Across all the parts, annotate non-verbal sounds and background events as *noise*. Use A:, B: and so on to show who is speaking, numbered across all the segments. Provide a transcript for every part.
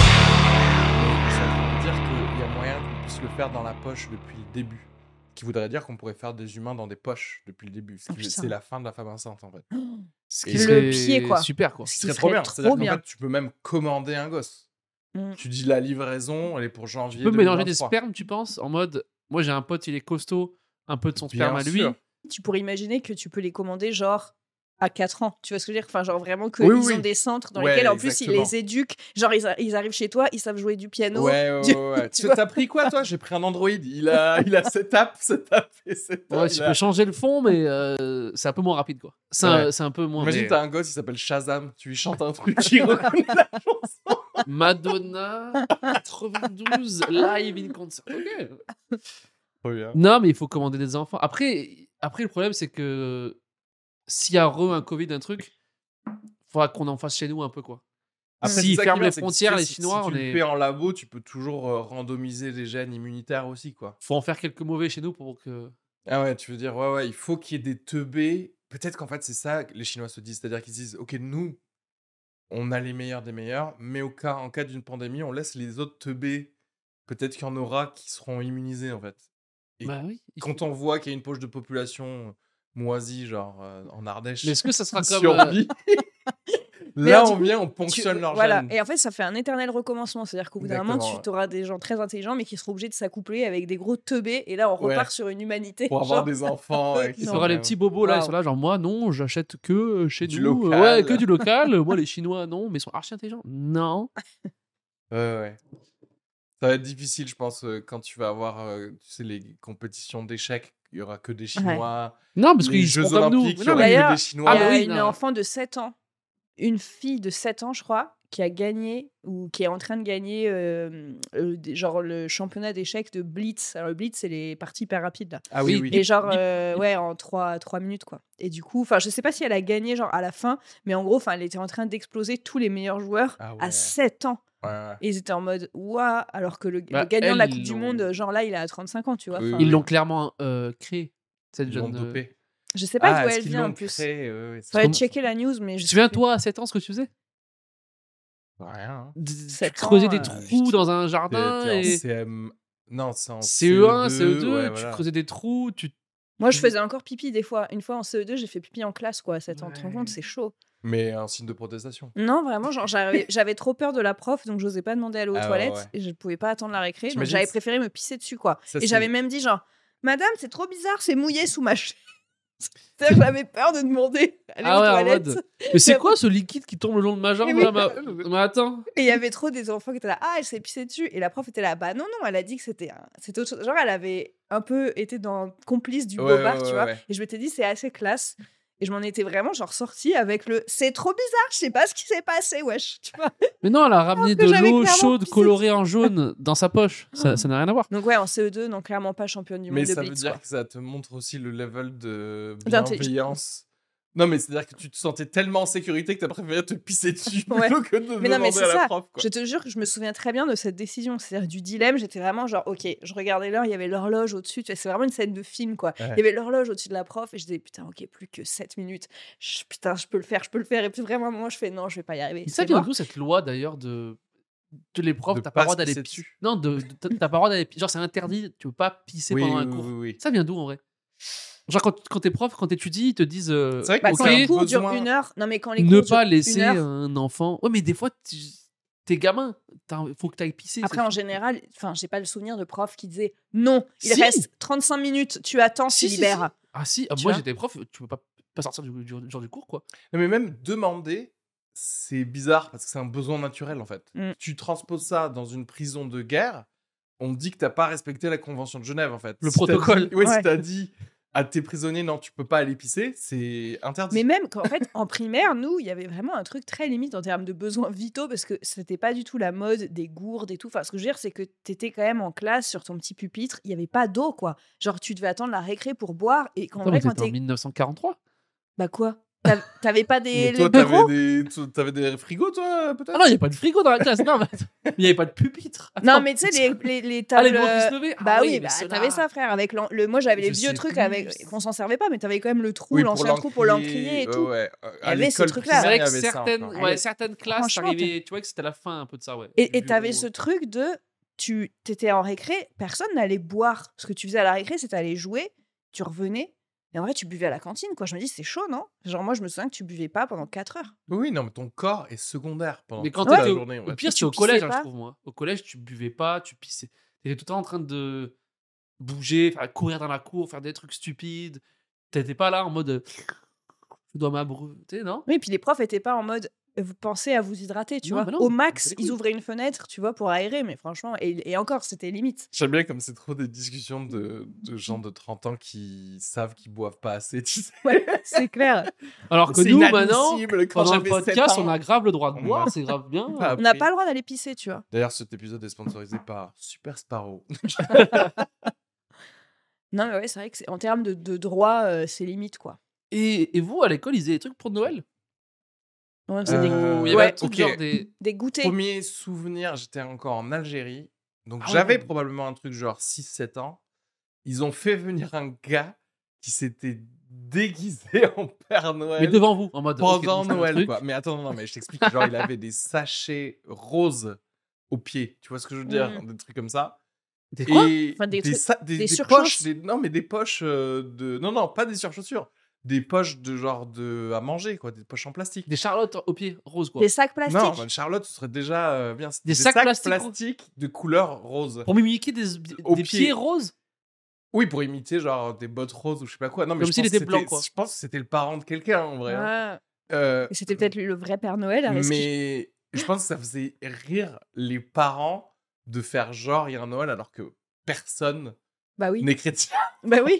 A: Mais ça veut dire qu'il y a moyen qu'on puisse le faire dans la poche depuis le début. Qui voudrait dire qu'on pourrait faire des humains dans des poches depuis le début. Ce
B: Oh,
A: qui-
B: putain.
A: C'est la fin de la femme enceinte en fait.
C: Ce qui
A: Le
C: serait
B: pied, quoi.
C: Super, quoi.
B: Ce
A: Ce
B: qui
A: serait trop bien. C'est-à-dire qu'en
B: bien.
A: fait, tu peux même commander un gosse.
B: Mm.
A: Tu dis la livraison, elle est pour janvier.
C: Tu peux mélanger des
A: 2023.
C: spermes, tu penses En mode, moi j'ai un pote, il est costaud, un peu de son
A: Bien
C: sperme à lui.
A: sûr.
B: Tu pourrais imaginer que tu peux les commander genre à 4 ans. Tu vois ce que je veux dire Enfin, genre vraiment qu'ils
A: Oui, oui.
B: ont des centres dans
A: Ouais,
B: lesquels en plus ils
A: exactement.
B: les éduquent. Genre ils, a- ils arrivent chez toi, ils savent jouer du piano.
A: Ouais, ouais,
B: Tu-
A: ouais, ouais.
B: tu
A: Tu
B: vois.
A: t'as pris quoi, toi J'ai pris un Android. Il a, il a cette app, cette app et cette app.
C: Ouais, tu
A: il a-
C: peux changer le fond, mais euh, c'est un peu moins rapide, quoi. C'est un,
A: Ouais.
C: c'est un peu moins.
A: Imagine,
C: mais-
A: t'as un gosse, il s'appelle Shazam. Tu lui chantes un truc, il reconnaît la chanson.
C: *laughs* Madonna, 92, live in concert. Ok.
A: Trop bien.
C: Non, mais il faut commander des enfants. Après, après le problème, c'est que s'il y a re un Covid, un truc, faudra qu'on en fasse chez nous un peu, quoi.
A: Après,
C: S'ils
A: c'est ça qui
C: ferment
A: est bien,
C: les
A: c'est que
C: frontières,
A: si-
C: les Chinois,
A: si tu
C: on
A: le
C: est-
A: fais en labo, tu peux toujours euh, randomiser les gènes immunitaires aussi, quoi.
C: Faut en faire quelques mauvais chez nous pour que.
A: Ah ouais, tu veux dire, ouais, ouais, il faut qu'il y ait des teubés. Peut-être qu'en fait, c'est ça que les Chinois se disent. C'est-à-dire qu'ils se disent, ok, nous, on a les meilleurs des meilleurs, mais au cas, en cas d'une pandémie, on laisse les autres teubés. Peut-être qu'il y en aura qui seront immunisés, en fait. Et
C: Bah oui. il faut-
A: Quand on voit qu'il y a une poche de population moisie, genre euh, en Ardèche,
C: Mais est-ce que ça sera
A: qui
C: comme. euh,
A: *laughs* survit,
B: Mais
A: là,
B: du
A: on
B: coup,
A: vient, on
B: Tu-
A: ponctionne leur
B: voilà.
A: gène.
B: Et en fait, ça fait un éternel recommencement. C'est-à-dire qu'au bout d'un moment,
A: Exactement,
B: tu auras des gens très intelligents, mais qui seront obligés de s'accoupler avec des gros teubés. Et là, on
A: Ouais.
B: repart sur une
A: *laughs*
B: humanité.
A: Pour avoir
B: genre,
A: des enfants. ouais, qui *laughs*
C: Il
A: sont
C: faudra les
A: quand
C: petits bobos là, ils
B: Waouh.
C: sont là, genre moi non, j'achète que euh, chez
A: Du
C: nous. euh,
A: local.
C: Ouais, que du local. moi les Chinois non, mais ils sont archi intelligents. Non.
A: Ouais, ouais. Ça va être difficile, je pense, euh, quand tu vas avoir, euh, tu sais, les compétitions d'échecs, il y aura que des Chinois.
C: Non, parce
A: les
C: qu'ils
A: Jeux
C: sont comme nous.
A: Olympiques, il y
C: Mais non,
A: aura
C: mais-
A: que
B: D'ailleurs,
A: des Chinois.
C: Ah,
B: Il y a
C: bah oui,
B: une
C: non.
B: enfant de 7 ans, une fille de 7 ans, je crois, qui a gagné ou qui est en train de gagner euh, euh, des- genre le championnat d'échecs de Blitz. Alors, le Blitz, c'est les parties hyper rapides. Là.
A: Ah
C: oui,
A: oui,
C: oui.
A: oui.
B: Et genre,
C: bip,
B: euh,
C: bip.
B: ouais, en 3, trois minutes, quoi. Et du coup, enfin, je sais pas si elle a gagné, genre, à la fin, mais en gros, enfin, elle était en train d'exploser tous les meilleurs joueurs
A: Ah ouais.
B: à 7 ans. Et ils étaient en mode, waouh, alors que le,
C: Bah,
B: le gagnant de la
C: elles,
B: Coupe
C: ils
B: du
C: l'ont-
B: Monde, genre là, il a 35 ans, tu vois.
A: Oui,
B: enfin,
A: oui.
C: Ils l'ont clairement euh, créé, cette
A: Ils l'ont
C: jeune. euh,
A: dopé.
B: Je sais pas
A: Ah,
B: d'où
A: est-ce
B: elle
A: qu'ils
B: vient, en
A: l'ont
B: plus.
A: créé Ouais, ouais, c'est
B: Faudrait
C: Comment-
B: checker la news, mais je
C: Tu te
B: sais
C: souviens,
B: plus.
C: toi, à 7 ans, ce que tu faisais
A: rien. hein.
C: D- tu
B: Sept
C: creusais
B: ans,
C: des
B: euh,
C: trous dans un jardin
A: T'es- t'es en
C: et E
A: CM... Non, c'est en E
C: CE1, CE2,
A: ouais,
C: tu
A: voilà.
C: creusais des trous, tu
B: Moi, je faisais encore pipi des fois. Une fois en CE2, j'ai fait pipi en classe, quoi. Ça ans. te rends
C: Ouais.
B: compte, c'est chaud.
A: Mais un signe de protestation.
B: Non, vraiment,
A: *laughs*
B: genre, j'avais j'avais trop peur de la prof, donc j'osais pas demander à aller aux
A: Ah ouais,
B: toilettes.
A: ouais.
B: Et je pouvais pas attendre la récré, donc
A: T'imagines
B: j'avais
A: si-
B: préféré me pisser dessus, quoi.
A: Ça,
B: et
A: c'est-
B: j'avais même dit, genre, Madame, c'est trop bizarre, c'est mouillé sous ma chaise. *laughs* C'est-à-dire que j'avais peur de demander à aller
C: Ah ouais, en
B: aux toilettes.
C: mode. Mais c'est
B: Mais-
C: quoi ce liquide qui tombe le long de ma jambe
B: Mais
C: là
B: oui. *laughs*
C: ma... Ah, Mais attends.
B: Et il y avait trop des enfants qui étaient là, ah, elle s'est pissée dessus. Et la prof était là, bah non, non, elle a dit que c'était un- c'était autre chose. Genre, elle avait un peu été dans complice du
A: Ouais,
B: bobard,
A: ouais,
B: tu
A: ouais,
B: vois.
A: ouais.
B: Et je m'étais dit, c'est assez classe. Et je m'en étais vraiment, genre, sortie avec le c'est trop bizarre, je sais pas ce qui s'est passé, wesh. Tu vois
C: Mais non, elle a ramené
B: que
C: de
B: j'avais
C: l'eau
B: clairement
C: chaude
B: pissé
C: colorée en jaune dans sa poche. Ça ça n'a rien à voir.
B: Donc, ouais, en CE2, non, clairement pas championne du
A: Mais
B: monde de
A: ça veut
B: Blitz.
A: dire
B: quoi.
A: que ça te montre aussi le level de
B: D'intelligence.
A: bienveillance. Non, mais c'est-à-dire que tu te sentais tellement en sécurité que t'as préféré te pisser dessus *laughs*
B: Ouais.
A: plutôt que de demander
B: Mais non, mais
A: à
B: c'est
A: la
B: ça.
A: prof. Quoi.
B: Je te jure que je me souviens très bien de cette décision, c'est-à-dire du dilemme. J'étais vraiment genre, ok, je regardais l'heure, il y avait l'horloge au-dessus. Tu vois, c'est vraiment une scène de film, quoi.
A: Ouais.
B: Il y avait l'horloge au-dessus de la prof et je disais, putain, ok, plus que 7 minutes. Je- putain, je peux le faire, je peux le faire. Et puis vraiment, moi, je fais, non, je vais pas y arriver.
C: C'est ça
B: C'est
C: qui est
B: mort.
C: d'où cette loi d'ailleurs de de les profs,
A: De
C: t'as
A: pas
C: pas le droit
A: se
C: d'aller
A: pisser
C: pisser.
A: dessus.
C: Non, de, de- t'as t'as pas le droit d'aller pisser. Genre, c'est interdit, tu peux pas pisser
A: Oui,
C: pendant un
A: oui,
C: cours.
A: oui, oui.
C: Ça vient d'où en vrai Genre, quand, quand t'es prof, quand t'étudies, ils te disent euh,
A: C'est vrai que
B: Bah,
C: Ok,
B: quand les
A: un
B: cours durent
A: besoin-
B: une heure, non, mais quand les cours
C: ne
B: durent
C: pas
B: une
C: laisser euh,
B: heure-
C: un enfant. Ouais, mais des fois, tu- t'es gamin, t'as- faut que t'ailles pisser.
B: Après,
C: c'est
B: en
C: tout.
B: général, enfin, j'ai pas le souvenir de prof qui disait non, il
C: Si.
B: reste 35 minutes, tu attends,
C: Si,
B: tu
C: si,
B: libères.
C: Ah si, ah,
B: Tu
C: moi
B: vois
C: j'étais prof, tu peux pas, pas sortir du, du- genre du cours quoi.
A: Non, mais même demander, c'est bizarre parce que c'est un besoin naturel en fait.
B: Mm.
A: Tu transposes ça dans une prison de guerre, on dit que t'as pas respecté la convention de Genève en fait.
C: Le
A: t'as
C: protocole.
A: dit- Oui,
B: Ouais.
A: si t'as dit à tes prisonniers non, tu peux pas aller pisser, c'est interdit.
B: Mais même qu'en fait, en primaire, nous, il y avait vraiment un truc très limite en termes de besoins vitaux parce que c'était pas du tout la mode des gourdes et tout. Enfin, ce que je veux dire, c'est que t'étais quand même en classe sur ton petit pupitre, il y avait pas d'eau, quoi. Genre, tu devais attendre la récré pour boire et qu'en
C: Attends,
B: vrai,
C: mais
B: quand
C: t'étais en
B: t'es.
C: 1943.
B: Bah quoi T'av- T'avais pas
A: Mais
B: des.
A: toi,
B: les bureaux
A: t'avais des... tu- t'avais des frigos, toi, peut-être
C: Ah non, il n'y a pas de frigo dans la classe. Non, mais *laughs* attends, il n'y avait pas de pupitre.
B: Non,
C: Attends,
B: mais tu
C: *laughs*
B: sais, les, les, les
C: Ah,
B: tables.
C: les bureaux qui se levaient. Ah
B: Bah oui,
C: mais
B: bah,
C: ceux-là.
B: t'avais ça, frère. Avec l'en- le, moi, j'avais les
C: Je
B: vieux
C: sais
B: trucs
C: plus.
B: avec qu'on s'en servait pas, mais t'avais quand même le trou,
A: Oui, pour
B: l'ancien trou pour l'encrier et
A: ouais,
B: tout.
A: ouais. Euh,
B: y
A: à
B: avait ces
A: l'école
B: trucs-là.
A: primaire,
C: C'est
A: il
C: vrai
A: y
C: que
A: avait ça
C: certaines,
A: encore.
C: ouais,
B: Allez.
C: certaines classes,
B: Franchement,
C: t'arrivais- tu vois que c'était la fin un peu de ça, ouais.
B: Et
C: Du
B: et t'avais
C: bureau.
B: ce truc de, tu t'étais en récré, personne n'allait boire. Ce que tu faisais à la récré, c'est t'allais jouer, tu revenais. Et en vrai, tu buvais à la cantine, quoi. Je me dis, c'est chaud, non Genre, moi, je me souviens que tu buvais pas pendant 4 heures.
A: Oui, non, mais ton corps est secondaire pendant
C: Mais quand
A: toute la
C: t'étais
A: journée.
C: Au
A: ouais.
C: pire,
B: tu
C: c'est au
B: pissais
C: collège, hein, je
B: pas
C: trouve, moi. Au collège, tu buvais pas, tu pissais. T'étais tout le temps en train de bouger, enfin, courir dans la cour, faire des trucs stupides. T'étais pas là en mode. euh, Je dois m'abreuver, non
B: Oui, puis les profs étaient pas en mode, euh, vous pensez à vous hydrater, tu
C: Non,
B: vois.
C: bah non,
B: Au
C: c'est
B: max,
C: des couilles.
B: ils ouvraient une fenêtre, tu vois, pour aérer, mais franchement, et, et encore, c'était limite.
A: *laughs*
C: *laughs*
A: J'aime bien comme c'est trop des discussions de, de gens de 30 ans qui savent qu'ils boivent pas assez. Tu sais.
B: Ouais, c'est clair.
C: Alors que
A: C'est
C: nous, maintenant,
A: inadmissible, quand
C: pendant le
A: j'avais sept
C: podcast,
A: ans.
C: on a grave le droit de
A: On
C: boire,
A: a-
C: c'est grave bien.
A: *laughs* Pas Ah.
B: On n'a
A: appris.
B: pas le droit d'aller pisser, tu vois.
A: D'ailleurs, cet épisode est sponsorisé par Super *laughs* Sparrow.
B: Non, mais ouais, c'est vrai que c'est- en termes de, de droit, euh, c'est limite, quoi.
C: Et, et vous, à l'école, ils faisaient des trucs pour Noël
B: Ouais, c'est des,
A: Euh,
C: Ou il y avait un
B: ouais,
C: truc
A: ok.
C: genre des.
B: des goûters.
A: Premier souvenir, j'étais encore en Algérie. Donc
C: Ah ouais.
A: j'avais probablement un truc genre 6-7 ans. Ils ont fait venir un gars qui s'était déguisé *laughs* en Père Noël.
C: Mais devant vous, en mode. ok,
A: pendant
C: donc, je fais un
A: Noël,
C: truc.
A: quoi. Mais attends, non, non, mais je t'explique. Genre, il avait des sachets roses aux pieds. Tu vois ce que je veux dire Des trucs comme ça.
C: Mmh. Des quoi
A: Et
B: Enfin, des
A: des,
B: trucs-
A: sa- des-
B: des
A: des
B: surchausses
A: poches. des- non, mais des poches euh, de. Non, non, pas des surchaussures. Des poches de genre de à manger, quoi. Des poches en plastique.
C: Des charlottes au pied, rose, quoi.
B: Des sacs
A: Non,
B: plastiques.
A: bah, Charlotte, ce serait déjà euh, bien. C'était
C: Des sacs plastiques roses.
A: de couleur rose.
C: Pour mimiquer des, des
A: Au
C: pieds.
A: pied.
C: roses
A: Oui, pour imiter genre des bottes roses ou je sais pas quoi. Non, mais
C: Comme
A: je
C: s'il
A: pense
C: était
A: que
C: blanc,
A: c'était-
C: quoi.
A: Je pense que c'était le parent de quelqu'un, en vrai. hein.
B: Ah,
A: Euh,
B: et C'était peut-être le vrai Père Noël. à risque.
A: Mais je pense que ça faisait rire les parents de faire genre il y a un Noël alors que personne
B: Bah oui.
A: n'est chrétien *laughs*
B: *laughs* Bah oui.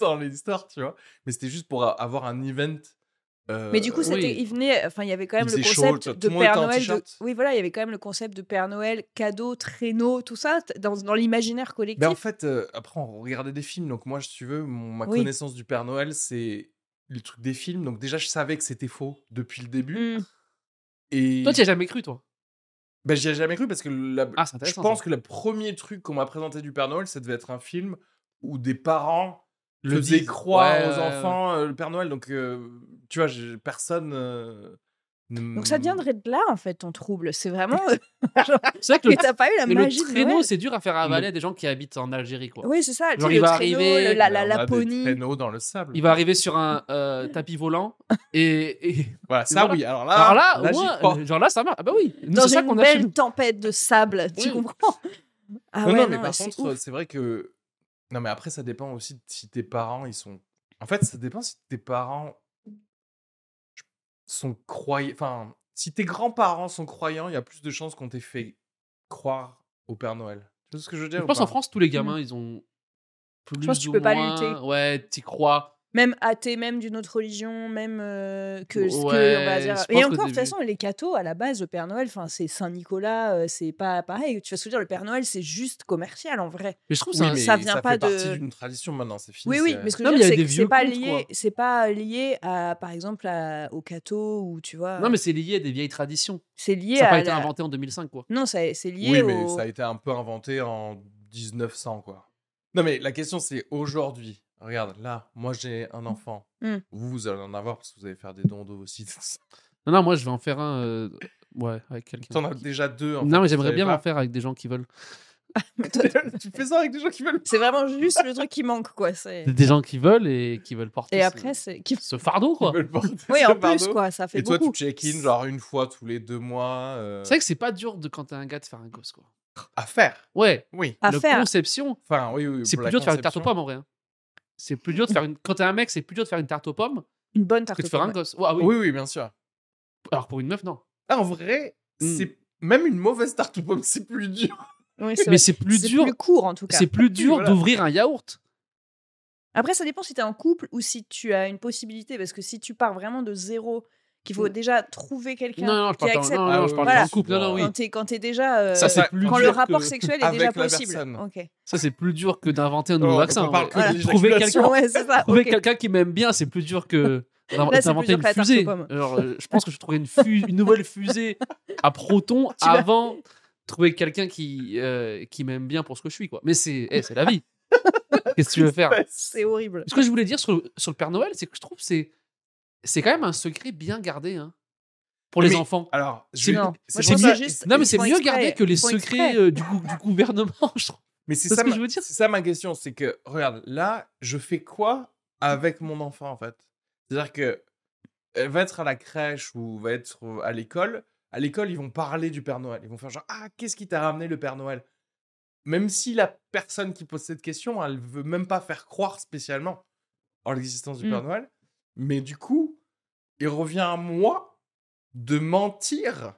A: dans l'histoire, tu vois. Mais c'était juste pour a- avoir un event. euh,
B: Mais du coup, c'était,
C: oui.
B: il venait, enfin, il y avait quand
A: Il
B: même le
A: faisait chaud,
B: concept
A: tout
B: de
A: le monde était
B: Père
A: en
B: Noël. de-
A: t-shirt.
B: Oui, voilà, il y avait quand même le concept de Père Noël, cadeau, traîneau, tout ça, t- dans, dans l'imaginaire collectif.
A: Ben en fait, euh, après, on regardait des films. Donc, moi, si tu veux, mon- ma
B: Oui.
A: connaissance du Père Noël, c'est le truc des films. Donc, déjà, je savais que c'était faux depuis le début.
B: Mm.
A: Et
C: Toi, tu as jamais cru, toi
A: ben, j'y ai jamais cru parce que la,
C: Ah, c'est
A: Je
C: intéressant.
A: pense
C: ça.
A: que le premier truc qu'on m'a présenté du Père Noël, ça devait être un film où des parents
C: Le
A: le faisaient
C: disent.
A: croire
C: Ouais, ouais,
A: aux
C: ouais.
A: enfants euh, le Père Noël. Donc, euh, tu vois, j'ai- personne. euh, ne
B: Donc ça
A: m-
B: viendrait de là, en fait, ton trouble.
A: *laughs*
B: C'est vraiment. *laughs*
C: C'est vrai que
B: Et
C: le,
B: t'as pas eu la
C: mais le
B: magie de
C: traîneau,
B: Noël.
C: c'est dur à faire avaler à des gens qui habitent en Algérie, quoi.
B: Oui, c'est ça. tu
C: Genre,
B: sais,
C: il
B: le
C: va
B: traîneau,
C: arriver,
B: le- la,
A: Ben,
B: la
A: on a des
B: Laponie.
A: traîneaux dans le sable.
C: Il va arriver sur un euh, tapis volant
A: *laughs*
C: et, et-
A: Voilà, ça
C: Voilà.
A: oui. Alors là,
C: alors là,
A: là,
C: au
A: j'y
C: moins,
A: crois.
C: euh, genre là, ça marche. Ah bah oui, nous,
B: dans
C: c'est ça
B: une
C: qu'on a chez
B: belle
C: nous.
B: tempête de sable, tu
C: Oui.
B: comprends Ah
A: non,
B: ouais,
A: non, mais par
B: c'est
A: contre,
B: ouf.
A: c'est vrai que. Non, mais après, ça dépend aussi de si tes parents, ils sont. En fait, ça dépend si tes parents sont croyants. Enfin, si tes grands-parents sont croyants, il y a plus de chances qu'on t'ait fait croire au Père Noël. Tu vois ce que je veux dire
C: Je
A: ou
C: pense
A: pas
C: en France, tous les gamins, ils ont plus
B: Mm. Je pense que tu
C: ou
B: peux pas
C: moins-
B: lutter.
C: Ouais, t'y crois.
B: même athée, même d'une autre religion, même euh, que ce que
C: Ouais,
B: on va
C: je
B: dire.
C: pense
B: Et
C: qu'au
B: encore, de toute
C: début-
B: façon, les cathos à la base, le Père Noël, enfin, c'est Saint Nicolas, euh, c'est pas pareil. Tu vas se dire, le Père Noël, c'est juste commercial en vrai.
C: Mais je trouve
A: Oui,
C: ça.
A: mais
B: hein, ça vient
A: fait
B: pas de-
A: partie d'une tradition maintenant, c'est fini.
B: Oui, oui,
A: c'est-
B: mais ce que
C: Non,
B: je veux
C: mais il y
B: dire, c'est
C: a
B: que
C: des vieux
B: c'est pas
C: contes, quoi.
B: lié, c'est pas lié à, par exemple, à, aux cathos ou tu vois.
C: Non, mais c'est lié à des vieilles traditions.
B: c'est lié
C: Ça n'a
B: à.
C: pas été
B: la-
C: inventé en 2005, quoi.
B: Non, ça- c'est
A: Oui,
B: lié au.
A: mais
B: *laughs*
A: ça a été un peu inventé en 1900, quoi. Non, mais la question, c'est aujourd'hui. Regarde, là, moi, j'ai un enfant.
B: Mm.
A: Vous, vous allez en avoir parce que vous allez faire des dons d'ovocytes.
C: Non, non, moi, je vais en faire un. euh, Ouais, avec quelqu'un.
A: T'en as déjà deux. en fait,
C: Non, mais
A: vous
C: j'aimerais
A: savez
C: bien
A: pas.
C: en faire avec des gens qui veulent.
A: *laughs* tu fais ça avec des gens qui veulent.
B: C'est vraiment juste le truc qui manque, quoi.
C: *laughs*
B: c'est-
C: Des gens qui veulent et qui veulent porter
B: Et
C: ce-
B: après, c'est.
C: *laughs*
B: qui-
C: ce fardeau,
A: qui
C: quoi.
A: veulent porter
B: Oui,
A: ce
B: en plus,
A: fardeau.
B: quoi, ça fait
A: Et toi,
B: beaucoup.
A: tu check-in genre une fois tous les deux mois euh,
C: C'est vrai que c'est pas dur de quand t'es un gars de faire un gosse, quoi.
A: à faire.
C: Ouais,
A: Oui.
B: à
C: la
B: faire.
C: conception,
A: Enfin, oui, oui.
C: c'est
A: pour
C: plus
A: la
C: dur de faire une tarte aux
A: conception.
C: pommes en vrai. hein. C'est plus dur de faire une. Quand t'es un mec, c'est plus dur de faire une tarte aux pommes
B: Une bonne tarte.
C: que de
B: aux
C: faire un
B: pommes.
C: gosse. Ouais, ah oui.
A: Oui, oui, bien sûr.
C: Alors pour une meuf, non.
A: Ah, en vrai,
C: Mm.
A: c'est même une mauvaise tarte aux pommes, *laughs* c'est plus dur.
C: Ah,
B: Oui, c'est
C: Mais
B: vrai.
C: c'est plus
B: C'est
C: dur.
B: plus court, en tout cas.
C: C'est plus dur
A: voilà.
C: d'ouvrir un yaourt.
B: Après, ça dépend si tu es en couple ou si tu as une possibilité, parce que si tu pars vraiment de zéro, qu'il faut
C: Mm.
B: déjà trouver quelqu'un
C: Non, non, je
B: qui
C: parle pas-
B: accepte
C: non, non,
A: Ah
C: non,
A: oui,
C: je parle
B: voilà.
C: pas en couple. Non, non, oui.
B: quand tu es, déjà. euh,
C: Ça, c'est
A: Ouais.
C: plus
B: quand
C: dur
B: le
C: que-
B: rapport sexuel est
A: avec
B: déjà
A: la
B: possible.
A: personne.
B: Ok.
C: Ça, c'est plus dur que d'inventer un
A: Oh,
C: nouveau
A: on
C: vaccin. en
A: parle
C: vrai.
A: que de
C: Trouver
A: l'éjaculation.
C: quelqu'un
B: *laughs* Ouais, c'est ça.
C: trouver
B: ok. *laughs*
C: quelqu'un qui m'aime bien, c'est plus dur que T'as
B: Là, c'est
C: t'as
B: plus
C: inventé
B: dur
C: une
B: que la tarte aux
C: fusée.
B: pommes.
C: Alors, euh, je pense que je trouverais une, fu- une nouvelle fusée
B: *laughs*
C: à proton
B: vas-
C: avant de trouver quelqu'un qui, euh, qui m'aime bien pour ce que je suis. Quoi. Mais c'est eh, c'est la
B: *laughs*
C: vie. Qu'est-ce que tu veux faire
B: C'est horrible.
C: Ce que je voulais dire sur, le- sur le Père Noël, c'est que je trouve que c'est c'est quand même un secret bien gardé hein, pour les
A: Mais-
C: enfants.
A: Alors, je
C: C'est-
A: vais-
B: Non, moi,
A: c'est
B: je
A: pour
B: pense
A: ça-
B: que juste-
C: Non, mais
B: ils
C: c'est
B: font
C: mieux
B: exprès,
C: gardé que les
B: ils font
C: secrets
B: exprès.
C: euh, du, gou- du gouvernement, je trouve.
A: Mais c'est
C: C'est
A: ça,
C: ce que
A: ma-
C: je veux dire.
A: c'est ça ma question, c'est que regarde, là, je fais
B: Mmh.
A: quoi avec mon enfant en fait C'est-à-dire que elle va être à la crèche ou va être euh, à l'école. À l'école, ils vont parler du Père Noël. Ils vont faire genre ah qu'est-ce qui t'a ramené le Père Noël Même si la personne qui pose cette question, elle veut même pas faire croire spécialement en l'existence du
B: Mm.
A: Père Noël. Mais du coup, il revient à moi de mentir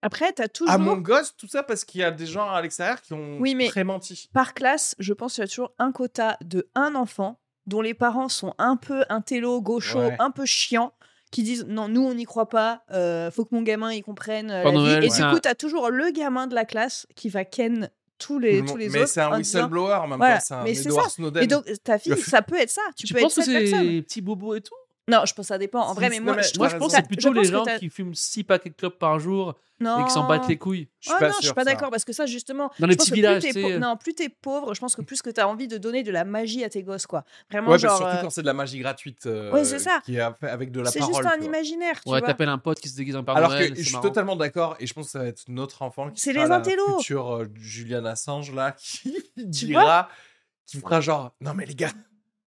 B: Après, t'as toujours.
A: à mon gosse tout ça parce qu'il y a des gens à l'extérieur qui ont
B: Oui, mais-
A: très menti.
B: Par classe, je pense qu'il y a toujours un quota de un enfant dont les parents sont un peu intello, gaucho,
A: Ouais.
B: un peu chiant, qui disent non, nous on n'y croit pas, euh, faut que mon gamin y comprenne euh,
C: Père
B: la vie.
C: Noël,
B: Et
C: c'est
B: du
C: un-
B: coup, t'as toujours le gamin de la classe qui va ken tous les,
A: Tout le
B: tous
A: monde-
B: les
A: mais
B: autres.
A: c'est un
B: en disant-
A: whistleblower en même
B: Voilà,
A: temps, c'est un
B: mais c'est
A: Edward
B: ça.
A: Snowden.
B: Et donc, ta fille,
A: Le-
B: ça peut être ça. Tu,
C: Tu
B: peux
C: penses
B: être
C: que
B: cette personne.
C: c'est petit bobo et tout
B: Non, je pense que ça dépend. En
A: Si,
B: vrai, mais
A: non,
B: moi,
A: mais
B: je,
C: Moi,
A: T'as
C: je
B: trouve
A: raison.
B: que
C: pense que c'est
B: t'as-
C: plutôt
B: je pense
C: les
B: que
C: gens
B: t'as-
C: qui fument 6 paquets de clopes par jour et qui s'en battent les couilles.
A: je
B: Oh
A: suis pas
B: non,
A: sûr.
B: je suis pas
A: ça.
B: d'accord parce que ça justement.
C: Dans les
B: je pense
C: petits
B: que plus
C: villages, euh.
B: t'es
C: tu
B: pau-
C: sais.
B: Non, plus t'es pauvre, je pense que plus que t'as envie de donner de la magie à tes gosses, quoi. Vraiment,
A: Ouais, mais
B: genre.
A: surtout
B: euh,
A: quand c'est de la magie gratuite. euh,
B: Ouais, c'est ça.
A: Qui est fait avec de la
B: C'est
A: parole.
B: juste un
A: tu vois. Ah
B: imaginaire, tu
C: Ouais,
B: vois.
C: t'appelles un pote qui se déguise en Père
A: Alors
C: Noël.
A: que
C: c'est
A: je suis
C: marrant.
A: totalement d'accord et je pense que ça va être notre enfant qui
B: C'est
A: sera
B: les
A: la
B: intellos.
A: future euh, Julian Assange là *laughs* qui
B: vois
A: dira, qui fera genre non mais les gars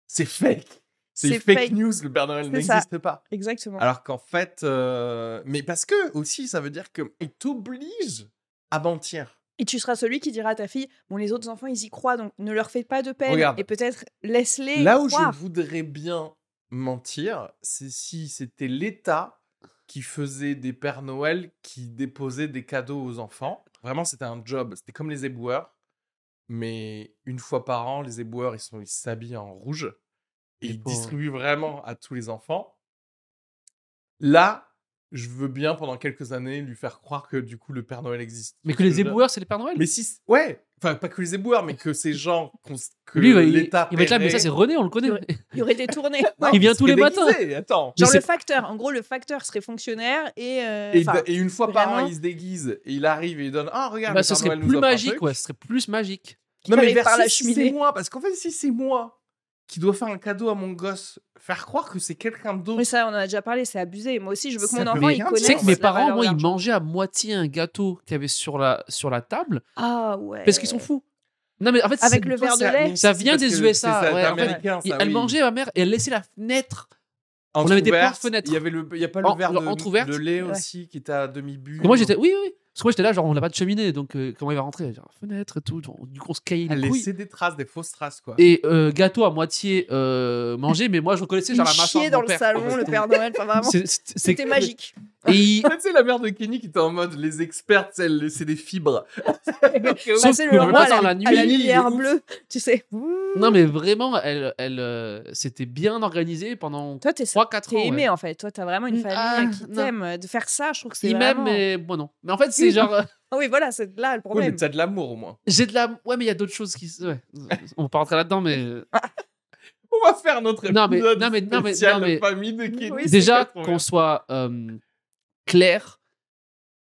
A: c'est fake, c'est
B: C'est
A: fake,
B: fake.
A: news, le Père Noël
B: C'est ça.
A: n'existe pas.
B: Exactement.
A: Alors qu'en fait, euh, mais parce que aussi ça veut dire que il t'oblige à mentir.
B: Et tu seras celui qui dira à ta fille Bon, les autres enfants, ils y croient, donc ne leur fais pas de peine.
A: Regarde.
B: Et peut-être laisse-les.
A: Là où
B: croire.
A: je voudrais bien mentir, c'est si c'était l'État qui faisait des Pères Noël qui déposaient des cadeaux aux enfants. Vraiment, c'était un job. C'était comme les éboueurs. Mais une fois par an, les éboueurs, ils sont- ils s'habillent en rouge. Et
C: Les
A: ils
C: pauvres.
A: distribuent vraiment à tous les enfants. Là, je veux bien, pendant quelques années, lui faire croire que du coup, le Père Noël existe.
C: Mais
A: Parce
C: que les
A: là-
C: éboueurs, c'est les Pères Noël.
A: Mais si... Ouais Enfin, pas que les éboueurs, mais que ces gens qu'on- que
C: Lui, il va- il,
A: l'État
C: il va être là, mais ça,
A: paierait-
C: c'est René, on le connaît.
B: Ouais. Il y aurait des
A: *laughs*
B: tournées.
A: non,
C: Il vient
A: il
C: tous
A: serait
C: les matins.
A: déguisé, Attends.
B: Genre
C: Mais
B: le facteur. En gros, le facteur serait fonctionnaire et. euh,
A: Et,
B: enfin,
A: et une fois par an,
B: vraiment.
A: il se déguise et il arrive et il donne Ah, regarde,
C: Bah,
A: le
C: ce
A: Père
C: serait
A: Noël nous
C: plus
A: offre un
C: magique,
A: truc.
C: ouais, ce serait plus magique.
A: Non, mais
B: arrive par la
A: versus, si c'est
B: cheminée.
A: moi, parce qu'en fait, si c'est moi qui dois faire un cadeau à mon gosse, faire croire que c'est quelqu'un d'autre.
B: Mais ça, on en a déjà parlé, c'est abusé. Moi aussi, je veux que
A: Ça
B: mon
A: peut
B: enfant,
A: rien
B: il
A: dire.
B: connaisse.
C: Tu sais que mes
B: la
C: parents,
B: valeur
C: moi, ils
B: d'argent.
C: mangeaient à moitié un gâteau qu'il y avait sur la, sur la table
B: Ah ouais.
C: parce qu'ils sont fous. Non, mais en fait, c'est-
B: Avec le verre de
A: ça-
B: lait.
A: mais
C: Ça
A: si,
C: vient
A: parce
C: des
A: que
C: USA,
A: c'est- c'est
C: ouais, en fait,
A: américain, ça,
C: elle
A: Ah oui.
C: mangeait ma mère et elle laissait la fenêtre.
A: Entrouverte,
C: avait des portes fenêtres.
A: Il y avait le, il y a pas le
C: En-
A: verre
C: genre
A: de,
C: entrouverte.
A: de lait
B: Ouais.
A: aussi qui était à demi bu.
C: Et moi, j'étais, oui, oui, oui. Parce que moi, j'étais là, genre, on n'a pas de cheminée, donc euh, comment il va rentrer Genre, Fenêtre et tout. genre, du coup, on se caillait
A: Elle
C: les couilles.
A: laissait des traces, des fausses traces, quoi.
C: Et euh, gâteau à moitié euh, mangé, mais moi, je reconnaissais
B: Il
C: genre la mâchoire
B: chiait
C: de
B: dans
C: mon
B: le
C: père.
B: salon, le Père Noël. Enfin, vraiment.
C: C'est- c'est- c'est-
B: C'était magique. *laughs*
C: Et
A: *laughs*
C: il-
A: Tu sais, la mère de Kenny qui était en mode Les experts, c'est c'est des
C: *laughs*
A: fibres. *laughs* euh,
C: Sauf
B: Passer
C: que
B: le
C: le
B: roi à
C: matin,
B: la,
C: la
B: à la
A: nuit,
B: lumière
A: de ouf.
B: bleue, tu sais.
C: Non, mais vraiment, elle, elle, euh, c'était bien organisé pendant
B: Toi, t'es
C: 3-4 ans.
B: T'es
C: ouais.
B: aimé hein. en fait, toi t'as vraiment une
C: Mm,
B: famille
C: ah,
B: qui
C: non.
B: t'aime. De faire ça, je trouve que c'est
C: Il
B: vraiment.
C: m'aime, mais moi non. Mais en fait,
B: *laughs*
C: c'est genre. euh,
B: Ah oui, voilà, c'est
A: Oui,
B: là le
A: mais
B: problème.
A: t'as de l'amour au moins.
C: J'ai de la. Ouais, mais il y a d'autres choses qui. se- Ouais. On va pas rentrer là-dedans, mais. euh,
A: *laughs* On va faire notre épisode
C: Non, mais- non, mais- non, mais-
A: spécial
C: non, mais-
A: famille de Kenny.
B: Oui,
C: Déjà,
A: *laughs* C'est
C: qu'on soit euh, clair,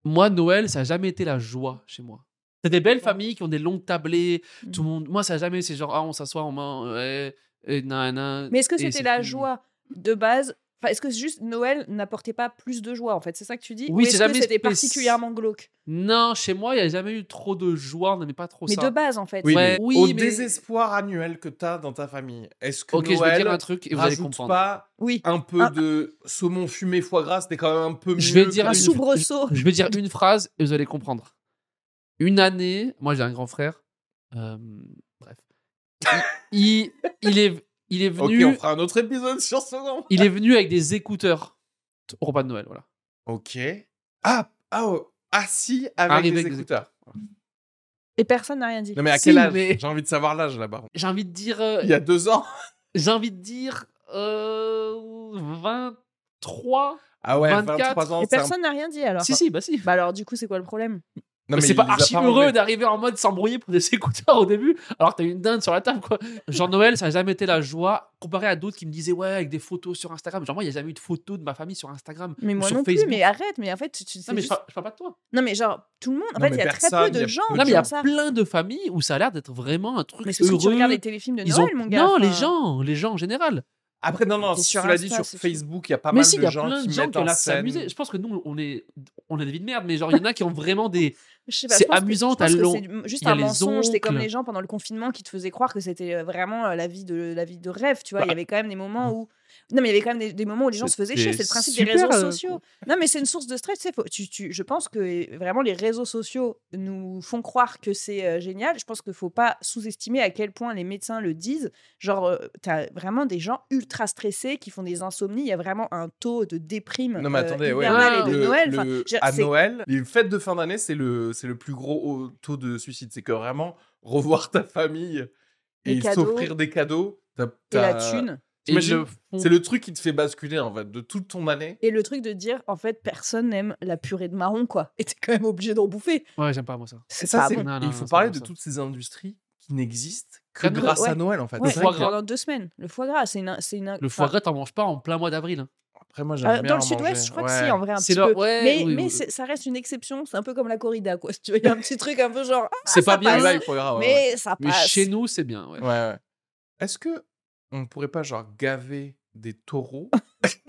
C: moi, Noël, ça n'a jamais été la joie chez moi. C'est des belles familles qui ont des longues tablées,
A: Mmh.
C: tout le monde. Moi, ça n'a jamais. C'est genre, ah, on s'assoit, on mange. ouais, et nanana,
B: Mais est-ce que
C: et
B: c'était
C: c'est
B: la
C: fini.
B: joie de base Enfin, est-ce que c'est juste Noël n'apportait pas plus de joie en fait C'est ça que tu dis
C: Oui,
B: Ou
C: c'est
B: est-ce que
C: jamais
B: c'était
C: spéc-
B: particulièrement glauque
C: Non, chez moi, il n'y a jamais eu trop de joie, on n'aimait pas trop
B: Mais
C: ça.
B: de base en fait.
A: Oui,
C: Ouais,
A: mais
C: oui,
A: au
C: mais-
A: désespoir annuel que t'as dans ta famille, est-ce que
C: Ok, je
A: Noël
C: vais dire un truc et vous allez
A: rajoute
C: comprendre.
A: pas
B: Oui.
A: un peu
B: Ah.
A: de saumon fumé foie gras C'était quand même un peu mieux.
C: Je vais dire
B: Un
C: une-
A: que-
B: soubresaut.
C: Je vais dire une phrase et vous allez comprendre. Une année, moi j'ai un grand frère. euh, bref. Il, il, est, il est
A: Ok,
C: venu.
A: on fera un autre épisode sur ce nom.
C: Il est venu avec des écouteurs au repas de Noël, voilà.
A: Ok. Ah, ah, oh, assis avec
C: Arrivé
A: des
C: avec des
A: écouteurs.
B: Et personne n'a rien dit.
A: Non mais à
C: Si,
A: quel âge
C: mais-
A: J'ai envie de savoir l'âge là-bas.
C: J'ai envie de dire, euh,
A: Il y a deux ans.
C: j'ai envie de dire euh, 23.
A: Ah ouais,
C: 24,
A: 23 ans.
B: Et
A: c'est un-
B: personne n'a rien dit alors. Ah.
C: si si, bah si.
B: Bah alors du coup c'est quoi le problème
A: Non,
C: mais c'est
A: il
C: pas
A: les a
C: archi
A: enlevés.
C: heureux d'arriver en mode s'embrouiller pour des *laughs* écouteurs au début, alors que t'as une dinde sur la table, quoi. Jean-Noël, ça n'a jamais été la joie, comparé à d'autres qui me disaient, ouais, avec des photos sur Instagram. Genre, moi, il n'y a jamais eu de photos de ma famille sur Instagram.
B: Mais moi
C: sur
B: non plus,
C: Facebook.
B: mais arrête, mais en fait, tu- tu- c'est
C: Non, mais
B: juste-
C: je, parle, je parle pas de toi.
B: non, mais genre, tout le monde, en
A: Non,
B: fait, il
A: mais
B: y a très peu
A: personne, il y
B: de
A: a
B: gens
A: peu de
C: Non, mais il y a
B: font ça.
C: plein de familles où ça a l'air d'être vraiment un truc
B: Mais c'est parce
C: heureux.
B: que tu regardes les téléfilms de
C: Ils
B: Noël,
C: ont-
B: mon gars.
C: Non, les
B: enfin.
C: gens, les gens en général.
A: Après, non, non,
B: Et sur
A: cela dit,
B: Insta,
A: sur
B: c'est tout.
A: Facebook, il y a pas
C: mais
A: mal
C: si, il y
A: de
C: a
A: gens
C: plein
A: qui
C: de gens
A: mettent
C: qui ont
A: en
C: l'air
A: scène.
C: s'amuser. Je pense que nous, on est, on a des vies de merde, mais genre, il y en a qui ont
A: *laughs*
C: vraiment des.
B: Je sais pas, je
C: C'est
B: pense que-
C: amusant,
B: je pense
C: t'as
B: que
C: l'on-
B: c'est du- juste
C: il y a
B: un
C: les
B: mensonge. C'était comme
C: oncles.
B: les gens pendant le confinement qui te faisaient croire que c'était euh, vraiment euh, la vie de la vie de rêve. Tu vois, il y
C: Bah.
B: avait quand même des moments où non, mais il y avait quand même des, des moments où les gens se faisaient chier. C'est le principe des
C: super,
B: réseaux
C: euh,
B: sociaux. Non, mais c'est une source de stress. tu sais, faut- tu- tu- je pense que vraiment les réseaux sociaux nous font croire que c'est euh, génial. Je pense qu'il faut pas sous-estimer à quel point les médecins le disent. Genre, euh, t'as vraiment des gens ultra stressés qui font des insomnies. Il y a vraiment un taux de déprime
A: Non, mais
B: euh,
A: attendez, ouais,
B: hivernale
C: Ah,
B: et de
A: le-
B: Noël.
A: le-
B: Enfin, je veux dire,
A: à
B: c'est-
A: Noël, les fêtes de fin d'année, c'est le, c'est le plus gros taux de suicide. C'est que vraiment, revoir ta famille
B: Les
A: et
B: cadeaux.
A: s'offrir des cadeaux, t'as-
B: et la
A: t'as-
B: thune.
C: ils
A: T'imagines
C: le font.
A: C'est le truc qui te fait basculer, en fait, de toute ton année.
B: Et le truc de dire, en fait, personne n'aime la purée de marron, quoi. Et t'es quand même obligé d'en bouffer.
C: Ouais, j'aime pas, moi, ça.
A: Et
B: C'est
A: ça,
B: pas
A: c'est-
B: bon.
C: bon. Non,
A: et
C: non,
A: il faut
C: non, c'est
A: parler
C: pas
A: de
C: ça.
A: toutes ces industries qui n'existent que
C: Comme le-
A: grâce à
B: ouais.
A: Noël, en fait.
B: Ouais,
A: C'est
C: foie
A: vrai que-
C: gras.
B: pendant deux semaines. Le foie gras, c'est une. c'est une-
C: Le
B: enfin,
C: foie gras, t'en manges pas en plein mois d'avril. hein.
A: Après, moi,
B: euh,
A: j'aime bien
B: dans
A: en
B: le sud-ouest,
A: manger.
B: je crois
A: Ouais.
B: que si, en vrai, un
C: C'est
B: petit
C: leur-
B: peu.
C: ouais,
B: mais
C: oui,
B: mais
C: oui.
B: c'est- ça reste une exception, c'est un peu comme la corrida, quoi. *laughs* si tu veux. Il y a un petit truc un peu genre, ah,
C: C'est
B: ça
C: pas bien,
B: passe,
A: Ouais, il faut gras, ouais, ouais.
B: mais ça
C: Mais
B: passe.
C: chez nous, c'est bien. ouais.
A: Ouais, ouais. Est-ce que on pourrait pas genre gaver des
C: *laughs*
A: taureaux *laughs*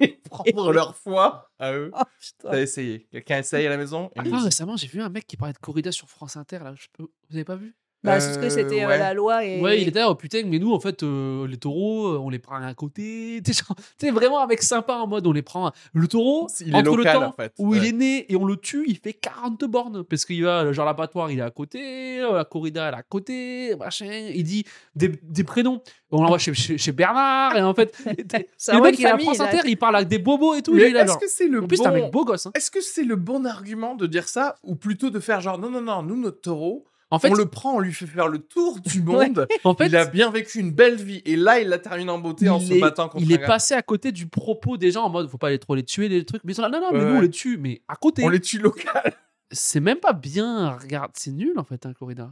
A: et prendre leur foie à
C: *laughs*
A: eux
B: *laughs* Oh, putain.
A: T'as essayé Quelqu'un essaye à la maison Et
C: Ah,
A: nous
C: moi,
A: aussi.
C: récemment, j'ai vu un mec qui parlait de corrida sur France Inter. Là. Je peux- Vous avez pas vu
B: Bah, c'est parce que
A: Euh,
B: c'était euh,
A: ouais.
B: la loi et.
C: Ouais, il était là, oh putain, mais nous, en fait, euh, les taureaux, euh, on les prend à côté. *laughs* Tu sais, genre, tu sais, vraiment avec sympa en mode, on les prend. Le taureau,
A: Il est
C: entre
A: local
C: le temps
A: en fait.
C: où il
A: Ouais.
C: est né et on le tue, il fait 40 bornes. Parce qu'il va, genre, l'abattoir, il est à côté, euh, la corrida, elle est à côté, machin. Il dit des, des prénoms. On l'envoie chez, chez, chez Bernard, et
B: *laughs*
C: en fait,
B: C'est
C: le
B: vraiment
C: mec,
B: une
C: il est à
B: famille,
C: France
B: là.
C: Inter, il parle avec des bobos et tout.
A: Mais
C: il est là,
A: est-ce
C: genre.
A: que c'est le
C: En plus, c'est un
A: bon
C: mec beau gosse. hein.
A: Est-ce que c'est le bon argument de dire ça ou plutôt de faire genre non non non nous notre taureau
C: En fait,
A: on le prend on lui fait faire le tour
C: *laughs*
A: du monde
C: en fait,
A: il a bien vécu une belle vie et là il la termine en beauté en
C: il
A: se
C: est-
A: battant contre
C: il est
A: un gars.
C: passé à côté du propos des gens en mode faut pas les trop les tuer les trucs mais ils sont là non non mais
A: Ouais,
C: nous on
A: ouais.
C: les tue mais à côté
A: on les tue local
C: c'est même pas bien regarde c'est nul en fait un corrida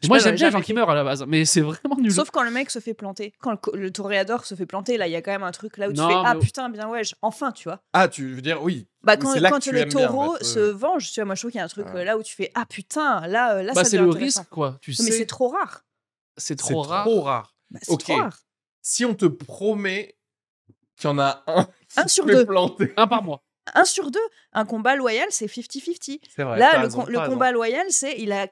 B: Je sais
C: moi
B: pas, j'aurais
C: j'aime bien les
B: jamais
C: gens qui meurent à la base mais c'est vraiment nul
B: Sauf quand le mec se fait planter. Quand le, co- le toréador se fait planter, là, il y a quand même un truc là où
C: Non,
B: tu fais Ah
C: mais-
B: putain, bien ouais, je- enfin, tu vois.
A: ah tu veux dire oui
B: Bah,
A: Oui,
B: quand,
A: c'est là
B: quand
A: que tu
B: les
A: aimes bien, en
B: taureaux
A: fait, ouais.
B: se vengent, tu vois, moi je trouve qu'il y a un truc
A: Ouais.
B: euh, là où tu fais Ah putain, là, euh, là
C: bah
B: ça
C: c'est
B: devient
C: le
B: intéressant.
C: risque quoi tu
B: Non, Mais
C: sais
B: c'est trop rare.
C: c'est
A: c'est
C: trop rare
A: trop rare
B: Bah, c'est
A: Ok.
B: trop rare.
A: si on te promet qu'il y en a un *laughs* qui
B: Un sur
A: se fait
B: deux.
A: planter
C: un par mois
B: Un sur deux, un combat loyal, c'est 50-50.
A: c'est vrai
B: là,
A: t'as
B: le,
A: raison,
B: com- le
A: t'as raison.
B: combat loyal, c'est il a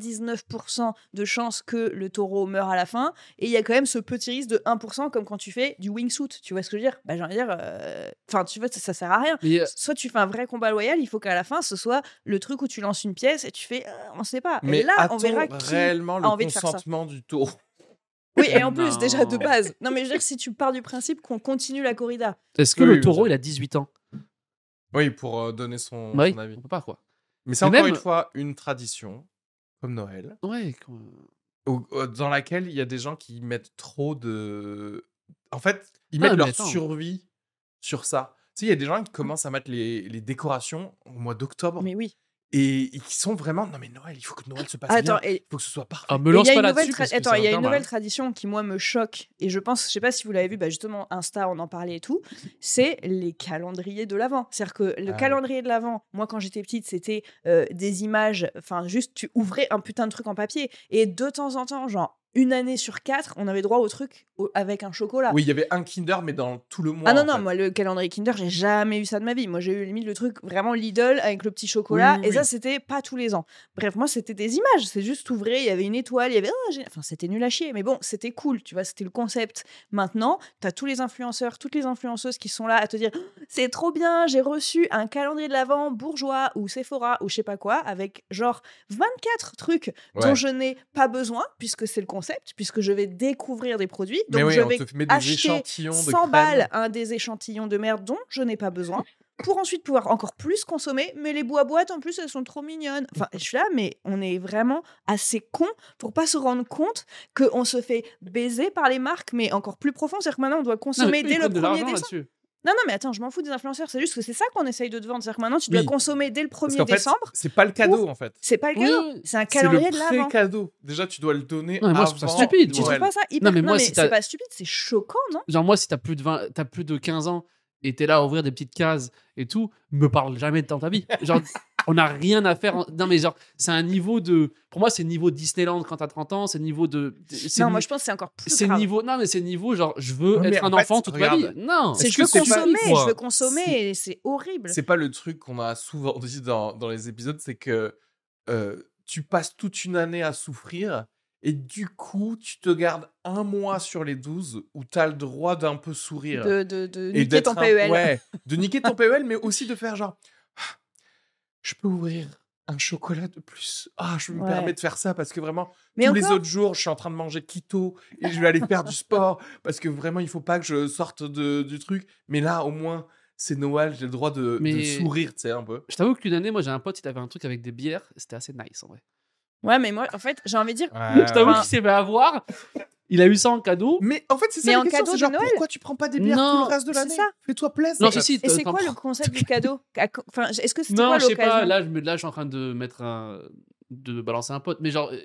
B: 99% de chances que le taureau meure à la fin, et il y a quand même ce petit risque de 1%, comme quand tu fais du wingsuit. Tu vois ce que je veux dire Bah, j'ai envie de dire, euh, enfin, tu vois, ça, ça sert à rien.
C: mais euh,
B: Soit tu fais un vrai combat loyal, il faut qu'à la fin, ce soit le truc où tu lances une pièce et tu fais, Ah, on sait pas.
A: mais
B: et là, on
A: a-t-on
B: verra qui
A: réellement le
B: a envie de faire ça
A: consentement du taureau *laughs*
C: *laughs*
B: Oui, et en plus,
C: Non.
B: déjà de base. Non, mais je veux dire, si tu pars du principe qu'on continue la corrida,
C: est-ce que
A: Oui,
C: le
A: oui,
C: taureau
A: ça-
C: il a 18 ans
A: oui pour euh, donner son,
C: Bah oui,
A: son avis
C: on peut pas quoi
A: mais c'est
C: Mais
A: encore
C: même-
A: une fois une tradition comme Noël
C: ouais quoi.
A: au- au- dans laquelle il y a des gens qui mettent trop de. En fait, ils
C: Ah,
A: mettent
C: mais
A: leur
C: attends.
A: survie sur ça. Tu sais, il y a des gens qui commencent à mettre les, les décorations au mois d'octobre
B: mais oui.
A: et, et qui sont vraiment. Non, mais Noël, il faut que Noël se passe
B: Attends,
A: bien.
B: et
A: Il faut que ce soit parfait.
C: ah me
B: et il
C: lance
B: y a
C: pas
B: une nouvelle,
C: là-dessus
B: tra-
C: parce que
B: Attends,
C: ça
B: il y a
C: va
B: une
C: faire
B: nouvelle
C: mal.
B: tradition qui, moi, me choque, et je pense, je sais pas si vous l'avez vu, bah, justement, Insta, on en parlait et tout, c'est les calendriers de l'Avent. C'est-à-dire que le
A: Ah,
B: calendrier de l'Avent, moi, quand j'étais petite, c'était euh, des images, enfin, juste, tu ouvrais un putain de truc en papier, et de temps en temps, genre, une année sur quatre, on avait droit au truc au- avec un chocolat.
A: Oui, il y avait un Kinder, mais dans tout le mois.
B: Ah non,
A: en
B: non,
A: fait.
B: moi, le calendrier Kinder, j'ai jamais eu ça de ma vie. Moi, j'ai eu limite le truc vraiment Lidl avec le petit chocolat.
A: Oui, oui,
B: et ça,
A: oui.
B: c'était pas tous les ans. Bref, moi, c'était des images. C'est juste ouvré, il y avait une étoile, il y avait. Ah, j'ai- enfin, c'était nul à chier. Mais bon, c'était cool, tu vois, c'était le concept. Maintenant, t'as tous les influenceurs, toutes les influenceuses qui sont là à te dire oh, c'est trop bien, j'ai reçu un calendrier de l'Avent bourgeois ou Sephora ou je sais pas quoi, avec genre 24 trucs
A: Ouais.
B: dont je n'ai pas besoin, puisque c'est le concept, puisque je vais découvrir des produits. Donc,
A: mais oui,
B: je
A: on
B: vais
A: te met des
B: acheter
A: échantillons de
B: 100
A: crème.
B: balles un des échantillons de merde dont je n'ai pas besoin pour ensuite pouvoir encore plus consommer mais les bois boîtes en plus elles sont trop mignonnes enfin je suis là mais on est vraiment assez con pour pas se rendre compte que on se fait baiser par les marques mais encore plus profond c'est-à-dire que maintenant on doit
C: Non, mais
B: consommer
C: eux, ils
B: dès le
C: prennent de
B: premier
C: l'argent
B: décembre
C: là-dessus
B: Non, non, mais attends, je m'en fous des influenceurs. C'est juste que c'est ça qu'on essaye de te vendre. C'est-à-dire que maintenant, tu dois
A: Oui.
B: consommer dès le
A: Parce
B: 1er
A: qu'en fait,
B: décembre.
A: c'est pas le cadeau en fait.
B: C'est pas le
C: Oui,
B: cadeau.
C: oui.
B: C'est un
A: C'est le
B: calendrier de l'avant.
A: pré-cadeau. Déjà, tu dois le donner.
C: Ouais, moi, je
A: avant
C: trouve ça stupide,
B: Tu
A: Noël.
B: trouves pas ça hyper...
C: Non, mais moi, si t'as-
B: c'est pas stupide, c'est choquant, non
C: Genre, moi, si t'as plus de 20, t'as plus de 15 ans et t'es là à ouvrir des petites cases et tout, me parle jamais de dans ta vie. *laughs* Genre, on n'a rien à faire. en- Non, mais genre, c'est un niveau de. Pour moi, c'est niveau Disneyland quand t'as 30 ans, c'est niveau de. c'est
B: Non,
C: ni-
B: moi, je pense que c'est encore plus
C: C'est
B: grave.
C: niveau. Non, mais c'est niveau, genre, je veux
A: Ouais, mais
C: être un
A: en fait,
C: enfant toute ma
A: regarde.
C: vie. Non,
B: C'est
A: Est-ce
B: je veux
A: que c'est pas- euh,
B: consommer,
C: quoi
B: je veux consommer, et c'est horrible.
A: C'est pas le truc qu'on a souvent dit dans, dans les épisodes, c'est que euh, tu passes toute une année à souffrir et du coup, tu te gardes un mois sur les 12 où tu as le droit d'un peu sourire.
B: De, de, de
A: euh, et
B: niquer ton E
A: un-
B: PEL.
A: ouais, de niquer ton PEL, mais aussi de faire genre, Ah, je peux ouvrir un chocolat de plus. Ah, je me
B: Ouais.
A: permets de faire ça parce que vraiment,
B: Mais
A: tous
B: encore,
A: les autres jours, je suis en train de manger keto et je vais aller faire du sport parce que vraiment, il faut pas que je sorte de- du truc. Mais là, au moins, c'est Noël, j'ai le droit de, de
C: Mais-
A: sourire, tu sais, un peu.
C: Je t'avoue qu'une année, moi, j'ai un pote, il avait un truc avec des bières. C'était assez nice, en vrai.
B: ouais, mais moi, en fait, j'ai envie de dire,
C: *laughs* Je
B: Euh,
C: t'avoue
B: Enfin-
C: qu'il s'est fait avoir. Il a eu ça en cadeau.
A: Mais en fait, c'est ça
B: Mais
A: la
B: en
A: question,
B: cadeau
A: c'est
B: de
A: genre,
B: Noël.
A: pourquoi tu prends pas des bières
C: Non,
A: tout le reste de
B: c'est
A: l'année
B: ça.
A: Fais-toi plaisir.
C: Non, si, si.
B: et c'est
C: t'en
B: quoi le
C: prends.
A: *laughs*
B: concept du cadeau À co- enfin, Est-ce que c'était
C: Non,
B: quoi
C: je sais pas.
B: l'occasion
C: Là je, me- là, je suis en train de mettre un. de balancer un pote. Mais genre, euh,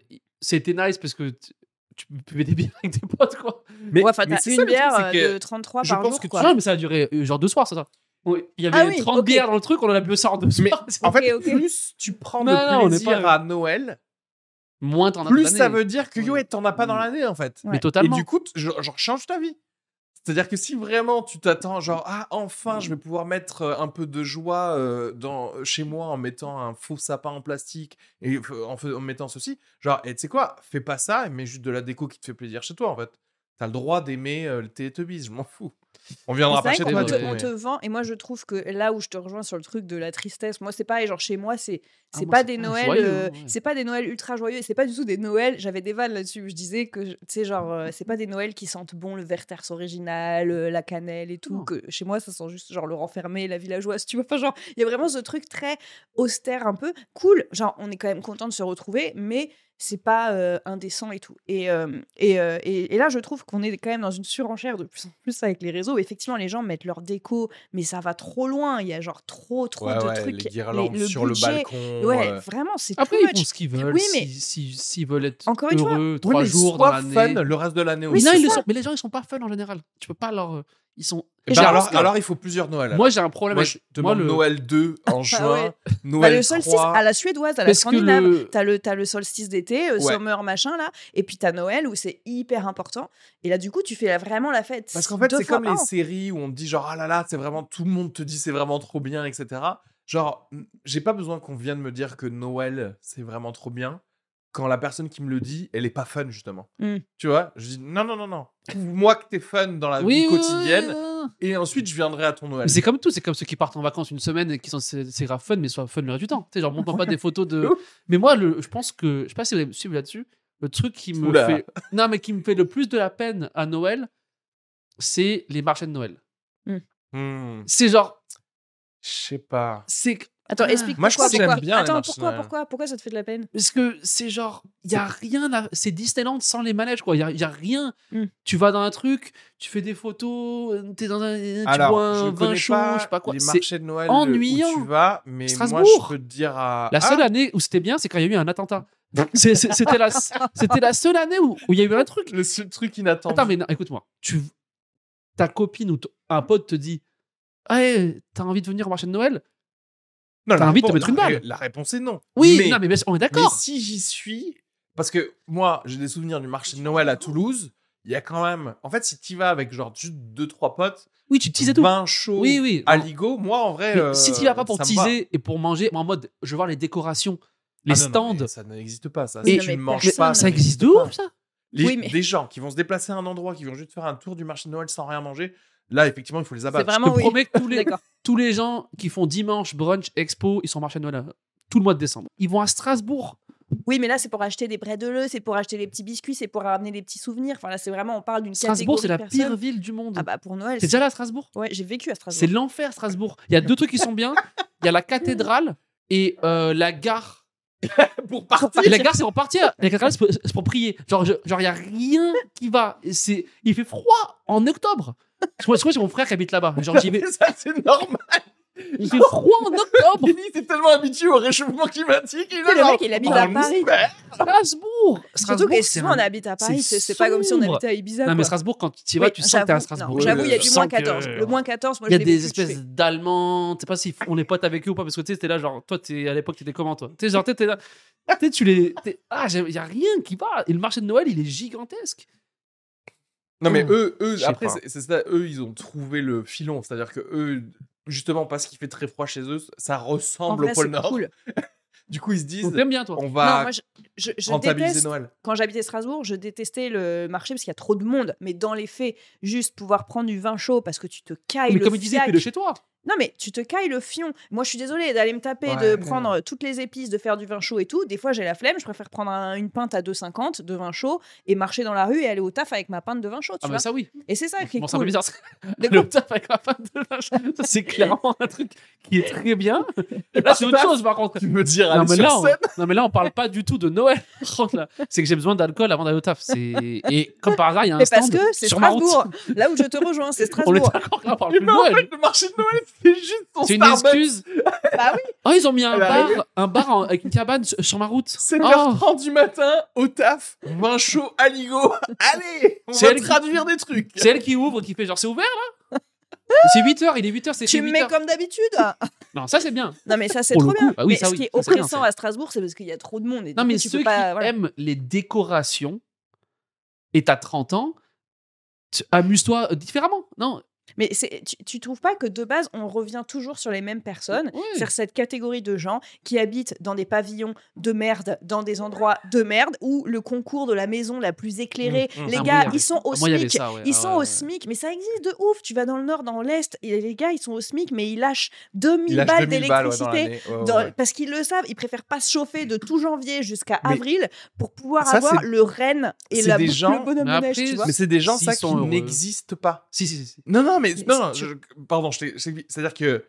C: c'était nice parce que tu- tu buvais des bières avec des potes, quoi.
A: Mais,
B: Ouais, enfin,
A: mais
B: t'as
A: c'est
B: une
A: ça le truc,
B: bière
A: c'est
B: euh,
A: que
B: de 33
A: je
B: par
A: pense
B: jour,
A: que tu-
B: quoi.
C: Non, mais ça a duré euh, genre deux soirs, ça. ça. Il y avait
B: Ah oui,
C: 30
B: ok.
C: bières dans le truc, on en a bu 102 soirs.
A: En fait,
B: ok.
A: plus tu prends
C: Non, non, on
A: de
C: est
A: plaisir
C: pas-
A: à Noël,
C: Moins t'en as
A: plus
C: dans l'année.
A: ça veut dire que
C: Ouais.
A: yo, ouais, t'en as pas dans
C: Mm.
A: l'année en fait.
C: Mais
B: Ouais.
A: Et
C: totalement.
A: du coup, t- genre, genre, change ta vie. C'est-à-dire que si vraiment tu t'attends, genre, ah, enfin, je vais pouvoir mettre euh, un peu de joie euh, dans, chez moi en mettant un faux sapin en plastique et f- en, fais- en mettant ceci, genre, et tu sais quoi, fais pas ça, mais juste de la déco qui te fait plaisir chez toi, en fait. T'as le droit d'aimer euh, le Teletubbies, je m'en fous. On viendra pas
B: C'est
A: chez
B: vrai
A: toi,
B: qu'on
A: du
B: te,
A: coup.
C: ouais.
B: on
A: mais-
B: te vend, et moi je trouve que là où je te rejoins sur le truc de la tristesse, moi c'est pareil, genre chez moi c'est
C: Ah,
B: c'est
C: moi,
B: pas
C: c'est
B: des
C: pas
B: Noëls,
C: joyeux,
B: euh,
C: ouais.
B: c'est pas des Noëls ultra joyeux, et c'est pas du tout des Noëls. J'avais des vannes là-dessus, où je disais que je- tu sais genre euh, c'est pas des Noëls qui sentent bon le Verters original, euh, la cannelle et tout.
C: Non.
B: Que chez moi ça sent juste genre le renfermé, la villageoise, tu vois. Enfin genre il y a vraiment ce truc très austère un peu cool. Genre on est quand même content de se retrouver, mais c'est pas euh, indécent et tout. Et, euh, et, euh, et- et là, je trouve qu'on est quand même dans une surenchère de plus en plus avec les réseaux. Effectivement, les gens mettent leur déco, mais ça va trop loin. Il y a genre trop, trop
A: Ouais,
B: de
A: ouais,
B: trucs.
A: les guirlandes
B: les- le
A: sur
B: budget.
A: le balcon.
B: Ouais,
A: euh,
B: vraiment, c'est
C: Après,
B: too
C: ils
B: much.
C: font ce qu'ils veulent.
B: Oui, mais-
C: si- si- S'ils veulent être
B: Encore une fois.
C: heureux,
A: ouais,
C: trois
A: mais
C: jours dans
A: sois fun
C: l'année.
A: le reste de l'année
C: Mais
A: aussi.
C: non, ils le
B: ça.
C: sont. Mais les gens, ils sont pas fun en général. Tu peux pas leur. euh, Ils sont. Bah,
A: Eh ben,
C: Genre,
A: alors,
C: parce que-
A: alors, il faut plusieurs Noël. alors.
C: Moi, j'ai un problème
A: Moi,
C: avec-
A: je demande
C: le-
A: Noël
C: *laughs*
A: 2 en juin,
B: ouais. Bah,
A: Noël
B: le solstice
A: 3.
B: à la suédoise, à la
C: Parce que
B: scandinave.
C: le.
B: T'as le, t'as le solstice d'été, euh,
A: Ouais.
B: summer, machin, là. Et puis t'as Noël où c'est hyper important. Et là, du coup, tu fais la- vraiment la fête.
A: Parce qu'en fait,
B: deux
A: c'est
B: fois
A: comme
B: par
A: les
B: an.
A: séries où on te dit genre, ah là là, c'est vraiment, tout le monde te dit c'est vraiment trop bien, etc. Genre, m- j'ai pas besoin qu'on vienne me dire que Noël, c'est vraiment trop bien, quand la personne qui me le dit, elle est pas fun, justement.
C: Hmm.
B: Mm.
A: Tu vois Je dis, non, non, non, non. Trouve-moi que t'es fun dans la
C: Oui,
A: vie
C: oui,
A: quotidienne,
C: oui, oui, oui.
A: et ensuite, je viendrai à ton Noël.
C: Mais c'est comme tout, c'est comme ceux qui partent en vacances une semaine et qui sont c'est c'est grave fun, mais soient fun le reste du temps. Tu sais, genre, montre pas des photos
A: *laughs*
C: de. Mais moi, le, je pense que. Je sais pas si vous me suivez là-dessus. Le truc qui me
A: Oula. *laughs*
C: fait. Non, mais qui me fait le plus de la peine à Noël, c'est les marchés de Noël.
A: Hmm,
C: C'est genre.
A: je sais pas.
C: C'est
B: Attends,
C: Ah.
B: explique
A: Moi, je
B: pourquoi,
A: crois que j'aime
B: pourquoi.
A: bien les
B: Attends,
A: marches de
B: pourquoi,
A: Noël.
B: pourquoi, pourquoi ça te fait de la peine
C: Parce que c'est genre, il y a rien à... C'est Disneyland sans les manèges, quoi. Il y a, y a rien.
B: Mm.
C: Tu vas dans un truc, tu fais des photos, euh, t'es dans un... Tu
A: Alors,
C: bois un
A: je
C: vin
A: connais
C: chaud,
A: pas
C: je sais pas quoi.
A: les
C: C'est
A: marchés de Noël
C: ennuyant.
A: où tu vas, mais moi,
C: Strasbourg.
A: je peux te dire à...
C: la seule
A: Ah,
C: année où c'était bien, c'est quand il y a eu un attentat. C'est- c'est- C'était la, c'était la seule année où où il y a eu un truc.
A: le seul truc inattendu.
C: Attends, mais non, écoute-moi. Tu, ta copine ou t- un pote te dit Hey, t'as envie de venir au marché de Noël
A: Non,
C: T'as
A: la
C: envie de te
A: réponse-
C: mettre une
A: la-
C: balle.
A: La réponse est non.
C: Oui,
A: mais,
C: non, mais bien sûr, on est
A: mais
C: d'accord.
A: si j'y suis, parce que moi, j'ai des souvenirs du marché de Noël à Toulouse. Il y a quand même. En fait, si tu vas avec genre juste deux trois potes,
C: Oui, tu teases et tout.
A: vin chaud,
C: Oui, oui. non.
A: aligo, moi en vrai.
C: Mais
A: euh,
C: si tu vas pas pour
A: ça me va.
C: teaser et pour manger, en mode, je veux voir les décorations,
A: Ah
C: les
A: non, non,
C: stands.
A: mais ça n'existe pas ça.
B: Oui,
A: Si
B: non,
A: tu
B: mais
A: ne manges
B: personne-
A: pas.
C: ça existe de
A: n'existe
C: ouf,
A: pas.
C: ça
A: Les-
B: Oui, mais-
A: Des gens qui vont se déplacer à un endroit, qui vont juste faire un tour du marché de Noël sans rien manger. Là, effectivement, il faut les
B: C'est
A: abattre.
C: Je
B: vraiment
C: te
B: oui.
C: promets que tous les,
B: D'accord.
C: tous les gens qui font dimanche, brunch, expo, ils sont au marché de Noël euh, tout le mois de décembre. Ils vont à Strasbourg.
B: Oui, mais là, c'est pour acheter des prêts de leu, c'est pour acheter les petits biscuits, c'est pour ramener des petits souvenirs. Enfin, là, c'est vraiment, on parle d'une
C: Strasbourg,
B: catégorie
C: c'est la
B: de personnes.
C: pire ville du monde.
B: Ah bah, pour Noël. c'est-
C: T'es déjà là à Strasbourg
B: Ouais, j'ai vécu à
C: C'est
B: Strasbourg.
C: l'enfer, Strasbourg. Il y a deux trucs qui sont bien. Il y a la cathédrale et euh,
B: *laughs*
C: la gare.
A: *laughs* pour
C: Et la gare, c'est pour partir. La cathédrale, c'est pour- c'est pour prier. Genre, je- genre, il y a rien qui va. Et c'est- Il fait froid en octobre. Je crois je crois que j'ai mon frère qui habite là-bas. Genre, j'y vais.
B: *laughs*
A: Ça, c'est normal.
C: Il fait froid en octobre
A: Kenny, c'est tellement habitué au réchauffement climatique. Il
B: Tu sais,
A: est
B: le
A: là,
B: mec, il habite
A: genre, Ah,
B: à
A: en
B: Paris.
A: hiver.
C: Strasbourg
B: Surtout
C: Strasbourg,
B: que
C: c'est
B: souvent,
C: un-
B: on habite à Paris,
C: c'est
B: c'est c'est pas comme si on
C: sombre.
B: habitait à Ibiza.
C: Non, mais
B: quoi.
C: Strasbourg, quand tu y vas,
B: Oui,
C: tu sens que t'es à
B: j'avoue,
C: Strasbourg.
B: non, J'avoue, il y a
A: Je
B: du
C: sens
B: moins
C: que- euh,
B: 14. Le moins 14, moi,
C: Il y a
B: je l'ai
C: des
B: vécu, je fais.
C: espèces d'Allemands, tu sais pas si on est potes avec eux ou pas, parce que tu sais, t'es là, genre, toi, t'es, à l'époque, t'étais comment, toi Tu sais, genre, t'es t'es là, tu sais, tu les. t'es- ah, j'aime- y a rien qui va. Et le marché de Noël, il est gigantesque.
A: Non, mais
C: Mmh.
A: eux, eux
C: Je sais
A: après,
C: pas.
A: c'est c'est ça, eux, ils ont trouvé le filon. C'est-à-dire que eux, justement, parce qu'il fait très froid chez eux, ça
B: En
A: ressemble
B: vrai,
A: au pôle
B: c'est
A: Nord.
B: cool.
A: Du coup, ils se disent,
C: Donc, t'aimes bien, toi.
A: on
B: Non,
A: va
B: moi, je, je, je
A: rentabiliser
B: déteste
A: Noël.
B: quand j'habitais Strasbourg, je détestais le marché parce qu'il y a trop de monde. Mais dans les faits, juste pouvoir prendre du vin chaud parce que tu te cailles
C: Mais
B: Ah, le
C: comme il disait,
B: fiac.
C: fais-le chez toi.
B: Non, mais tu te cailles le fion. Moi, je suis désolée d'aller me taper,
A: Ouais.
B: de prendre toutes les épices, de faire du vin chaud et tout. Des fois, j'ai la flemme. Je préfère prendre un- une pinte à 2,50 de vin chaud et marcher dans la rue et aller au taf avec ma pinte de vin chaud. Tu
C: Ah,
B: vois
C: mais ça, oui.
B: et c'est ça qui est
C: Bon, c'est un peu
B: cool.
C: bizarre. ça.
B: De
C: Le
B: quoi
C: taf avec la femme de linge. Ça,
B: *laughs*
C: c'est clairement un truc qui est très bien. Là, c'est autre chose, par contre.
A: Tu me dire,
C: Non
A: allez
C: mais,
A: sur
C: là, on,
A: scène.
C: non, mais là, on parle pas du tout de Noël. *laughs* Oh, là, C'est que j'ai besoin d'alcool avant d'aller au taf. C'est- Et comme par hasard, il y a un
B: Mais parce
C: stand
B: que c'est
C: sur ma route.
B: Strasbourg. Là où je te rejoins,
C: *laughs*
B: c'est
C: On est
B: Strasbourg.
C: d'accord que là, on parle
A: Mais
C: plus de
A: non, en
C: Noël.
A: fait, le marché de Noël, *laughs* c'est juste ton
C: C'est une
A: Starbucks.
C: excuse.
B: *laughs* Bah oui.
C: Oh, ils ont mis un
A: Elle arrive.
C: bar, un bar en- avec une cabane sur sur ma route. Oh.
A: 7h30 du matin, au taf, vin chaud, aligo.
B: *laughs*
A: Allez, on
C: C'est
A: va
C: elle qui-
A: traduire des trucs.
C: C'est elle qui ouvre, qui fait genre c'est ouvert
B: *laughs*
C: là C'est 8h, il est 8h, c'est
B: Tu me
C: 8
B: mets
C: heures.
B: comme d'habitude.
C: Non, ça c'est bien.
B: Non, mais ça, c'est
C: Pour
B: trop
C: le coup,
B: bien.
C: bah oui,
B: mais
C: ça,
B: ce
C: oui,
B: qui est
C: ça, c'est bien,
B: oppressant
C: ça.
B: à Strasbourg, c'est parce qu'il y a trop de monde. Et du
C: Non, mais
B: coup, tu
C: ceux
B: peux pas.
C: qui
B: voilà.
C: aiment les décorations et t'as 30 ans, tu- amuse-toi euh, différemment. Non,
B: Mais c'est- tu, tu trouves pas que de base, on revient toujours sur les mêmes personnes
C: Oui.
B: sur cette catégorie de gens qui habitent dans des pavillons de merde, dans des endroits de merde, où le concours de la maison la plus éclairée,
A: Mmh, mmh.
B: les
C: Ah, moi, il y
B: gars,
C: avait-
B: ils sont au
C: moi il y avait
B: SMIC.
C: ça. ouais.
B: Ils
C: Ah,
B: sont
C: ouais,
B: au
C: ouais.
B: SMIC, mais ça existe de ouf. Tu vas dans le nord, dans l'est, et les gars, ils sont au SMIC, mais ils lâchent 2000
A: Il lâche
B: balles
A: 2000 balles ouais, dans
B: d'électricité.
A: l'année. Ouais, ouais,
B: dans-
A: ouais.
B: Parce qu'ils le savent, ils préfèrent pas se chauffer de tout janvier jusqu'à
A: Mais
B: avril pour pouvoir
A: ça,
B: avoir
A: c'est-
B: le renne et
A: c'est
B: la,
A: des gens-
B: le bonhomme
C: Mais
B: de neige,
C: après,
B: tu vois.
A: Mais c'est des gens,
C: S'ils
A: ça, qui
C: sont heureux.
A: n'existent pas.
C: Si, si, si, si.
A: Non, non, mais
B: Mais
A: non,
B: si tu-
A: je- pardon, je t'ai- je t'ai- c'est-à-dire que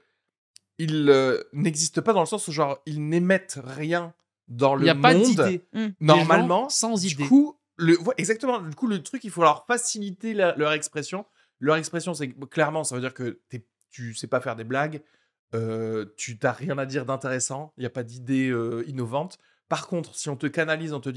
A: ils euh, n'existent pas dans le sens où genre ils n'émettent rien dans
C: Il
A: le
C: n'y a
A: monde
C: pas d'idée. Des gens
A: normalement.
C: sans
A: Du
C: idée.
A: coup, le ouais, exactement, du coup le truc, il faut leur faciliter la- leur expression. Leur expression, c'est que, clairement, ça veut dire que t'es- tu sais pas faire des blagues, euh, tu t'as rien à dire d'intéressant, il n'y a pas d'idée euh, innovante. Par contre, si on te canalise en te disant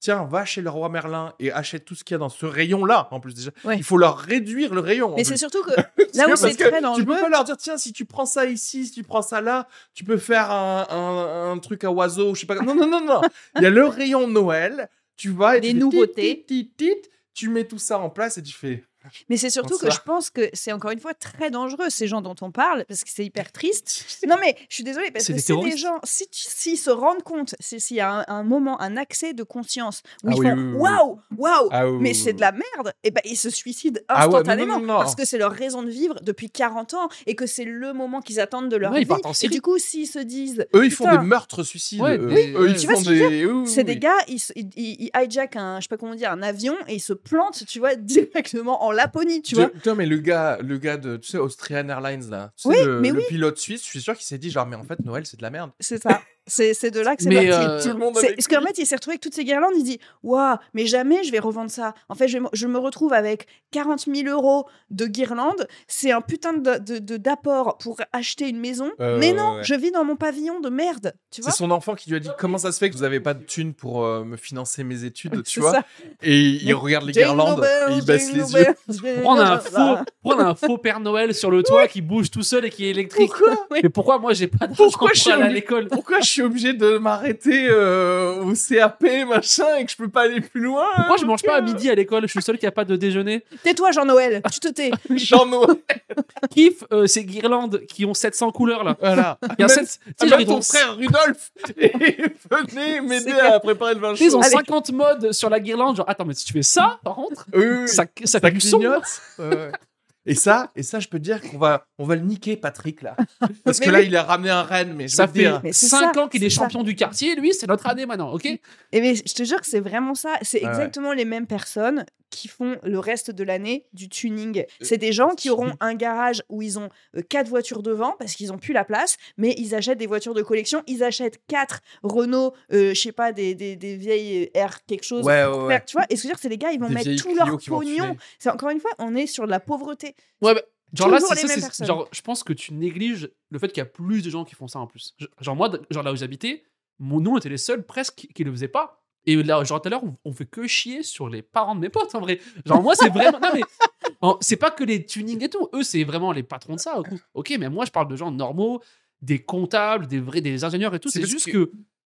A: Tiens, va chez le roi Merlin et achète tout ce qu'il y a dans ce rayon-là, en plus déjà.
B: Ouais.
A: Il faut leur réduire le rayon. en
B: Mais
A: plus.
B: c'est surtout que
A: Parce
B: où
A: que-
B: c'est
A: parce que
B: très
A: Tu
B: dangereux-
A: peux pas leur dire, tiens, si tu prends ça ici, si tu prends ça là, tu peux faire un, un- un truc à oiseau, je sais pas. Non, non, non, non. Il y a le rayon Noël, tu vas et
B: Des
A: tu fais
B: nouveautés.
A: tit, tit, tit, tit, tu mets tout ça en place et tu fais.
B: Mais c'est surtout
A: se
B: que
A: va.
B: je pense que c'est encore une fois très dangereux ces gens dont on parle parce que
A: *laughs*
B: c'est hyper triste. Non mais je suis désolée parce
C: C'est
B: que
C: des
B: c'est des
C: terroristes.
B: gens si tu- s'ils se rendent compte, c'est- s'il y a un, un moment un accès de conscience où
A: Ah
B: ils
A: oui, oui, oui,
B: font
A: oui.
B: waouh waouh
A: Ah, oui,
B: mais
A: oui,
B: c'est de la merde et ben ils se suicident
A: Ah ouais, non, non,
B: instantanément
A: non, non.
B: parce que c'est leur raison de vivre depuis 40 ans et que c'est le moment qu'ils attendent de leur
C: Ouais, ils
B: vie
C: partent en
B: et
C: Syrie.
B: du coup s'ils se disent
A: Eux, ils font
B: Putain.
A: des meurtres suicides.
C: Ouais,
A: eux.
C: des-
A: Eux,
C: ouais.
A: ils
B: Tu vois
A: font
B: ce que je veux
A: des. oui, oui,
B: c'est
A: oui.
B: des gars, ils, se- ils, ils- ils hijackent un, je sais pas comment dire, un avion et ils se plantent, tu vois, *laughs* directement en Laponie, tu
A: De-
B: vois.
A: Putain, mais le gars, le gars de, tu sais, Austrian Airlines là, tu sais,
B: Oui,
A: le,
B: mais
A: le
B: oui.
A: pilote suisse, je suis sûr qu'il s'est dit genre, mais en fait, Noël, c'est de la merde.
B: C'est ça. C'est c'est de là que c'est
C: Mais,
B: parti.
C: euh,
A: Tout le monde.
B: C'est-
A: avec
B: Parce qu'en
A: lui.
B: fait, il s'est retrouvé avec toutes ces guirlandes. Il dit Waouh, mais jamais je vais revendre ça. En fait, je, vais me- je me retrouve avec 40 000 euros de guirlandes. C'est un putain d'apport de, de, d'apport pour acheter une maison.
A: Euh,
B: mais
A: ouais,
B: non,
A: ouais.
B: je vis dans mon pavillon de merde. Tu vois
A: C'est son enfant qui lui a dit comment ça se fait que vous avez pas de thunes pour euh, me financer mes études, tu
B: C'est
A: vois
B: ça.
A: Et il
B: Mais
A: regarde les
B: Jane
A: guirlandes
B: Nobel,
A: et il baisse
B: Jane
A: les
B: Nobel,
A: yeux. *laughs*
B: Jane
C: *laughs* Prendre un,
B: Nobel.
C: faux, prendre un faux Père Noël sur le toit qui bouge tout seul et qui est électrique.
B: Pourquoi Oui.
C: *laughs* Mais pourquoi moi j'ai pas d'argent
A: Pourquoi
C: pour
A: je suis
C: aller à
A: obligé-
C: l'école
A: Pourquoi je suis obligé de m'arrêter euh, au CAP machin et que je peux pas aller plus loin hein
C: Pourquoi je mange pas
A: Ah,
C: à midi à l'école Je suis le seul qui a pas de déjeuner.
B: Tais-toi, Jean-Noël. Tu te tais.
C: *laughs*
A: Jean-Noël. Ah.
C: Kiffe euh, ces guirlandes qui ont 700 couleurs là.
A: Voilà.
C: Il y a
A: Amène-
C: sept- tu sais, genre,
A: amène
C: ils
A: ton
C: ont-
A: frère hein, Rudolf et *laughs* venez m'aider
B: clair.
A: à préparer le vin
C: Ils
A: chaud.
C: ont
B: Allez.
C: 50 modes sur la guirlande. Genre, attends, mais si tu fais ça, par contre,
A: Oui, oui, oui.
C: ça, ça,
A: Ça
C: fait du son.
A: clignote. Ouais, ouais. Et ça, et ça, je peux te dire qu'on va, on va le niquer, Patrick là, parce
B: Mais
A: que là,
B: oui.
A: il a ramené un renne, mais je
C: Ça
A: veux te
C: fait
A: dire.
B: Mais c'est
C: 5
B: ça,
C: ans qu'il est,
B: c'est ça.
C: champion du quartier. Lui, c'est notre année maintenant, ok
B: Eh Et mais je te jure que c'est vraiment ça. C'est
A: Ouais, ouais.
B: exactement les mêmes personnes qui font le reste de l'année du tuning.
A: Euh,
B: C'est des gens qui auront un garage où ils ont euh, quatre voitures devant parce qu'ils n'ont plus la place, mais ils achètent des voitures de collection. Ils achètent quatre Renault, euh, je sais pas, des, des, des vieilles R quelque chose.
A: Ouais,
B: pour
A: ouais,
B: faire-
A: ouais.
B: Tu vois, et ce que je veux dire, c'est les gars, ils vont
A: Des
B: mettre
A: vieilles
B: tout leur
A: Clio qui vont
B: pognon.
A: fumer.
B: C'est encore une fois, on est sur de la pauvreté.
C: Ouais, bah, genre là,
B: Toujours les
C: c'est ça,
B: mêmes
C: c'est-
B: personnes.
C: genre, je pense que tu négliges le fait qu'il y a plus de gens qui font ça en plus. Je- Genre, moi, de- genre là où j'habitais, mon nom était les seuls presque qui, qui le faisaient pas. Et là, genre tout à l'heure, on, on fait que chier sur les parents de mes potes, en vrai. Genre, moi, c'est vraiment.
B: *laughs*
C: Non, mais en- c'est pas que les tunings et tout. Eux, c'est vraiment les patrons de ça. au coup. Ok, mais moi, je parle de gens normaux, des comptables, des vrais, des ingénieurs et tout.
A: C'est parce
C: C'est juste
A: que-
C: que...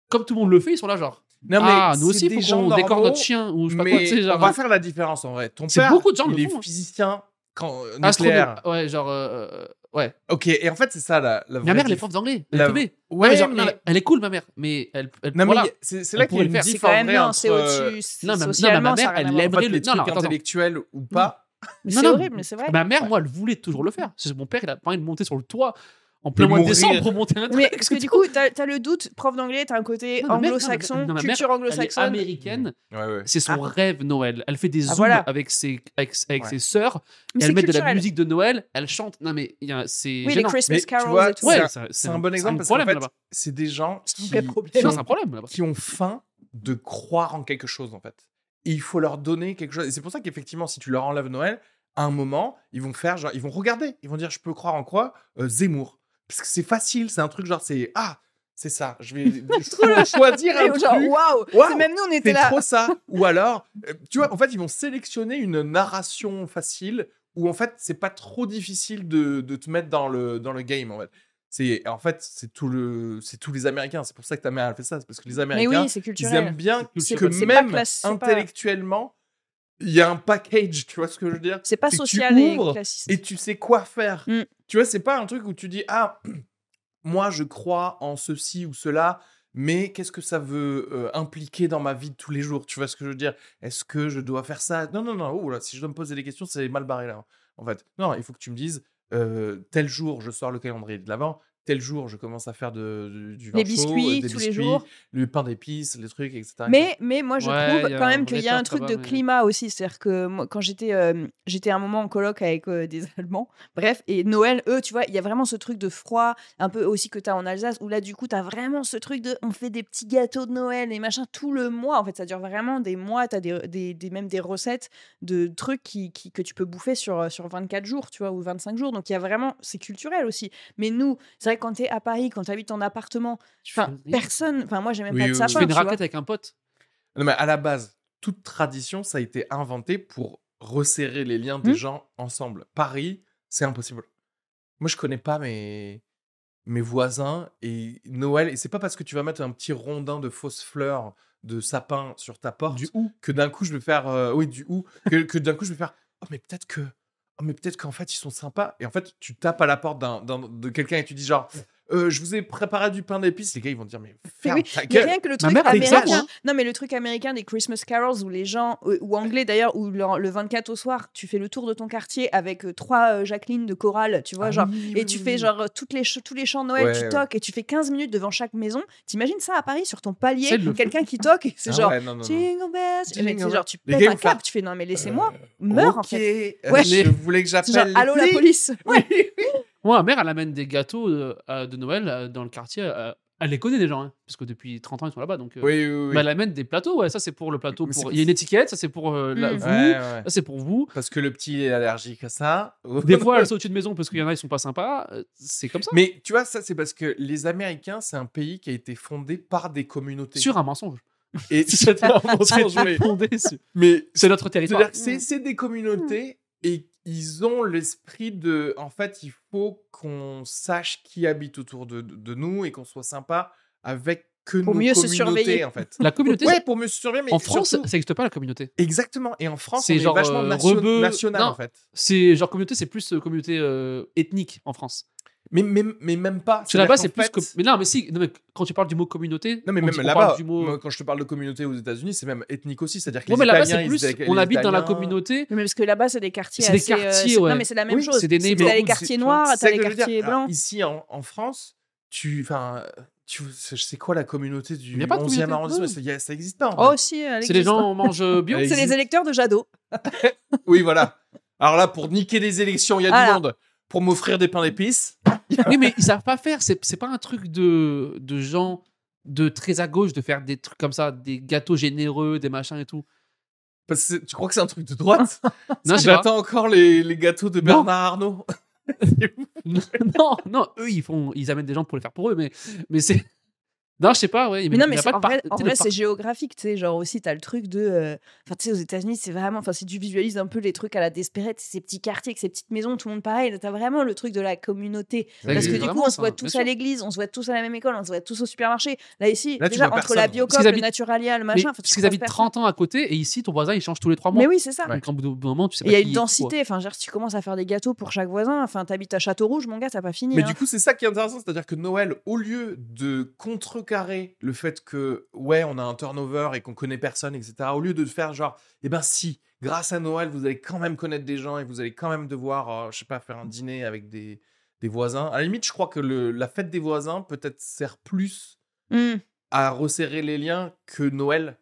C: comme tout le monde le fait, ils sont là, genre.
A: Non, mais
C: ah, nous
A: c'est
C: aussi,
A: des
C: faut
A: gens
C: qu'on décore
A: normaux,
C: notre chien. Ou je sais pas quoi,
A: mais
C: tu sais, genre. euh,
A: on va faire la différence en vrai. Ton
C: C'est
A: père,
C: beaucoup de gens
A: il
C: le
A: est
C: font, hein. Ah,
A: physicien quand, euh,
C: Astronaute.
A: nucléaire.
C: Ouais, genre. euh, euh, ouais.
A: Ok, et en fait, c'est ça la, la vraie
C: Ma mère, elle est
A: diff-
C: prof d'anglais. Elle
A: La-
C: est teubée.
A: Ouais,
C: Mais genre,
A: mais-
C: non, elle est cool, ma mère. Mais elle. elle-
A: Non, mais
C: voilà.
A: il y a- c'est c'est là
C: Elle
A: qu'il y a
C: pourrait
A: une
C: le faire.
B: C'est
A: diff
B: quand
A: en
B: même,
A: vrai
B: non,
A: entre
B: c'est
A: euh,
B: au-dessus. c'est-
C: non, mais- non, mais ma
B: socialement,
C: mère,
B: ça a rien
C: elle
B: à voir.
A: en
C: l'aime.
A: fait,
C: Aimerait
A: les
C: le- non,
A: trucs
C: non, attends, Mm. attends.
A: intellectuels ou pas.
B: Mais
C: Non,
B: c'est
C: non,
B: horrible, mais
A: Ah
B: c'est vrai.
A: bah,
C: Ma mère, moi, elle voulait toujours le faire. C'est mon père, il a pas envie de monter sur le toit en
A: Et
C: plein mois de
A: mourir.
C: décembre pour monter un
B: Mais
C: *laughs* truc.
B: parce que du coup, t'as as le doute, prof d'anglais, t'as un côté
C: Non, ma mère- non,
B: anglo-saxon,
C: ma mère-
B: culture
C: Elle est
B: anglo-saxonne.
C: américaine,
A: Ouais, ouais.
C: c'est son rêve Noël. Elle fait des zooms
B: Ah. voilà.
C: avec ses avec, avec
A: Ouais.
C: ses sœurs,
B: Mais c'est
C: elle met de la
B: culturel.
C: musique de Noël, elle chante. Non mais il y a- c'est
B: Oui, les
C: gênant.
A: Mais
B: Christmas
A: tu
B: carols
A: vois,
B: et tout.
A: c'est
C: Ouais,
A: un-
C: ça-
A: C'est un bon exemple parce qu'en
C: problème
A: fait,
C: là-bas.
A: c'est des gens
B: C'est un
A: qui,
B: vrai
C: Non,
B: problème.
C: c'est un problème là-bas.
A: qui ont faim de croire en quelque chose en fait. Et il faut leur donner quelque chose. Et c'est pour ça qu'effectivement, si tu leur enlèves Noël, à un moment, ils vont faire genre, ils vont regarder, ils vont dire, je peux croire en quoi Euh, Zemmour. Parce que c'est facile, c'est un truc genre, c'est ah, c'est ça, je vais
B: *laughs*
A: je- choisir un
B: Et genre,
A: truc.
B: waouh!
A: Waouh,
B: C'est Même nous, on était
A: C'est
B: là.
A: trop ça. Ou alors, euh, tu vois, en fait, ils vont sélectionner une narration facile où en fait, c'est pas trop difficile de, de te mettre dans le, dans le game en fait. C'est en fait, c'est tout le, c'est tous les Américains. C'est pour ça que ta mère elle fait ça, c'est parce que les
B: Mais
A: Américains,
B: oui, c'est
A: ils
B: culturel.
A: aiment bien
B: C'est-
A: que
B: c'est pas
A: même
B: classe- c'est pas-
A: intellectuellement, il y a un package, tu vois ce que je veux dire
B: C'est pas
A: c'est que tu
B: social et
A: ouvres
B: classiste.
A: Et tu sais quoi faire.
B: Mm.
A: Tu vois, c'est pas un truc où tu dis ah *clears throat* moi je crois en ceci ou cela, mais qu'est-ce que ça veut euh, impliquer dans ma vie de tous les jours Tu vois ce que je veux dire Est-ce que je dois faire ça Non non non. Oh là, si je dois me poser des questions, c'est mal barré là. hein, En fait, non, il faut que tu me dises euh, tel jour je sors le calendrier de l'avant. Tel jour, je commence à faire de, du- du vin
B: Les
A: chaud,
B: biscuits,
A: des
B: tous les
A: biscuits,
B: jours.
A: le pain d'épices, les trucs, etc.
B: Mais, mais moi, je
C: Ouais,
B: trouve
C: y a
B: quand
C: un
B: même
C: vrai
B: qu'il y a un
C: tort
B: truc
C: là-bas,
B: de
C: mais-
B: climat aussi. C'est-à-dire que moi, quand j'étais euh, j'étais à un moment en coloc avec euh, des *laughs* Allemands, bref, et Noël, eux, tu vois, il y a vraiment ce truc de froid, un peu aussi que tu as en Alsace, où là, du coup, tu as vraiment ce truc de on fait des petits gâteaux de Noël et machin tout le mois. En fait, ça dure vraiment des mois. Tu as des, des- des- même des recettes de trucs qui, qui- que tu peux bouffer sur, euh, sur 24 jours, tu vois, ou 25 jours. Donc, il y a vraiment, c'est culturel aussi. Mais nous, c'est vrai, que quand tu es à Paris, quand tu habites en appartement, enfin, personne, enfin, moi, j'ai même
A: Oui,
B: pas de
A: oui, oui.
B: sapin.
C: Je fais une
B: tu vois.
C: raclette avec un pote.
A: Non, mais à la base, toute tradition, ça a été inventé pour resserrer les liens des
B: Hmm.
A: gens ensemble. Paris, c'est impossible. Moi, je connais pas mes, mes voisins et Noël. Et c'est pas parce que tu vas mettre un petit rondin de fausses fleurs de sapin sur ta porte
C: Du ou.
A: que d'un coup je vais faire euh, oui du ou que, que d'un coup je vais faire oh mais peut-être que oh, mais peut-être qu'en fait ils sont sympas et en fait tu tapes à la porte d'un, d'un- de quelqu'un et tu dis genre Euh, je vous ai préparé du pain d'épices les gars ils vont te dire mais ferme
B: oui,
A: ta
B: Mais
A: gueule
B: rien que le truc
C: mère, elle fait ça,
B: américain.
C: moi.
B: non, mais le truc américain des Christmas carols où les gens, euh, ou anglais d'ailleurs, où le, le 24 au soir, tu fais le tour de ton quartier avec euh, trois euh, Jacqueline de chorale, tu vois,
A: Ah
B: genre.
A: oui, oui,
B: Et tu
A: oui,
B: fais
A: oui.
B: genre euh, toutes les ch- tous les chants de Noël,
A: Ouais,
B: tu
A: ouais.
B: toques et tu fais 15 minutes devant chaque maison. T'imagines ça à Paris sur ton palier,
C: C'est le-
B: quelqu'un qui toque, et c'est
A: Ah
B: genre
A: ouais, non, non, non.
B: Jingle bells. Et mec,
A: Jingle
B: c'est genre tu
A: Les gars,
B: pètes un
A: ils vont faire,
B: câble, tu fais non mais laissez-moi, meurs en
A: Ok,
B: fait.
A: euh,
B: Ouais.
A: je voulais que
B: C'est genre
A: j'appelle. les
B: allô la
A: flics.
B: police. Ouais.
C: Moi, ma mère, elle amène des gâteaux euh, euh, de Noël euh, dans le quartier. euh, elle les connaît des gens, hein, parce que depuis 30 ans, ils sont là-bas. Donc, euh,
A: Oui, oui, oui.
C: mais elle amène des plateaux. Ouais, ça, c'est pour le plateau.
A: Mais c'est
C: Pour...
A: pas-
C: Il y a une étiquette, ça, c'est pour euh, la-
B: Mm.
C: vous.
A: Ouais, ouais.
C: Ça, c'est pour vous.
A: Parce que le petit il est allergique à ça.
C: *laughs* Des fois, elle saute au-dessus de maison parce qu'il y en a, ils sont pas sympas. Euh, C'est comme ça.
A: *laughs* Mais tu vois, ça, c'est parce que les Américains, c'est un pays qui a été fondé par des communautés.
C: Sur
A: *laughs*
C: un mensonge. *laughs*
A: Et
C: Si c'était un mensonge,
A: mais-
C: fondé sur-
A: mais
C: c'est notre
A: c'est-à-dire
C: territoire.
A: que c'est c'est des communautés et ils ont l'esprit de. En fait, il faut qu'on sache qui habite autour de, de- de nous et qu'on soit sympa avec que
B: Pour
A: nos
B: mieux se
A: communautés,
B: surveiller.
A: en
B: *laughs*
A: fait.
C: La communauté,
A: Ouais, pour mieux se surveiller. Mais
C: en France,
A: surtout-
C: ça n'existe pas la communauté.
A: exactement. Et en France,
C: C'est
A: c'est
C: genre,
A: vachement
C: euh,
A: nation-
C: rebeu-
A: national
C: Non.
A: en fait.
C: C'est genre communauté, c'est plus euh, communauté euh, ethnique en France.
A: Mais, mais, mais même pas.
C: Parce que là-bas, c'est
A: C'est-à-dire
C: plus.
A: qu'en
C: com-
A: fait-
C: Mais non, mais si. non, mais quand tu parles du mot communauté,
A: Non, mais
C: on
A: même
C: dit- on
A: là-bas,
C: parle du mot.
A: moi, quand je te parle de communauté aux États-Unis, c'est même ethnique aussi. C'est-à-dire que
C: Ouais,
A: les
C: mais là-bas,
A: Italiens,
C: c'est
A: ils
C: plus.
A: étaient avec
C: On
A: les
C: habite dans la
A: Italiens.
C: communauté.
B: Mais parce que là-bas c'est des quartiers
C: C'est des
B: assez, euh,
C: quartiers,
B: c'est-
C: ouais.
B: Non mais c'est la même
A: Oui,
B: chose.
C: c'est des
B: T'as
C: neighborhoods,
B: les
C: c'est-
B: quartiers
C: tu vois,
B: noirs,
A: C'est
B: t'as
A: ça
B: les
A: que je veux dire.
B: quartiers
A: Alors,
B: blancs.
A: Ici, en, en France, tu, enfin, euh, tu c'est c'est quoi la communauté du
C: Il y a pas de
A: 11e
C: communauté,
A: arrondissement
C: non.
A: Ça y a- Ça n'existe pas. en
B: Oh,
A: fait.
B: si, elle
C: C'est les
B: existe,
C: gens
B: hein.
C: on mange euh, bio.
A: Elle
B: C'est les
A: existe.
B: électeurs de Jadot.
A: Oui, voilà. Alors là, pour niquer les élections, il y a
B: Voilà.
A: du monde. Pour m'offrir des pains d'épices.
C: oui, mais ils savent pas faire. C'est c'est pas un truc de de gens de très à gauche de faire des trucs comme ça, des gâteaux généreux, des machins
B: *laughs*
C: et tout.
A: Parce que tu crois que c'est un truc de droite *laughs*
C: Non, je sais pas.
A: J'attends encore les, les gâteaux de
C: Non.
A: Bernard Arnault.
C: non, non, eux ils font, ils amènent des gens pour le faire pour eux, mais mais c'est *laughs* non, je sais pas, ouais.
B: Mais non, mais
C: Eh ben, il y a
B: c'est-
C: pas
B: en
C: de par-
B: vrai,
C: tu
B: en
C: sais, de
B: vrai,
C: par-
B: c'est géographique, tu sais. Genre aussi, t'as le truc de. euh, Enfin, tu sais, aux États-Unis, c'est vraiment. Enfin, si tu visualises un peu les trucs à la Desperate, ces petits quartiers, avec ces petites maisons, tout le monde pareil. T'as vraiment le truc de la communauté.
C: Ouais,
B: Parce que
C: mais
B: du coup,
C: vraiment,
B: on se voit
C: ça, bien
B: tous
C: sûr.
B: à l'église, on se voit tous à la même école, on se voit tous au supermarché. Là, ici,
A: Là, tu
B: déjà,
A: vois
B: entre la
A: personne.
B: Biocop,
C: Parce qu'ils
B: le
C: habitent-
B: Naturalia, le
C: Mais
B: machin. enfin, tu
C: parce qu'ils
B: croises
C: habitent
B: personne.
C: 30 ans à côté et ici, ton voisin il change tous les trois mois.
B: Mais oui, c'est ça.
C: Donc, au bout d'un moment, tu sais
B: Et Il
C: pas
B: y a
C: qui
B: une
C: dit
B: densité. Enfin, genre, si tu commences à faire des gâteaux pour chaque voisin, enfin, t'habites à Château-Rouge, mon gars, t'as pas fini.
A: Mais
B: hein.
A: du coup, c'est ça qui est intéressant, c'est-à-dire que Noël, au lieu de contrecarrer le fait que, ouais, on a un turnover et qu'on connaît personne, etc., au lieu de faire genre, eh ben si, grâce à Noël, vous allez quand même connaître des gens et vous allez quand même devoir, euh, je sais pas, faire un dîner avec des, des voisins. À la limite, je crois que le- la fête des voisins peut-être sert plus
B: Hmm.
A: à resserrer les liens que Noël.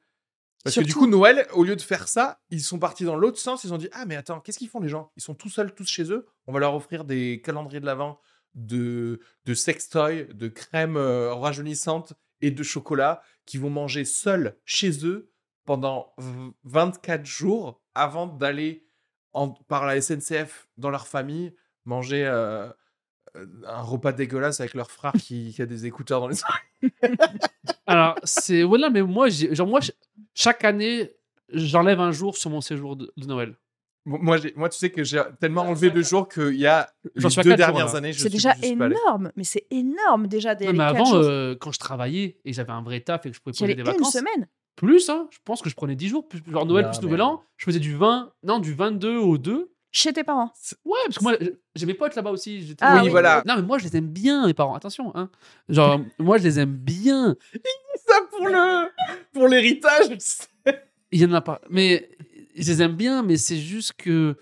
A: Parce que du
B: Surtout-
A: coup, Noël, au lieu de faire ça, ils sont partis dans l'autre sens. Ils ont dit Ah, mais attends, qu'est-ce qu'ils font les gens Ils sont tout seuls, tous chez eux. On va leur offrir des calendriers de l'Avent, de, de sextoys, de crème euh, rajeunissante et de chocolat qui vont manger seuls chez eux pendant v- 24 jours avant d'aller en- par la SNCF dans leur famille manger euh, euh, un repas dégueulasse avec leur frère qui, qui a des écouteurs dans les
C: Alors, c'est voilà, mais moi, j'ai- genre, moi, ch- chaque année, j'enlève un jour sur mon séjour de, de Noël.
A: Mo- Moi, j'ai- moi, tu sais que j'ai tellement enlevé de jours qu'il y a les
C: J'en suis à
A: deux
C: quatre jours,
A: dernières
C: là.
A: années, je
B: C'est
A: suis-
B: déjà
A: je suis pas allé.
B: énorme. Mais c'est énorme, déjà, des
C: Non, mais
B: les quatre
C: avant,
B: choses.
C: euh, quand je travaillais et j'avais un vrai taf et que je pouvais
B: J'y
C: poser
B: allais
C: des
B: une
C: vacances,
B: semaine.
C: plus, hein, je pense que je prenais 10 jours, plus, genre Noël
A: Non,
C: plus
A: mais-
C: Nouvel An, je faisais du 20, non, du 22 au 2.
B: Chez tes parents.
C: Ouais, parce que moi, je- j'ai mes potes là-bas aussi. j'étais-
B: Ah, Oui, oui.
A: voilà.
C: Non, mais moi, je les aime bien, mes parents. Attention, hein. Genre, *laughs* moi, je les aime bien.
A: Ça pour le pour l'héritage. tu sais.
C: Il y en a pas. Mais je les aime bien, mais c'est juste que.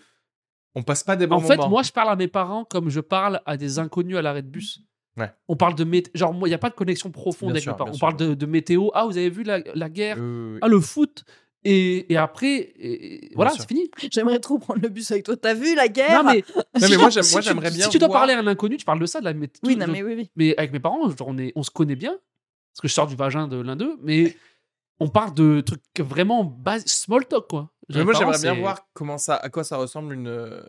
A: On passe pas des bons
C: En fait,
A: moments.
C: moi, je parle à mes parents comme je parle à des inconnus à l'arrêt de bus.
A: Ouais.
C: On parle de météo. Genre, moi, il n'y a pas de connexion profonde
A: Bien
C: avec
A: sûr,
C: mes parents.
A: bien
C: On
A: sûr.
C: parle de, de météo. Ah, vous avez vu la, la guerre
A: Euh,
C: Ah, le foot Et, et après, et- et voilà,
A: sûr.
C: c'est fini.
B: J'aimerais trop prendre le bus avec toi. T'as vu la guerre
C: Non, mais,
A: mais
C: si-
A: moi, j'aime-
C: si
A: moi,
C: tu-
A: j'aimerais bien
C: Si tu dois
A: voir-
C: parler à un inconnu, tu parles de ça, de la météo.
B: Oui, non, mais oui, oui.
C: mais avec mes parents, genre, on, est, on se connaît bien, parce que je sors du vagin de l'un d'eux, mais on parle de trucs vraiment base, small talk, quoi.
A: mais
C: Mes
A: moi,
C: parents,
A: j'aimerais bien
C: c'est-
A: voir comment ça, à quoi ça ressemble une euh,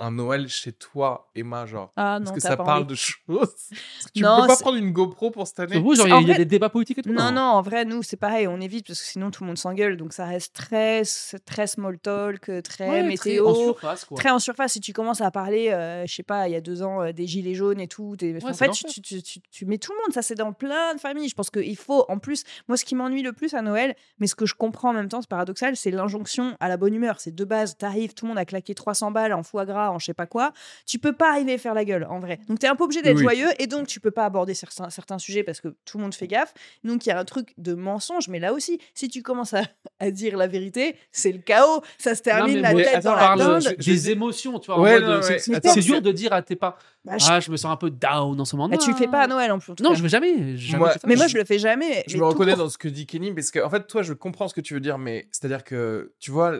A: un Noël chez toi, Emma, genre.
B: Ah
A: Parce
B: non,
A: que
B: t'as
A: ça
B: pas
A: parle
B: envie.
A: de choses. *laughs* Tu
B: Non,
A: peux pas
B: c'est-
A: prendre une GoPro pour cette année.
C: Vous, genre, il y,
B: En
C: a- il y a
B: vrai-
C: des débats politiques et tout.
B: Non, non, en vrai, nous, c'est pareil, on évite parce que sinon tout le monde s'engueule. Donc ça reste très, très small talk, très
C: Ouais, très en
B: météo.
C: surface, quoi.
B: Très en surface, si tu commences à parler, euh, je sais pas, il y a deux ans, euh, des gilets jaunes et tout. des- enfin, en
C: c'est
B: fait, tu, tu-
C: l'enfer.
B: tu- tu- tu mets tout le monde, ça c'est dans plein de familles. Je pense qu'il faut, en plus, moi ce qui m'ennuie le plus à Noël, mais ce que je comprends en même temps, c'est paradoxal, c'est l'injonction à la bonne humeur. C'est de base, t'arrives, tout le monde a claqué 300 balles en foie gras, en je sais pas quoi. Tu peux pas arriver à faire la gueule, en vrai. Donc t'es un peu obligé d'être
A: Oui.
B: joyeux et donc tu peux pas aborder certains, certains sujets parce que tout le monde fait gaffe. Donc il y a un truc de mensonge, mais là aussi, si tu commences à, *laughs* à dire la vérité, c'est le chaos. Ça se
C: Non,
B: termine
C: mais
B: la
C: moi,
B: tête
A: attends,
B: dans
C: on
B: la
C: parle
B: dinde.
A: je-
C: des émotions, tu vois. en
A: Ouais,
C: mode,
A: non,
C: c'est-
A: ouais.
C: c'est-
A: Attends,
C: C'est
A: je-
C: dur de dire à tes parents
B: Bah, je-
C: Ah, je me sens un peu down en ce moment.
B: Bah, tu le fais pas à Noël en plus. en tout
C: Non,
B: cas.
C: je vais jamais. j'ai jamais
A: Moi-
C: fait ça.
B: Mais moi, je le fais jamais.
A: je
B: mais
A: me
B: tout
A: reconnais
B: court.
A: dans ce que dit Kenny parce que en fait toi je comprends ce que tu veux dire mais c'est-à-dire que tu vois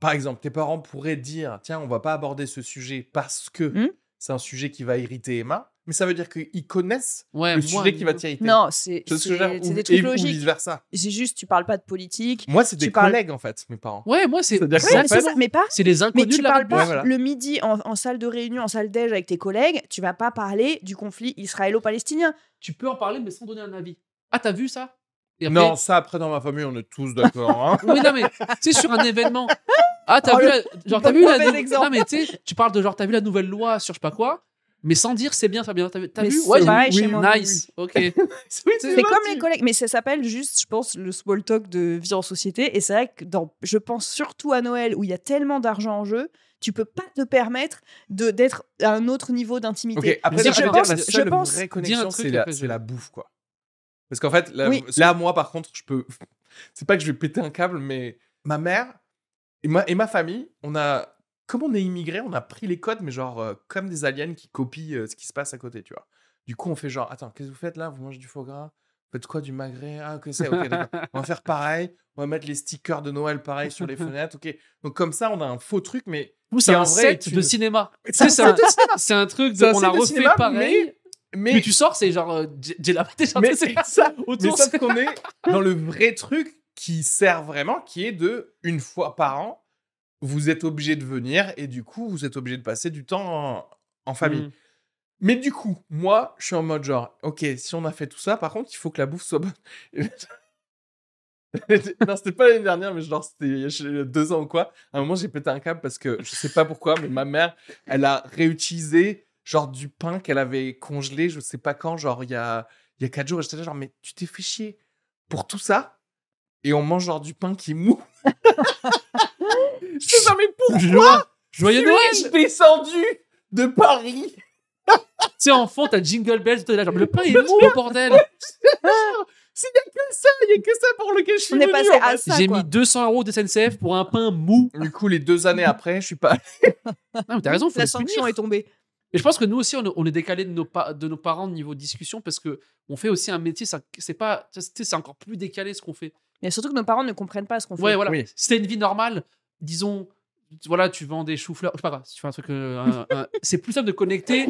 A: par exemple tes parents pourraient dire tiens on va pas aborder ce sujet parce que
B: Hmm.
A: c'est un sujet qui va irriter Emma mais ça veut dire qu'ils connaissent
C: Ouais,
A: le
C: moi,
A: sujet qui va t'irriter
B: Non, c'est
A: Tu vois ce que je veux
B: c'est-
A: dire
B: c'est
A: Ou-
B: des trucs
A: et- ou
B: logiques.
A: vice versa
B: C'est juste, tu parles pas de politique.
A: moi c'est
B: Tu
A: des
B: parles-
A: collègues en fait mes parents
C: Ouais, moi, c'est.
A: C'est-à-dire que-
B: Ouais,
A: Ça
B: mais c'est
A: fait-
B: ça. Mais pas.
C: C'est les
B: Mais
C: inconnus
B: tu
C: de la
B: parles pas
A: Ouais, voilà.
B: le midi en, en salle de réunion, en salle déj avec tes collègues. Tu vas pas parler du conflit israélo-palestinien.
C: Tu peux en parler, mais sans donner un avis. Ah, t'as vu ça Et après-
A: non ça après dans ma famille on est tous
B: *laughs*
A: d'accord hein.
C: Oui, non, mais c'est sur un événement. Ah, t'as
B: Oh,
C: vu
B: le-
C: la... Genre, t'as
B: le
C: vu la...
B: mauvais
C: nou-
B: exemple.
C: Non, mais tu sais, tu parles de genre, t'as vu la nouvelle loi sur je sais pas quoi, mais sans dire c'est bien, c'est pas bien. T'as vu, t'as
B: Mais
C: vu
B: c'est
C: Ouais, j'ai
B: pareil
C: vu.
B: chez
C: Oui,
B: moi.
C: Nice, ok.
A: Oui,
B: C'est comme
A: gentil.
B: les collègues, mais ça s'appelle juste, je pense, le small talk de vie en société. Et c'est vrai que dans, je pense surtout à Noël où il y a tellement d'argent en jeu, tu peux pas te permettre de d'être à un autre niveau d'intimité.
A: Ok, après,
C: dire,
A: je
C: je
A: pense,
C: pense-
A: la
B: je
A: seule
B: pense-
A: vraie
C: Dire
A: connexion,
C: un truc
A: c'est
C: et
A: la,
C: après, je-
A: c'est la bouffe, quoi. Parce qu'en fait, là,
B: Oui.
A: là, moi, par contre, je peux. *laughs* C'est pas que je vais péter un câble, mais ma mère et ma, et ma famille, on a. Comme on est immigrés, on a pris les codes, mais genre euh, comme des aliens qui copient euh, ce qui se passe à côté, tu vois. Du coup, on fait genre, attends, qu'est-ce que vous faites là Vous mangez du foie gras Vous faites quoi Du magret Ah, que c'est Ok, d'accord. On va faire pareil. On va mettre les stickers de Noël pareil sur les fenêtres. Ok. Donc, comme ça, on a un faux truc, mais.
C: Ou c'est
A: Et en
C: un
A: vrai,
C: set
A: tu-
C: de cinéma.
A: C'est
C: C'est
A: ça.
C: ça. C'est un truc
A: C'est
C: de,
A: un
C: on
A: set
C: a
A: de
C: refait
A: cinéma,
C: pareil.
A: mais-
C: Mais,
A: Mais,
C: tu sors, c'est genre euh, J- Jella Déjà, *laughs*
A: mais
C: c'est
A: c'est ça. Mais
C: autour.
A: sauf qu'on est dans le vrai truc qui sert vraiment, qui est de une fois par an, vous êtes obligé de venir et du coup, vous êtes obligé de passer du temps en, en famille.
C: Mm.
A: Mais du coup, moi, je suis en mode genre, ok, si on a fait tout ça, par contre, il faut que la bouffe soit bonne. *laughs* non, c'était pas l'année dernière, mais genre, c'était il y a- je- deux ans ou quoi. À un moment, j'ai pété un câble parce que je sais pas pourquoi, mais ma mère, elle a réutilisé genre du pain qu'elle avait congelé, je sais pas quand, genre il y a, il y a quatre jours. Et j'étais là, genre, mais tu t'es fait chier pour tout ça et on mange genre du pain qui est mou. je sais pas, mais pourquoi
C: Joie- Joyeux
A: tu
C: Noël
A: es descendu de Paris
C: Tu sais, enfant, t'as Jingle Bells, t'es là, genre, le pain est mou, le bordel
A: S'il n'y a que ça, il n'y a que ça pour lequel je suis
B: On est
A: venu,
B: passé
A: en
B: à
A: fait.
B: ça.
C: J'ai
B: quoi.
C: mis 200 euros de SNCF pour un pain
A: *laughs*
C: mou.
A: Du coup, les deux années après, je suis pas.
C: Non, mais t'as raison, faut
B: La
C: le punir.
B: sanction est tombée.
C: Mais je pense que nous aussi, on est, on est décalé de nos, pa- de nos parents niveau discussion parce que on fait aussi un métier, ça- c'est pas, tu sais, c'est encore plus décalé ce qu'on fait.
B: Mais surtout que nos parents ne comprennent pas ce qu'on fait.
C: Ouais, voilà.
A: Oui.
C: Si t'as une vie normale, disons, voilà, tu vends des choux-fleurs, je sais pas, si tu fais un truc, euh,
A: *laughs*
C: un- un- c'est plus simple de connecter.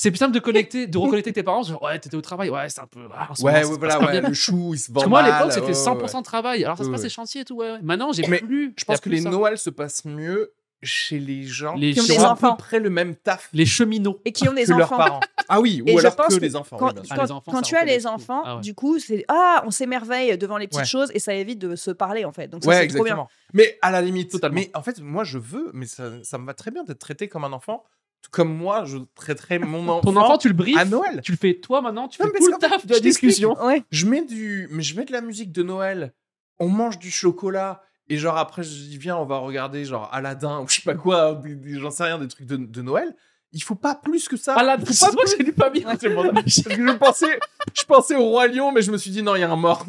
C: C'est plus simple de connecter, de reconnecter tes parents. Genre, ouais, t'étais au travail, ouais, c'est un peu. ah, en ce moment,
A: Ouais,
C: ça
A: ouais,
C: se passe
A: voilà,
C: pas
A: ouais,
C: bien.
A: le chou, il se vend
C: Parce que moi, à
A: mal,
C: l'époque,
A: ouais,
C: c'était
A: ouais,
C: 100% travail. Alors, ça se
A: Ouais,
C: passe les
A: ouais.
C: chantiers et tout, ouais. ouais. Maintenant, j'ai
A: Mais
C: plus.
A: Je
C: y a
A: pense que
C: plus
A: les
C: ça.
A: Noëls se passent mieux chez les gens
C: Les
A: qui ont
B: gens.
A: à peu
B: enfants.
A: près le même taf
C: Les cheminots.
B: Et qui ont des
A: que leurs
B: enfants.
A: parents. Ah oui,
B: Et
A: ou
B: je
A: alors
B: pense
A: que
B: que
A: les enfants. oui,
B: Quand,
A: bien sûr.
C: sûr.
B: quand-
C: Ah, les enfants,
B: quand
C: ça
B: tu as
C: reconnaît
B: les
C: tout.
B: enfants,
C: Ah ouais.
B: du coup, c'est ah, on s'émerveille devant les petites
A: Ouais.
B: choses et ça évite de se parler en fait. Donc Ah, ça,
A: ouais,
B: c'est trop bien.
A: exactement. Mais à la limite,
C: Totalement.
A: Mais en fait, moi, je veux, mais ça, ça me va très bien d'être traité comme un enfant, tout comme moi, je traiterais mon enfant,
C: Ton enfant, tu le briefes.
A: à Noël.
C: Tu le fais toi maintenant, tu
A: Non,
C: fais
A: mais
C: tout le
A: parce qu'en
C: taf
A: fait,
C: de la
A: je t'explique.
C: discussion.
B: Ouais.
A: je mets du mais je mets de la musique de Noël on mange du chocolat et genre après je dis viens on va regarder genre Aladdin ou je sais pas quoi des- des- j'en sais rien des trucs de, de Noël il faut pas plus que ça
C: Ah là,
A: Il faut
C: c'est
A: pas
C: vrai
A: plus-
C: que j'ai lu pas bien.
A: *laughs* C'est bon, parce que je pensais je pensais au roi lion mais je me suis dit non il y a un
C: *laughs*
A: mort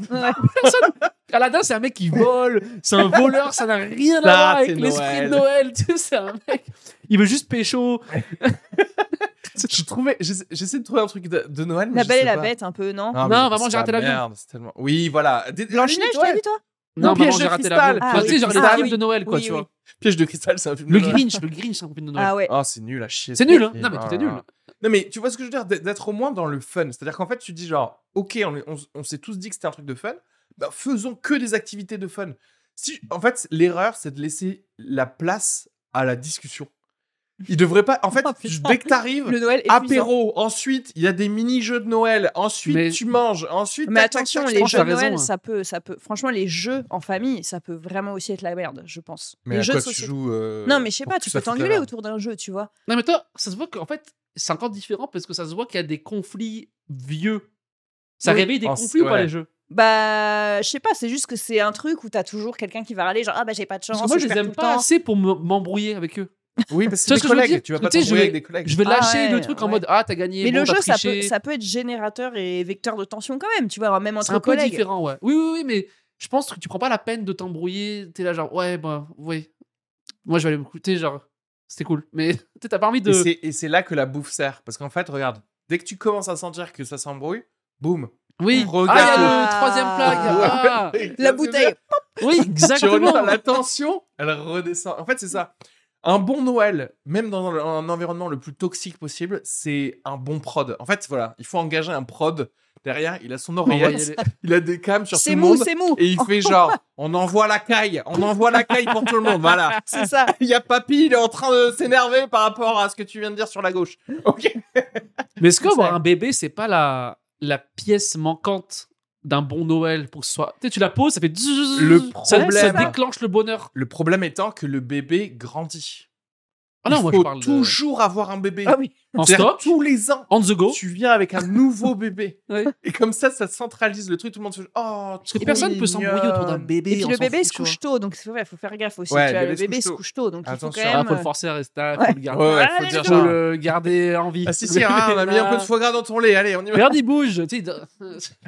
C: Aladdin, c'est un mec qui vole, c'est un voleur, ça n'a rien à
A: Ça,
C: voir avec
A: c'est
C: l'esprit de
A: Noël.
C: Noël. Tu sais, c'est un mec. Il veut juste pécho.
A: je trouvais j'essa- j'essaie de trouver un truc de, de Noël mais
B: La
A: je
B: belle
A: sais
B: et la
A: pas.
B: bête hein. un peu, non
A: Ah, mais
C: Non,
A: je-
C: vraiment, j'ai
A: c'est
C: raté l'avion.
A: merde, c'est tellement oui voilà Des-
B: Blanche-Neige,
A: Noël.
B: t'as vu toi
A: Non,
C: Non,
A: piège
C: maman,
A: de
C: j'ai raté
A: cristal.
C: l'avion.
B: Ah,
C: Enfin, tu sais,
B: oui.
C: genre les
B: Ah,
C: films
B: oui.
C: de Noël, quoi,
B: Oui,
C: tu
B: oui.
C: vois.
A: piège de cristal c'est un film de
C: Le
A: Noël.
C: Grinch, le Grinch, c'est un film de Noël.
B: Ah ouais.
A: Oh, c'est nul à chier.
C: C'est
A: ça.
C: nul, hein.
A: Et oh
C: Non, mais tout
A: voilà.
C: est nul.
A: Non, mais tu vois ce que je veux dire d'être- D'être au moins dans le fun. C'est-à-dire qu'en fait, tu dis genre, ok, on, est- on s- on s'est tous dit que c'était un truc de fun, bah, faisons que des activités de fun. Si, en fait, l'erreur, c'est de laisser la place à la discussion. Il devrait pas.
B: *laughs*
A: En fait,
B: Oh,
A: tu-
B: putain.
A: dès que t'arrives,
B: Le Noël épuisant.
A: apéro, ensuite, il y a des mini-jeux de Noël, ensuite,
C: Mais-
A: tu manges, ensuite.
B: Mais
A: tac, tac,
B: attention,
A: tac,
B: les
A: tac.
C: pense que t'as
B: jeux de Noël,
C: raison, hein.
B: ça peut, ça peut. Franchement, les jeux en famille, ça peut vraiment aussi être la merde, je pense.
A: Mais
B: les
A: à
B: jeux
A: quoi
B: de
A: tu
B: société.
A: joues euh,
B: Non, mais je sais
A: pour
B: pas,
A: que
B: tu
A: ça
B: peux
A: foute la
B: t'engueuler
A: merde
B: autour d'un jeu, tu vois.
C: Non, mais toi, ça se voit qu'en fait, c'est encore différent parce que ça se voit qu'il y a des conflits vieux. Ça
B: Oui.
C: réveille des
A: Oh,
C: conflits ou pas
A: ouais.
C: les jeux
B: Bah, je sais pas, c'est juste que c'est un truc où t'as toujours quelqu'un qui va râler, genre, ah bah j'ai pas de chance.
C: Parce que moi, je
B: perds
C: les aime
B: tout le
C: pas
B: temps.
C: assez pour me- m'embrouiller avec eux.
A: Oui, parce que c'est
C: Tu vois ce que
A: des
C: je veux
A: collègues,
C: dire
A: tu vas pas
C: Tu sais, je
A: t'embrouiller
C: vais-
A: avec des collègues.
C: Je vais
B: Ah
C: lâcher
B: ouais,
C: le truc en
B: ouais.
C: mode Ah, t'as gagné.
B: Mais
C: bon,
B: le
C: t'as
B: jeu, ça
C: triché.
B: peut, ça peut être générateur et vecteur de tension quand même, tu vois, alors même
C: C'est
B: entre
C: un peu
B: collègues.
C: différent, ouais. Oui, oui, oui, mais je pense que tu prends pas la peine de t'embrouiller. T'es là, genre, ouais, bah, oui. Moi, je vais aller m'écouter, genre, c'était cool. Mais *laughs* tu sais, t'as pas envie de.
A: Et c'est- Et c'est là que la bouffe sert. Parce qu'en fait, regarde, dès que tu commences à sentir que ça s'embrouille, boum.
C: Oui,
A: Regarde.
C: Ah, il y a le troisième plat. il y a-
B: La bouteille,
C: Ah. Oui,
A: Tu regardes
C: exactement.
A: la tension, elle redescend. En fait, c'est ça. Un bon Noël, même dans le- un environnement le plus toxique possible, c'est un bon prod. En fait, voilà, il faut engager un prod. Derrière, il a son
C: On va y
A: oreillette,
C: aller.
A: il a des cams sur tout
B: c'est
A: le
B: mou,
A: monde.
B: c'est mou.
A: Et il fait genre, on envoie la caille, on envoie la caille pour tout le monde, voilà.
B: *laughs* C'est ça.
A: Il y a Papy, il est en train de s'énerver par rapport à ce que tu viens de dire sur la gauche. Ok.
C: Mais est-ce qu'avoir
A: Ça-
C: un bébé, c'est pas la, la pièce manquante d'un bon Noël pour soi Tu sais, tu la poses, ça fait. zzzz,
A: Le
C: ça- Ça,
A: problème-
C: déclenche le bonheur.
A: Le problème étant que le bébé grandit.
C: Ah non,
A: il
C: moi,
A: faut
C: je parle de-
A: toujours avoir un bébé.
B: Ah oui.
C: en
A: C'est-à-dire,
C: stock, Oh.
A: tous les ans,
C: on the go.
A: tu viens avec un nouveau
B: *laughs*
A: bébé.
C: Ouais.
A: Et comme ça, ça centralise le truc. Tout le monde se dit Oh,
C: Parce que
A: trop
C: personne peut s'embrouiller autour d'un
A: mignonne.
C: bébé.
B: Et puis
C: on
B: le
C: s'en
B: bébé
C: fout,
B: se
C: tu vois.
B: couche tôt, donc il faut faire- faut faire gaffe aussi.
A: Ouais,
B: tu
A: le
B: vois, le
A: bébé se
B: bébé
A: couche
B: se
A: tôt.
B: couche tôt, donc il faut
A: Attention.
B: quand
A: Ah,
C: Ah,
B: même.
C: faut le
B: euh,
C: forcer à rester là,
B: Ouais.
C: faut le garder.
A: Ouais, ouais,
C: Ah,
A: faut
C: allez,
A: dire
C: faut
A: genre.
C: le garder en vie.
A: Ah, si,
C: *laughs*
A: si, hein, on a mis un peu de foie gras dans ton lait. Allez, on y va.
C: Regarde, il bouge. tu sais, il-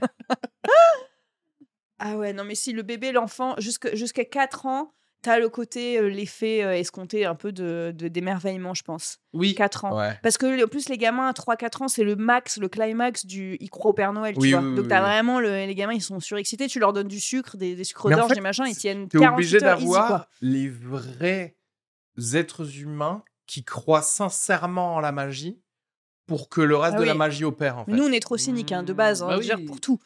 B: Ah ouais, non, mais si le bébé, l'enfant, jusque- jusqu'à 4 ans, T'as le côté, euh, l'effet euh, escompté un peu de de- d'émerveillement, je pense.
C: Oui,
B: 4 ans.
A: Ouais.
B: Parce que en plus, les gamins à 3-4 ans, c'est le max, le climax du ils croient au Père Noël, tu
A: Oui,
B: vois.
A: oui, oui,
B: Donc, t'as
A: oui.
B: vraiment le- les gamins, ils sont surexcités, tu leur donnes du sucre, des, des sucres
A: Mais en
B: d'orge,
A: fait,
B: des machins, ils tiennent
A: T'es
B: 48
A: obligé
B: heures easy, euh, quoi.
A: d'avoir les vrais êtres humains qui croient sincèrement en la magie pour que le reste
B: Ah
A: de la
B: oui.
A: magie opère, en fait.
B: Mais Nous, on est trop cyniques, hein, de base, hein,
C: Bah
B: je veux dire,
C: oui.
B: pour tout.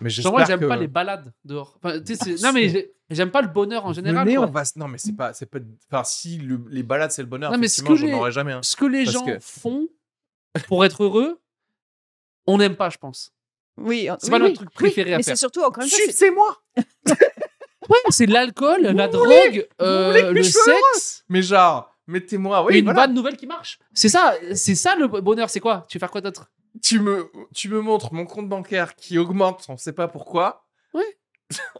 A: Mais
C: genre moi
A: j'espère
C: j'aime
A: que...
C: pas les balades dehors. Enfin, tu sais, c'est-
A: Ah,
C: non mais
A: c'est-
C: j'ai- j'aime pas le bonheur en général.
A: Venez,
C: quoi.
A: on va... s- Non, mais c'est pas... c'est pas... Enfin, si le- les balades, c'est le bonheur,
C: Non, mais ce
A: effectivement,
C: que
A: j'en
C: j'ai-
A: aurais jamais. hein.
C: Ce que les
A: Parce
C: gens
A: que-
C: font pour être heureux, on n'aime pas, je pense.
B: Oui,
C: C'est pas notre truc préféré à
B: Mais
C: faire.
B: c'est surtout, encore une fois, c'est-
A: Chut, c'est moi
C: Ouais, c'est l'alcool, la
A: Vous
C: drogue, euh,
A: voulez que
C: le
A: je sois
C: sexe,
A: Mais genre, mettez-moi...
C: et
A: Oui,
C: une
A: voilà.
C: bonne nouvelle qui marche. C'est ça, c'est ça le bonheur. C'est quoi Tu veux faire quoi d'autre
A: tu me, tu me montres mon compte bancaire qui augmente, on sait pas pourquoi.
C: Ouais.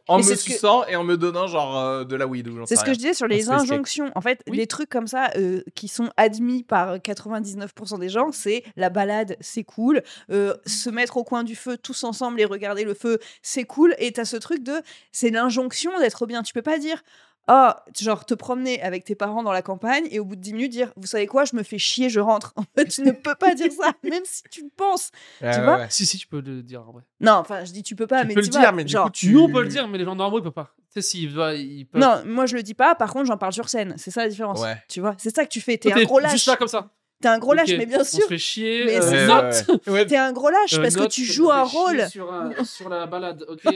A: en
B: Mais
A: me
B: c'est ce que-
A: suçant et en me donnant genre euh, de la weed ou j'en sais
B: C'est ce que
A: rien.
B: je disais sur
A: On
B: les
A: se fait steak.
B: injonctions. En fait,
C: Oui.
B: les trucs comme ça euh, qui sont admis par 99% des gens, c'est la balade, c'est cool. Euh, se mettre au coin du feu tous ensemble et regarder le feu, c'est cool. Et t'as ce truc de, c'est l'injonction d'être bien. Tu peux pas dire, ah, genre te promener avec tes parents dans la campagne et au bout de 10 minutes dire, vous savez quoi, je me fais chier, je rentre. *laughs* En fait, tu ne peux pas dire
A: *laughs*
B: ça, même si tu le penses.
A: Ouais,
B: tu
A: ouais,
B: vois
A: ouais.
C: Si, si, tu peux le dire en vrai.
B: Non, enfin, je dis tu peux pas,
A: Tu
B: mais
A: peux
B: tu
A: le
B: vois,
A: dire, mais
B: genre,
A: du coup, tu...
C: Nous, on peut le dire, mais les gens normaux, ils peuvent pas. Tu sais, s'ils doivent- ils peuvent.
B: Non, moi je le dis pas, par contre j'en parle sur scène, c'est ça la différence.
A: Ouais.
B: Tu vois, c'est ça que tu fais, t'es
C: Toi,
B: un gros
C: Juste
B: lâche.
C: là, comme ça.
B: T'es un gros
C: Ok,
B: lâche, mais bien
C: On
B: sûr,
C: se fait chier.
B: Mais
C: euh,
B: c'est
C: note,
A: Ouais,
B: *laughs*
A: ouais, ouais. Ouais, *laughs*
B: t'es un gros lâche
C: euh,
B: parce que
C: note,
B: tu
C: je me
B: joues un
C: fais chier
B: rôle. *laughs*
C: Sur, un- sur la balade, ok. euh,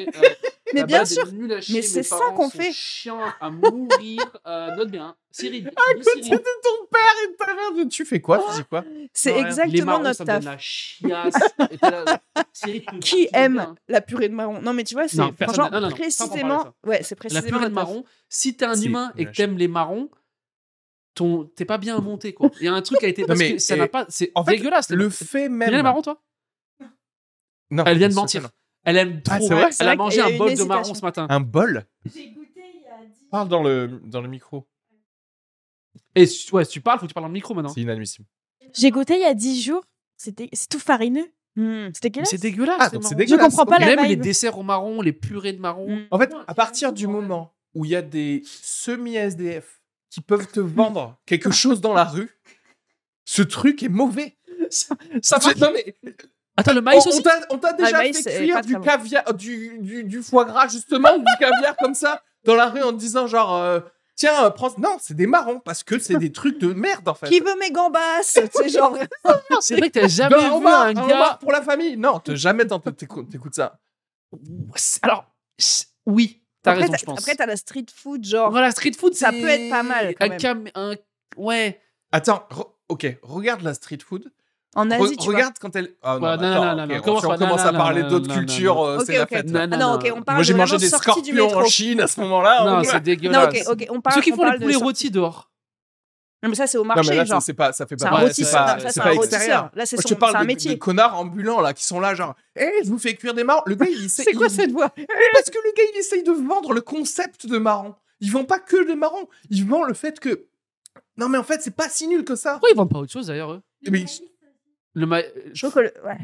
B: Mais bien
C: la balade est
B: sûr.
C: nulle à chier,
B: Mais
C: mes
B: c'est ça
C: parents
B: qu'on
C: sont
B: fait.
C: chiants à mourir. euh, note bien. Cyril. dis Cyril.
A: C'était ton père et ta mère. de- Tu fais quoi Tu dis quoi
B: C'est
A: Ouais.
C: Les
B: exactement
C: marrons,
B: notre
C: ça me donne
B: taf.
C: la chiasse. Et t'es là, *laughs* Cyril, tu-
B: Qui
C: tu veux bien.
B: aime la purée de marron Non, mais tu vois, c'est
C: Non, personne
B: franchement
C: n'a- non, non, non, ça, on peut en parler,
B: précisément. Ouais, c'est
C: La
B: précisément.
C: purée
B: notre
C: de
B: taf.
C: marrons, si t'es un
A: C'est
C: humain et que
A: lâche.
C: t'aimes les marrons, ton... t'es pas bien monté, quoi. Il y a un truc qui a été.
A: Non,
C: Parce
A: mais-
C: que ça
A: et-
C: n'a pas. C'est
A: en fait,
C: dégueulasse.
A: Le fait
C: T'aimes bien les
A: même...
C: marrons, toi
A: Non,
C: Elle vient de
A: c'est-
C: mentir. Elle aime
A: Ah,
C: trop.
A: c'est vrai
B: C'est
C: Elle
B: vrai
C: a
B: qu'il
C: mangé
B: y a
C: un
B: une
C: bol de
B: hésitation.
C: marrons ce matin.
A: Un bol
D: J'ai goûté il y a 10
A: Parle dans le, dans le micro.
C: Et si- ouais, si tu parles, faut que tu parles dans le micro maintenant.
A: C'est inadmissible.
D: J'ai goûté il y a 10 jours. C'était c'est tout farineux.
B: Hmm.
D: C'était
C: Mais
D: dégueulasse.
C: C'est dégueulasse.
A: Ah,
C: les
A: donc c'est
C: marrons.
A: dégueulasse.
D: comprends pas
A: ok.
D: la-
C: Même les
D: vibe.
C: desserts aux marrons, les purées de marrons.
B: Hmm.
A: En fait, à partir du moment où il y a des semi-SDF qui peuvent te vendre quelque chose dans la rue, ce truc est mauvais.
C: Ça
A: C'est-
C: Ah, Non, mais. Attends, le maïs
A: on, on
C: aussi Ah,
A: t'a- on t'a déjà
B: maïs,
A: fait
B: c'est
A: cuire
B: pas
A: du
B: très bon.
A: caviar, euh, du, du, du foie gras justement, ou du caviar comme ça dans la rue en te disant genre euh, tiens euh, prends non c'est des marrons parce que c'est des trucs de merde en fait.
B: Qui veut mes gambasses C'est genre.
C: C'est vrai que t'as jamais
B: Bah,
A: Non,
C: vu
A: on va-
C: un
A: on
C: gars.
A: va Ben, pour la famille non t'as jamais tenté t'écoutes t'écoutes ça.
C: C'est- Alors, c'est- oui, t'as
B: Après,
C: raison,
B: t'as-
C: je pense.
B: Après, t'as la street food, genre.
C: Voilà, street food,
B: Ça
C: c'est-
B: peut être pas mal, quand
C: un
B: même.
C: cam- un- Ouais.
A: Attends re- ok regarde la street food
B: En
A: Re-
B: Asie, tu vois.
A: regarde quand elle ah, non,
C: Voilà,
A: bah,
C: non,
A: attends,
C: non,
A: ok,
C: non, non,
A: si
C: commence
A: on
C: pas, non,
A: commence à
C: non,
A: parler
C: non,
A: d'autres
C: non,
A: cultures euh,
B: Ok,
A: c'est la
B: ok.
A: fête.
C: Non,
B: Ah non, ok, on parle
A: Moi j'ai
B: de
A: mangé
B: vraiment
A: des
B: sortie du
A: scorpions en
B: métro.
A: Chine à ce moment-là.
C: Non,
A: on-
C: c'est
B: Non,
C: dégueulasse.
B: ok, ok, on parle.
C: Ceux qui
B: on
C: font les
B: parle de
C: poulets
B: sortie-
C: rôtis dehors.
B: Non, mais ça, c'est au
A: Non, mais
B: marché,
A: là, ça,
B: genre.
A: c'est pas, ça fait
B: C'est un
A: pas, ouais,
B: rôtisseur.
A: c'est pas-
B: Non, ça,
A: c'est
B: c'est un
A: pas
B: rôtisseur.
A: extérieur.
B: Là, c'est
A: Moi, je
B: son-
A: te
B: c'est
A: parle
B: un
A: de- de,
B: métier.
A: connards ambulants là qui sont là genre hé je vous fais cuire des marrons le gars il essaie
B: C'est quoi
A: il-
B: cette voix
A: parce que le gars il essaye de vendre le concept de marron il vend pas que le marron il vend le fait que non mais en fait c'est pas si nul que ça Eh,
C: Pourquoi ils vendent pas autre chose d'ailleurs eux
A: Mais-
C: Le ma-
B: Chocolat. Ouais.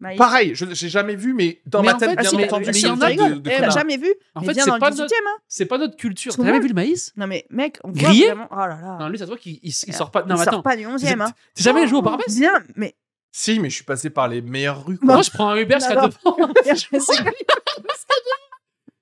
B: Maïs.
A: pareil je j'ai jamais vu mais dans
C: Mais
A: ma
C: en
A: tête
C: fait,
A: bien
B: c'est-
A: entendu
B: mais
A: c'est
B: il y
A: le
B: en
A: truc
B: a, eh,
A: de, de
B: T'as
A: connard.
B: bah, jamais vu
C: En
B: Mais
C: fait,
B: bien
C: c'est
B: dans le
C: pas
B: 18e,
C: notre-
B: hein.
C: c'est pas notre culture.
B: Tout
C: T'as
B: le
C: jamais
B: monde-
C: vu le maïs
B: Non mais mec, on
C: Grillé
B: voit vraiment. Oh là là.
C: Non, lui, ça se voit qu'il il s- il
B: Ah.
C: sort pas. Non,
B: il
C: mais
B: sort
C: attends.
B: pas du 11e. Hein.
C: T'as jamais joué au barbès
B: Bien, *laughs* mais
A: si mais je suis passé par les meilleures rues quoi.
C: Moi, je prends un Uber jusqu'à
B: Non, non.
C: devant. *laughs*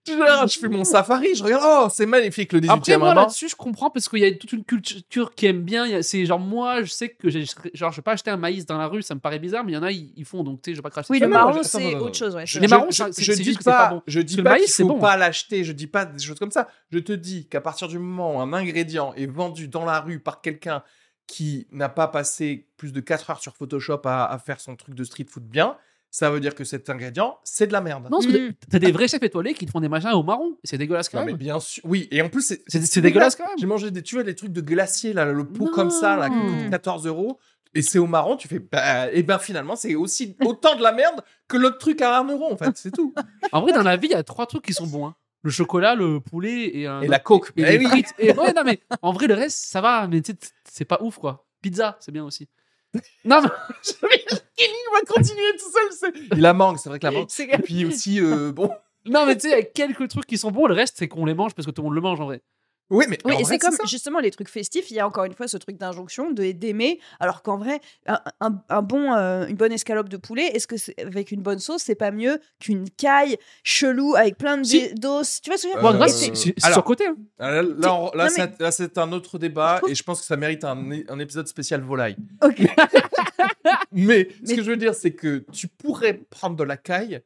A: Genre, je fais mon safari je regarde oh c'est magnifique le 18
C: Après,
A: e
C: moi, là-dessus, je comprends parce qu'il y a toute une culture qui aime bien. Il y a- C'est genre, moi, je sais que j'ai- genre, je vais pas acheter un maïs dans la rue, ça me paraît bizarre, mais il y en a, ils, ils font, donc tu sais, je vais pas cracher.
B: oui,
C: dessus.
B: le
A: non,
B: marron,
A: non, attends,
B: c'est
A: attends,
B: autre chose. Ouais.
A: Je-
C: Les
A: je-
C: marrons,
A: je-
C: ça- c'est-
A: je
C: c'est
A: dis
C: juste que c'est pas
A: pas,
C: bon.
A: je dis
C: que le
A: pas
C: maïs,
A: qu'il
C: c'est
A: faut
C: bon,
A: pas l'acheter, je dis pas des choses comme ça. Je te dis qu'à partir du moment où un ingrédient est vendu dans la rue par quelqu'un qui n'a pas passé plus de 4 heures sur Photoshop à, à faire son truc de street food bien, ça veut dire que cet ingrédient, c'est de la merde.
C: Non, parce que
B: Mm.
C: t'as des vrais chefs étoilés qui te font des machins au marron. C'est dégueulasse quand
A: Non, mais
C: même.
A: bien sûr. Oui, et en plus, c'est
C: C'est
A: *laughs*
C: c'est dégueulasse
B: hein,
C: quand même.
A: J'ai mangé des, tu vois, des trucs de glacier, là, le pot comme ça, là, qui
C: Non.
A: coûte 14 euros. Et c'est au marron, tu fais, bah, et ben finalement, c'est
B: *laughs*
A: aussi autant de la merde que l'autre truc à 1 euro, en fait, c'est
C: *laughs*
A: tout.
C: En vrai, dans la vie, il y a trois trucs qui sont bons. hein. Le chocolat, le poulet et un.
A: Et la coke.
C: et
A: Eh
C: les
A: oui.
C: frites. Et- ouais, non, mais en vrai, le reste, ça va, mais tu sais, c'est pas ouf, quoi. Pizza, c'est bien aussi. Non, mais
A: *laughs* Il va continuer tout seul. c'est- Et la mangue, c'est vrai que la mangue.
B: C'est-
A: Et puis aussi, euh, bon. Euh,
C: Non, mais tu sais, il y a quelques trucs qui sont bons, le reste, c'est qu'on les mange parce que tout le monde le mange en vrai.
A: Oui, mais
B: Oui,
A: en
B: et
A: vrai,
B: c'est comme
A: ça.
B: justement les trucs festifs. Il y a encore une fois ce truc d'injonction de d'aimer, alors qu'en vrai, un, un- un bon, euh, une bonne escalope de poulet, est-ce que c'est- avec une bonne sauce, c'est pas mieux qu'une caille chelou avec plein de
C: Si.
B: d'os Tu vois ce que je veux dire
C: Bon, en vrai,
A: Euh,
C: c'est c'est- c'est
A: alors-
C: sur côté. hein.
A: Ah, Là, là, on- là,
B: Non, mais-
A: c'est- là, c'est un autre débat
B: Je trouve-
A: et je pense que ça mérite un, é- un épisode spécial volaille.
B: Ok.
A: *laughs* Mais, ce
B: Mais-
A: que je veux dire, c'est que tu pourrais prendre de la caille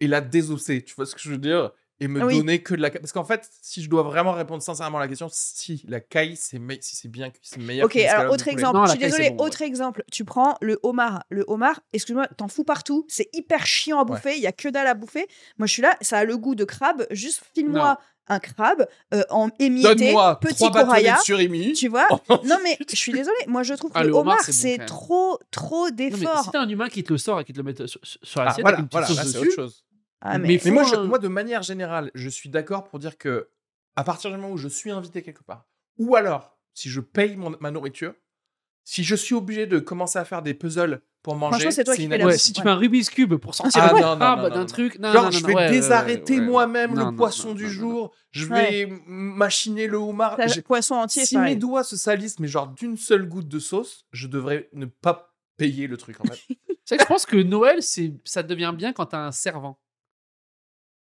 A: et la désosser. Tu vois ce que je veux dire Et me
B: Ah oui.
A: donner que de la caille. Parce qu'en fait, si je dois vraiment répondre sincèrement à la question, si la caille, c'est me- si c'est bien cuit, c'est meilleur.
B: Ok,
A: qu'une escalope
B: alors
A: de
B: autre
A: poulet.
B: exemple,
C: Non,
B: je
C: la
B: suis
C: caille, c'est
B: désolée,
C: bon, ouais.
B: autre exemple, tu prends le homard. Le homard, excuse-moi, t'en fous partout, c'est hyper chiant à
A: Ouais.
B: bouffer, il y a que dalle à bouffer. Moi je suis là, ça a le goût de crabe, juste
C: Non.
B: file-moi un crabe euh, en émietté,
A: Donne-moi
B: petit
A: trois bâtonnets Oh,
B: coraya.
A: de surimi. *laughs*
B: Tu vois Non mais je suis désolée, moi je trouve que
C: Ah,
B: le
C: le homard,
B: homard
C: c'est bon,
B: c'est
C: quand même.
B: trop trop
C: Non, mais si
B: d'efforts.
C: t'as un humain qui te le sort et qui te le met sur, sur- sur
A: Ah,
C: l'assiette, avec
A: voilà,
C: une petite
A: voilà, là,
C: sauce
A: c'est
C: dessus.
A: autre chose.
B: Ah,
C: mais
B: mais
A: Mais moi, je-
C: un-
A: moi, de manière générale, je suis d'accord pour dire que à partir du moment où je suis invité quelque part, ou alors si je paye mon- ma nourriture, si je suis obligé de commencer à faire des puzzles pour manger,
B: Franchement, c'est toi qui fais la
A: inadmissible.
C: Ouais,
B: Ouais.
C: si tu mets un Rubik's Cube pour sortir
A: Ah,
C: un
A: non, non, non,
C: crabe
A: non,
C: d'un
A: non.
C: truc, non,
A: Genre,
C: non, non,
A: je vais
C: non, ouais, ouais,
A: désarrêter
C: ouais, ouais.
A: moi-même
C: Non,
A: le
C: non,
A: poisson
C: non,
A: du
C: non, non.
A: jour, je
B: Ouais.
A: vais m- machiner le homard.
B: ça,
A: J'ai-
B: poisson entier
A: Si
B: c'est pareil.
A: mes doigts se salissent, mais genre d'une seule goutte de sauce, je devrais ne pas payer le truc en fait.
B: *laughs*
C: C'est vrai que je pense que Noël, c'est- ça devient bien quand t'as un servant.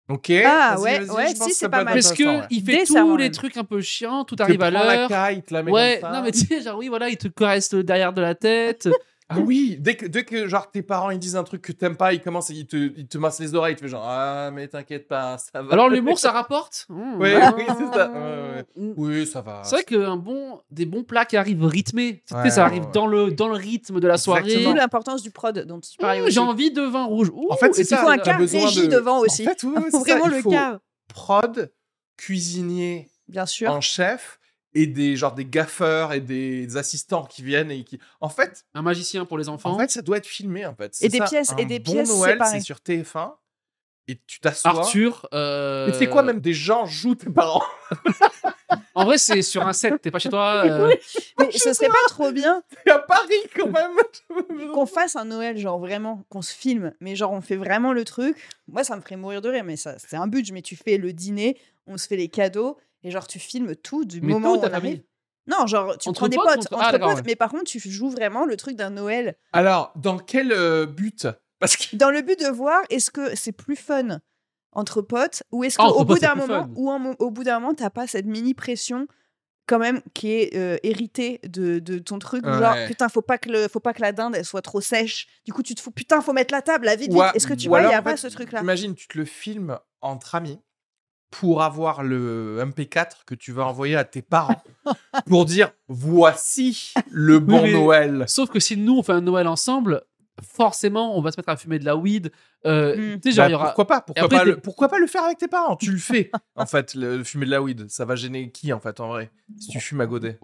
A: Ok.
B: Ah,
A: vas-y,
B: ouais,
A: vas-y,
B: ouais,
A: je pense
B: si,
A: que ça
B: c'est
A: peut
B: pas
A: être
B: mal.
C: Parce que
A: Ah, intéressant, ouais.
C: il
B: Des
C: fait
B: servants,
C: tous les
B: même.
C: trucs un peu chiants, tout
A: Te
C: arrive à
A: prends la
C: l'heure.
A: caille, te la mets
C: Ouais,
A: comme ça.
C: non mais tu sais, genre oui, voilà, il te caresse le derrière de
A: *laughs*
C: la tête.
A: Ah oui, dès que, dès que genre tes parents ils disent un truc que t'aimes pas, ils commencent, et ils te, ils te massent les oreilles, tu fais genre ah mais t'inquiète pas, ça va.
C: Alors l'humour, ça rapporte. Mmh.
A: *laughs* Ouais,
C: Ah.
A: oui, c'est ça. Ouais,
B: Ah.
A: oui ça va.
C: C'est vrai qu'un bon, des bons plats qui arrivent rythmés, Tu sais,
A: Ouais,
C: ça
A: ouais,
C: arrive
A: ouais.
C: dans le dans le rythme de la soirée.
B: D'où
A: Exactement.
B: l'importance du prod dont tu parlais
C: Mmh,
B: aussi.
C: J'ai envie de vin rouge. Ouh,
A: En fait, c'est
C: et
A: ça, euh,
B: Il faut un
A: t'as
B: quart
A: besoin
B: régie
A: de-
B: devant
A: En
B: aussi.
A: fait,
B: *laughs*
A: oui, oui, c'est
B: Vraiment
A: ça, il
B: le
A: faut
B: cas,
A: Prod, cuisinier,
B: bien sûr.
A: en chef et des genre des gaffeurs et des assistants qui viennent et qui. En fait,
C: Un magicien pour les enfants.
A: en fait ça doit être filmé en fait.
B: Hein? Et
A: C'est
B: des
A: ça,
B: pièces- et
A: un
B: des
A: bon
B: pièces
A: Noël,
B: séparées.
A: c'est sur TF1 et tu t'assois.
C: Arthur. euh,
A: Mais tu sais quoi, même des gens jouent tes parents.
C: En vrai, c'est sur un set. T'es pas chez *laughs* toi. euh,
B: Mais ce serait pas trop bien
C: *laughs*
A: T'es à Paris quand même.
B: qu'on fasse un Noël, genre vraiment, qu'on se filme, mais genre on fait vraiment le truc. Moi, ça me ferait mourir de rire, mais ça, c'est un budget. Mais tu fais le dîner, on se fait les cadeaux, et genre tu filmes tout du
C: Mais
B: moment
C: toi,
B: où on
C: ta
B: arrive.
C: famille.
B: Non, genre tu
C: Entre
B: prends des
C: potes,
B: potes,
C: entre-
B: entre,
C: Ah, d'accord,
B: potes,
C: ouais.
B: mais par contre tu joues vraiment le truc d'un Noël
A: *laughs* Alors dans quel euh, but Parce que
B: dans le but de voir est-ce que c'est plus fun entre potes ou est-ce
C: Ah, entre
B: qu'au bout
C: potes, c'est
B: d'un
C: plus
B: moment
C: fun.
B: ou un mo- au bout d'un moment t'as pas cette mini pression quand même qui est euh, héritée de, de ton truc où genre
A: Ouais.
B: putain faut pas que le, faut pas que la dinde elle soit trop sèche du coup tu te fous putain faut mettre la table la vite,
A: Ou
B: vite.
A: à-
B: est-ce que tu
A: ou
B: vois il y
A: alors,
B: a
A: en
B: pas
A: fait,
B: ce truc là
A: Imagine, tu te le filmes entre amis pour avoir le MP4 que tu vas envoyer à tes parents pour dire voici le bon
C: mais-
A: Noël.
C: Sauf que si nous on fait un Noël ensemble, forcément, on va se mettre à fumer de la weed. euh,
B: Mm.
C: Tu sais, genre
A: Bah,
C: il y aura.
A: Pourquoi pas pourquoi,
C: après,
A: pas
C: t'es-
A: le... pourquoi pas le faire avec tes parents Tu le fais. en fait, le fumer de la weed, ça va gêner qui en fait en vrai Si tu fumes à godet.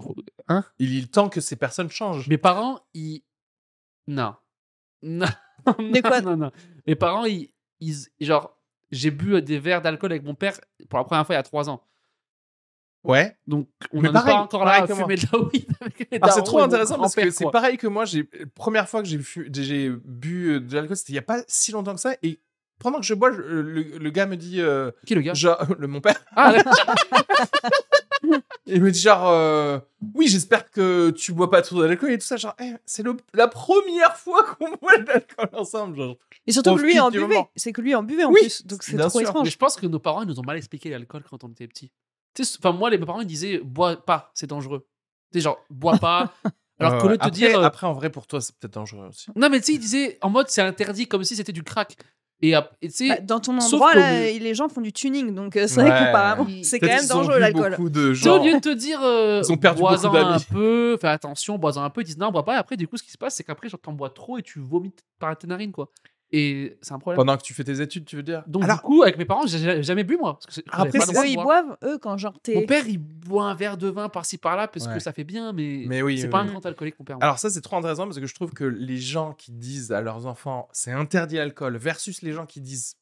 C: Hein
A: Il est temps que ces personnes changent.
C: Mes parents, ils. Non. Non. *laughs*
A: *laughs*
B: Mais quoi
C: non, non. Mes parents, ils. ils- genre, j'ai bu des verres d'alcool avec mon père pour la première fois il y a trois ans.
A: Ouais.
C: Donc, on
A: Mais
C: n'en est
A: pareil,
C: pas encore là
A: pareil
C: à
A: que moi.
C: fumer de la weed *laughs* avec les
A: Ah, c'est
C: darons
A: trop
C: et mon
A: intéressant parce que
C: grand-père,
A: c'est
C: quoi.
A: pareil que moi. J'ai la première fois que j'ai fu- j'ai bu euh, de l'alcool, c'était il y a pas si longtemps que ça. Et pendant que je bois, je- euh, le, le gars me dit, euh,
C: Qui le gars
A: genre, *laughs* le mon père,
C: Ah, d'accord.
A: il me dit genre, euh, oui, j'espère que tu bois pas trop d'alcool et tout ça. Genre, Eh, c'est le- la première fois qu'on *laughs* boit de l'alcool ensemble. Genre.
B: et surtout que
A: Au
B: lui
A: fil
B: en
A: du
B: buvait
A: moment.
B: c'est que lui en buvait en
A: Oui,
B: plus donc c'est
A: bien sûr.
B: trop
C: Mais
B: étrange
C: je pense que nos parents, ils nous ont mal expliqué l'alcool quand on était petits. Tu sais, enfin, moi, les, mes parents, ils disaient bois pas, c'est dangereux. Tu sais, genre, bois *laughs* pas. Alors
A: Euh,
C: que l'autre te
A: après,
C: dire. euh,
A: après, en vrai, pour toi, c'est peut-être dangereux aussi.
C: Non, mais tu sais, ils disaient en mode c'est interdit, comme si c'était du crack. Et, ap- et tu sais,
B: Bah, dans ton
C: sauf
B: endroit
C: que
B: là
C: le-
B: et les gens font du tuning donc euh, c'est vrai
A: Ouais.
B: qu'apparemment
C: Ils-
B: c'est quand
A: Peut-être
B: même
A: qu'ils ont
B: dangereux
A: vu
B: l'alcool
A: beaucoup de
C: Tu sais,
A: gens.
C: au lieu de te dire euh,
A: Ils ont perdu beaucoup
C: bois-en
A: d'amis.
C: un peu, fais attention, bois-en un peu, ils disent non, bois pas. Et après, du coup, ce qui se passe, c'est qu'après, genre, t'en bois trop et tu vomites par tes narines, quoi. Et c'est un problème.
A: Pendant que tu fais tes études, tu veux dire
C: Donc,
A: Alors,
C: du coup, avec mes parents, j'ai j'ai jamais bu, moi. Parce que c'est- j'avais
A: Après,
C: pas
A: c'est
C: le
B: eux
C: droit de
B: ils
C: boire.
B: boivent eux quand genre
C: Mon
B: t'es
C: père, il boit un verre de vin par-ci par-là parce
A: Ouais.
C: que ça fait bien, mais,
A: Mais oui,
C: c'est
A: oui,
C: pas
A: oui.
C: un grand alcoolique, mon père. moi.
A: Alors ça, c'est trop intéressant parce que je trouve que les gens qui disent à leurs enfants c'est interdit l'alcool versus les gens qui disent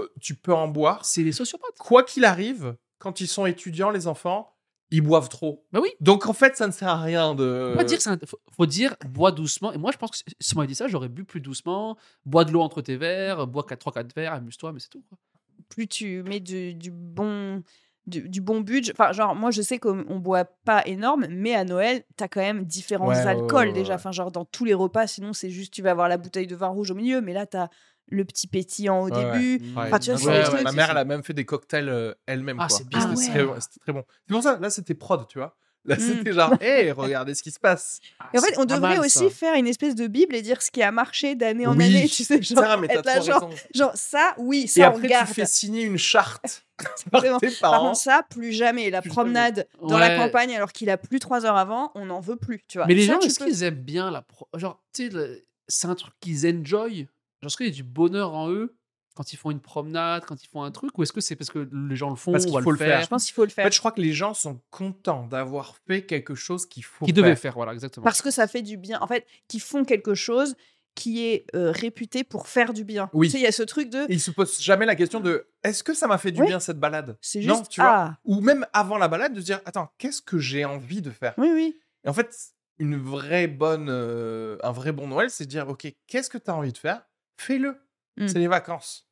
A: euh, tu peux en boire,
C: c'est les sociopathes.
A: quoi qu'il arrive, quand ils sont étudiants, les enfants, ils boivent trop.
C: Bah oui.
A: Donc en fait, ça ne sert à rien de...
C: Faut pas dire, c'est un- faut, faut dire bois doucement. Et moi, je pense que si- si on m'avait dit ça, j'aurais bu plus doucement. Bois de l'eau entre tes verres, bois 3-4 verres, amuse-toi, mais c'est tout. quoi.
B: plus tu mets du, du bon du, du bon budget. Enfin, genre, moi, je sais qu'on on boit pas énorme, mais à Noël, t'as quand même différents
A: Ouais, ouais,
B: alcools
A: ouais,
B: déjà.
A: ouais.
B: Enfin, genre, dans tous les repas, sinon, c'est juste, tu vas avoir la bouteille de vin rouge au milieu, mais là, t'as le petit pétillant au
A: Ouais, ouais.
B: début.
A: Ouais,
B: Enfin, tu vois,
A: ouais,
B: c'est des
A: ouais,
B: trucs,
A: ma
B: c'est-
A: mère, elle a même fait des cocktails euh, elle-même.
C: Ah,
A: quoi.
C: c'est business.
A: C'était
D: Ah
A: très- C'était très bon. C'est pour ça, là, c'était prod, tu vois. Là,
B: Mm.
A: c'était
B: *laughs*
A: genre, hé, regardez ce qui se passe.
B: Et en fait, on devrait aussi faire une espèce de bible et dire ce qui a marché d'année en
A: Oui.
B: année, tu sais, genre,
A: Putain, mais t'as
B: être là,
A: trop
B: genre,
A: raison.
B: genre, ça, oui,
A: Et
B: ça, on
A: après,
B: garde.
A: tu fais signer une
B: *laughs*
A: charte par
B: Vraiment.
A: tes
B: Par
A: parents.
B: contre, ça, plus jamais. La
A: Plus
B: promenade dans
C: Ouais.
B: la campagne alors qu'il a plu trois heures avant, on n'en veut plus, tu vois.
C: Mais les
B: Ça,
C: gens,
B: tu
C: est-ce
B: peux-
C: qu'ils aiment bien la. pro- Genre, tu sais, le- c'est un truc qu'ils enjoy. Genre, est-ce qu'il y a du bonheur en eux quand ils font une promenade, quand ils font un truc Ou est-ce que c'est parce que les gens le font
A: Parce
C: on
A: qu'il
C: va
A: faut le faire.
B: Je pense qu'il faut le
A: En
B: faire.
A: fait, je crois que les gens sont contents d'avoir fait quelque chose qu'il faut
C: Qu'ils devaient faire, voilà, exactement.
B: Parce que ça fait du bien. En fait, qu'ils font quelque chose qui est euh, réputé pour faire du bien.
A: Oui.
B: Tu sais, il y a ce truc de.
A: Et Ils se posent jamais la question de est-ce que ça m'a fait du
B: Oui.
A: bien cette balade
B: C'est
A: Non,
B: juste.
A: tu vois.
B: Ah,
A: Ou même avant la balade, de se dire attends, qu'est-ce que j'ai envie de faire
B: oui, oui.
A: Et en fait, une vraie bonne, euh, un vrai bon Noël, c'est de dire ok, qu'est-ce que tu as envie de faire Fais-le.
B: Mm.
A: C'est les vacances.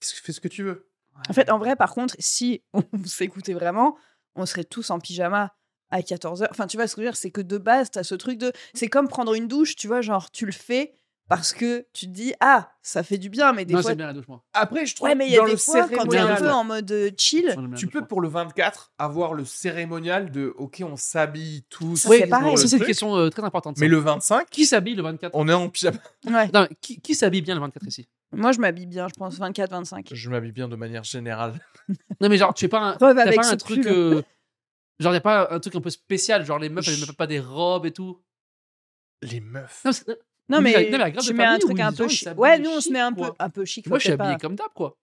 A: Qu'est-ce que- Fais ce que tu veux.
B: En fait, en vrai, par contre, si on *laughs* s'écoutait vraiment, on serait tous en pyjama à 14h. Enfin, tu vois ce que je veux dire, c'est que de base, t'as ce
A: Mmh.
B: truc de. C'est comme prendre une douche, tu vois, genre, tu le fais parce que tu te dis, ah, ça fait du bien, mais des
C: Non,
B: fois.
C: j'aime bien la douche, moi.
A: Après, je trouve
B: Ouais, mais il y a
A: dans
B: des
A: le
B: fois, quand t'es un
A: cérémonial,
B: peu en mode euh, chill,
C: Moi, j'aime bien
A: tu
C: la douche,
A: peux
C: moi.
A: pour le 24 avoir le cérémonial de ok, on s'habille tous.
B: Ça,
C: Oui,
B: c'est pareil.
A: pour
C: ça,
A: le
C: c'est une
A: truc.
C: question euh, très importante. ça.
A: Mais le 25,
C: Qui s'habille le 24
A: on est en pyjama.
B: ouais.
C: Non, mais qui, qui s'habille bien le 24 ici
B: Moi, je m'habille bien, je pense 24-25.
A: Je m'habille bien de manière générale.
C: Non, mais genre, tu es pas un,
B: Preuve
C: t'as
B: avec
C: pas
B: ce
C: un truc.
B: pull.
C: euh, genre, y a pas un truc un peu spécial. Genre, les meufs, elles mettent pas des robes et tout.
A: *laughs* Les meufs.
C: Non, c'est-
B: Non, mais
C: mais la- non, mais la grande
B: tu mets un
C: famille où
B: truc un
C: ils
B: peu
C: ont- ils
B: chic.
C: s'habillent
B: Ouais, nous, on se
C: chic,
B: met un peu,
C: quoi.
B: un peu chic.
C: moi, je suis
B: peut-être pas-
C: habillé comme d'hab, quoi.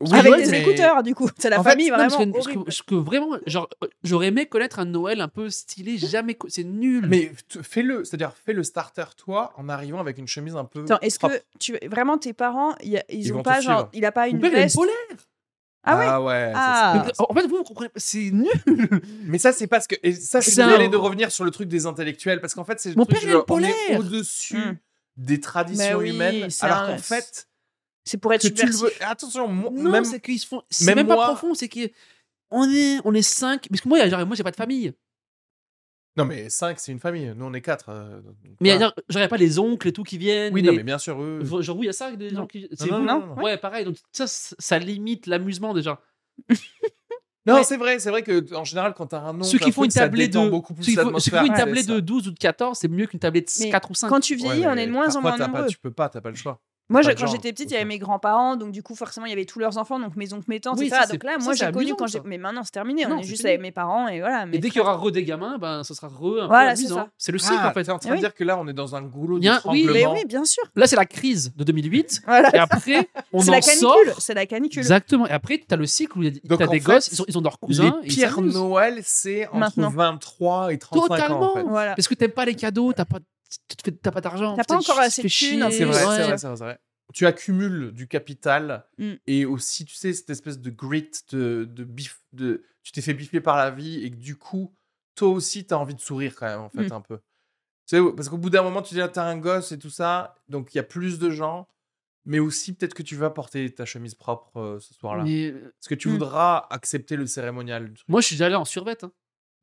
A: Oui,
B: Avec
A: ouais,
B: des
A: mais-
B: écouteurs, du coup. C'est la
A: En fait,
B: famille,
C: Non, parce
B: vraiment.
C: que- parce que,
B: horrible.
C: parce que vraiment, genre, euh, j'aurais aimé connaître un Noël un peu stylé, jamais. co- C'est nul.
A: Mais t- fais-le, c'est-à-dire fais le starter toi en arrivant avec une chemise un peu.
B: Attends, est-ce
A: propre.
B: que tu vraiment tes parents, y a- ils,
A: Ils
B: ont
A: vont
B: pas
A: te
B: genre,
A: suivre.
B: il a pas
C: Mon
B: une
C: père, il a une
B: veste
C: polaire.
B: Ah ouais.
A: ouais.
B: Ah.
A: ça,
C: Donc,
A: c'est pas-
C: En fait, vous, vous comprenez. C'est
A: *laughs*
C: nul.
A: Mais ça c'est parce que et ça je suis
C: C'est un-
A: désolé de revenir sur le truc des intellectuels parce qu'en fait c'est le
C: Mon
A: truc
C: père, il
A: genre,
C: est
A: on est
C: polaire.
A: au-dessus
B: Hmm.
A: des
B: Mais
A: traditions
B: oui,
A: humaines
B: c'est
A: alors
B: un-
A: qu'en fait
B: C'est pour être
A: que tu le
B: subversif.
A: veux attention moi-
C: Non,
A: même
C: c'est qu'ils se font. C'est
A: même
C: même
A: moi-
C: pas profond, c'est qu'on on est, on est cinq. Parce que moi, y a- genre, moi, j'ai pas de famille.
A: non mais 5 c'est une famille nous on est 4
C: Mais y a- genre, y a pas les oncles et tout qui viennent.
A: Ah. oui
C: les-
A: non mais bien sûr eux-
C: Genre, oui, il y a ça, des
B: Non.
C: gens qui. c'est
A: non,
C: vous.
A: non, non, non.
C: Ouais, pareil. Donc, ça, c- ça limite l'amusement déjà.
A: non
B: Ouais.
A: c'est vrai c'est vrai que en général quand t'as un nom
C: Ceux qui font une tablée de.
A: beaucoup plus
C: Ceux qui font ceux qui font une
A: l'atmosphère,
C: tablée
A: c'est ça.
C: de 12 ou de 14, c'est mieux qu'une tablée de
B: Mais
C: 4 ou 5.
B: Quand tu
A: Ouais,
B: vieillis, on
A: mais
B: est de moins
A: parfois,
B: en moins
A: t'as pas-
B: nombreux.
A: tu peux pas t'as pas le choix
B: Moi,
A: pas
B: je-
A: de
B: quand
A: genre,
B: j'étais petite,
A: c'est
B: il y avait
A: ça.
B: mes grands-parents, donc du coup, forcément, il y avait tous leurs enfants, donc mes oncles, mes tantes,
C: Oui,
B: etc.
C: ça,
B: Donc
C: c'est-
B: là,
C: ça,
B: moi,
C: c'est
B: j'ai connu
C: amusant,
B: quand
C: ça.
B: j'ai. Mais maintenant, c'est terminé.
C: Non,
B: on est
C: c'est
B: juste
C: fini.
B: avec mes parents et voilà. Mais
C: Et dès qu'il y aura re des gamins, ben, ce sera re un
B: Voilà,
C: peu
B: c'est
C: amusant.
B: ça.
C: C'est le cycle
A: Ah,
C: en fait.
A: t'es en train
B: Eh
A: de
B: oui.
A: dire que là on est dans un goulot
C: Il y
A: de
C: a un- oui,
A: tremblement
B: mais oui, bien sûr.
C: Là, c'est la crise de 2008.
B: Voilà.
C: Et après, on
B: C'est
C: en
B: la
C: sort.
B: canicule. C'est la canicule.
C: Exactement. Et après, t'as le cycle où il y a-
A: Donc,
C: t'as
A: en
C: des
A: fait,
C: gosses, ils ont, ils ont leurs
A: Les
C: cousins. et ils
A: pires
C: s'amusent.
A: Noël, c'est entre
B: Maintenant.
A: 23 et 35 ans.
C: Totalement.
A: En fait.
B: Voilà.
C: Parce que t'aimes pas les cadeaux, t'as pas, tu te fais- t'as pas d'argent.
B: T'as pas
C: putain, tu
B: encore
C: te
B: assez
C: fais
B: de thunes,
C: chier.
B: en
A: C'est vrai,
C: Ouais.
A: c'est vrai, c'est vrai, c'est vrai. Tu accumules du capital
B: Mm.
A: et aussi, tu sais, cette espèce de grit, de, de bif, de, tu t'es fait biffer par la vie et que du coup, toi aussi, t'as envie de sourire quand même, en fait,
B: Mm.
A: un peu. Tu sais, parce qu'au bout d'un moment, tu dis, ah, t'as un gosse et tout ça, donc il y a plus de gens, mais aussi peut-être que tu vas porter ta chemise propre euh, ce soir-là.
C: Mais, euh,
A: Parce que tu
B: Mm.
A: voudras accepter le cérémonial. du truc.
C: moi, je suis déjà allé en survette. hein.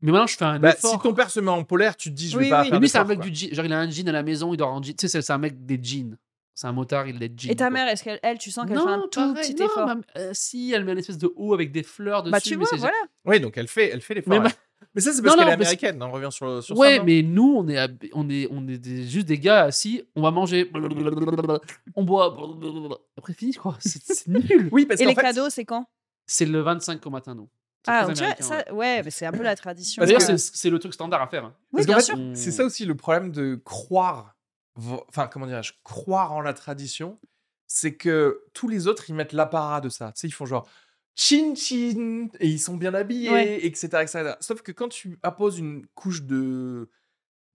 C: Mais maintenant, je fais un
A: Bah,
C: effort.
A: si ton père se met en polaire, tu te dis, je
B: Oui,
A: vais pas
B: oui.
A: faire
C: Mais lui, c'est un
A: d'effort,
C: mec
A: quoi.
C: du jean. Genre, il a un jean à la maison, il dort en jean. Tu sais, c'est- c'est un mec des jeans. C'est un motard, il est jean.
B: Et ta
C: quoi.
B: mère, est-ce qu'elle, elle, tu sens qu'elle fait un
C: Non,
B: tout
C: pareil,
B: petit
C: non,
B: effort
C: ma- euh, si, elle met une espèce de haut avec des fleurs dessus.
B: Bah, tu
C: mais
B: vois,
C: c'est-
B: voilà.
A: Oui, donc elle fait, elle fait l'effort.
C: Mais
A: Mais,
C: ma-
A: mais ça, c'est parce
C: Non,
A: qu'elle est
C: non, parce-
A: américaine. hein, On revient sur, sur
C: ouais,
A: ça. non
C: mais nous, on est, hab- on est, on est des- juste des gars assis, on va manger, blablabla, on boit, blablabla. après fini quoi, c'est c'est nul.
A: Oui, parce
B: Et
A: qu'en
B: les
A: fait,
B: cadeaux, c'est quand
C: C'est le 25 au matin, nous. C'est
B: Ah,
C: très
B: tu vois,
C: américain, ouais.
B: ça, ouais, mais c'est un peu la tradition.
A: Parce
C: D'ailleurs,
A: que-
C: c'est- c'est le truc standard à faire. hein.
A: parce
B: Oui,
A: qu'en
B: bien
A: fait,
B: sûr.
C: On-
A: c'est ça aussi le problème de croire, vo- enfin, comment dirais-je, croire en la tradition, c'est que tous les autres, ils mettent l'apparat de ça. Tu sais, ils font genre chin chin, et ils sont bien habillés,
B: Ouais.
A: etc., etc. Sauf que quand tu apposes une couche de,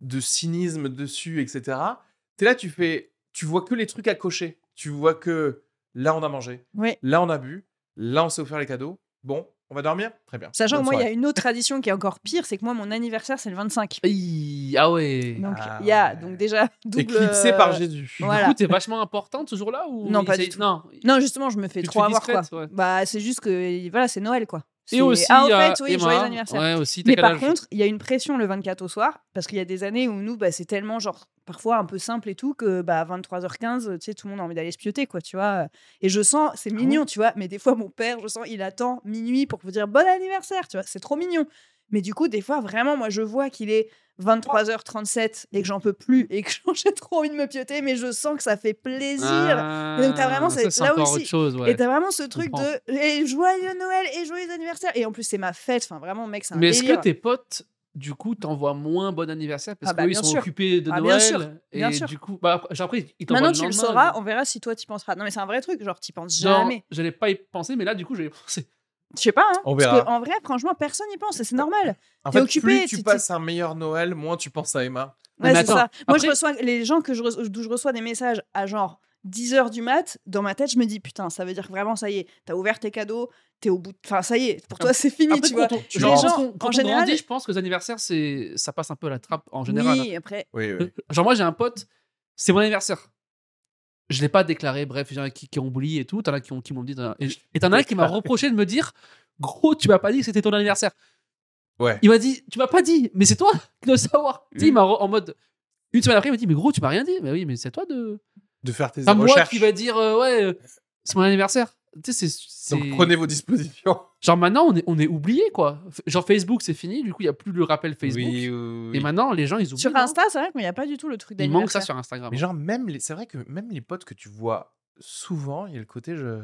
A: de cynisme dessus, etc., t'es là, tu fais, tu vois que les trucs à cocher. Tu vois que là, on a mangé,
B: Ouais.
A: là, on a bu, là, on s'est offert les cadeaux. Bon, on va dormir Très bien.
B: Sachant que
A: Bonne
B: moi, il y
A: soirée.
B: a une autre tradition qui est encore pire, c'est que moi, mon anniversaire, c'est le 25.
C: Aïe, Ah ouais.
B: Donc, il
A: Ah
B: y a
A: ouais.
B: donc déjà double. euh,
A: Éclipsé par Jésus.
C: Du
B: voilà.
C: coup, t'es vachement importante ce jour-là ou
B: Non,
C: ils
B: pas du
C: essayent-
B: tout.
C: Non.
B: euh, Non, justement, je me fais
C: Tu te
B: trop
C: fais
B: avoir, quoi.
C: discrète, ouais.
B: Bah, c'est juste que, voilà, c'est Noël, quoi. C'est-
C: Et aussi,
B: ah, au
C: il y a
B: fait, oui,
C: Emma.
B: joyeux anniversaire.
C: Ouais, aussi, t'as
B: Mais
C: quel
B: par
C: âge
B: contre, il y a une pression le 24 au soir, parce qu'il y a des années où nous, bah, c'est tellement genre parfois un peu simple et tout que bah, à 23h15, tu sais, tout le monde a envie d'aller se pioter, quoi, tu vois. Et je sens,
C: Ah
B: c'est mignon, tu vois, mais des fois, mon père, je sens, il attend minuit pour vous dire bon anniversaire, tu vois, c'est trop mignon. Mais du coup, des fois, vraiment, moi, je vois qu'il est 23h37 et que j'en peux plus et que *laughs* j'ai trop envie de me pioter, mais je sens que ça fait plaisir. Et donc, t'as vraiment
C: Ah, ça,
B: cette-
C: c'est
B: là
C: encore
B: aussi.
C: autre chose,
B: et
C: ouais.
B: t'as vraiment ce truc
C: comprends.
B: de et joyeux Noël et joyeux anniversaire. Et en plus, c'est ma fête. Enfin, vraiment, mec, c'est un
C: Mais est-ce
B: délire.
C: que tes potes, du coup, t'envoient moins bon anniversaire parce
B: Ah bah,
C: qu'eux, ils
B: bien
C: sont
B: sûr.
C: occupés de
B: Ah,
C: Noël
B: bien sûr.
C: Et
B: Bien sûr.
C: du coup, bah, après, j'ai appris, ils t'envoient
B: Maintenant
C: le
B: tu le
C: lendemain,
B: sauras,
C: donc-
B: on verra si toi t'y penseras. Non mais c'est un vrai truc, genre t'y penses
C: Genre,
B: jamais.
C: je n'ai pas y *laughs* pensé, mais là, du coup, je vais y penser.
B: Je sais pas, hein.
A: On
B: Parce
A: verra.
B: que, en vrai, franchement, personne n'y pense et
C: Bah,
B: c'est normal.
A: En
B: T'es
A: fait,
B: occupé,
A: plus
B: tu- tu-
A: tu passes un meilleur Noël, moins tu penses à Emma.
C: Mais
B: Ouais, c'est
C: attends,
B: ça. Moi je
C: après-
B: reçois les gens que je reçois- d'où je reçois des messages à genre 10 heures du mat, dans ma tête je me dis putain, ça veut dire que vraiment ça y est, t'as ouvert tes cadeaux, t'es au bout. de- Enfin ça y est, pour toi c'est fini,
C: Après,
B: tu
C: quand
B: vois.
C: on-
A: Les
C: genre,
A: gens,
C: quand on-
B: en
C: quand on
B: général-
C: grandit, je pense que les anniversaires, c'est- ça passe un peu à la trappe en général. hein. Euh,
B: Oui, après.
A: Oui, oui.
C: Genre, moi, j'ai un pote, c'est mon anniversaire. Je l'ai pas déclaré, bref, il y en a qui, qui ont oublié et tout, t'en as qui, ont- qui m'ont dit. t'en as- Et je- et t'en as un
B: *laughs*
C: qui m'a reproché de me dire, gros, tu m'as pas dit que c'était ton anniversaire.
A: *laughs* Ouais.
C: Il m'a dit, tu m'as pas dit, mais c'est toi qui dois le savoir. Tu sais, il m'a re- en mode. Une semaine après, il m'a dit, mais gros, tu m'as rien dit. Mais oui, mais c'est toi de.
A: De faire tes
C: Pas moi
A: recherches.
C: qui va dire, euh, ouais, euh, c'est mon anniversaire. Tu sais, c'est- c'est.
A: Donc prenez vos
B: *laughs*
A: dispositions.
C: Genre maintenant, on est, on est oublié, quoi. F- Genre Facebook, c'est fini, du coup, il n'y a plus le rappel Facebook.
A: Oui, oui, oui.
C: Et maintenant, les gens, ils oublient.
B: Sur
C: non
B: Insta, c'est vrai qu'il n'y a pas du tout le truc
C: hein. Il manque ça
B: d'anniversaire.
C: sur Instagram.
A: Mais genre, même les... c'est vrai que même les potes que tu vois souvent, il y a le côté je...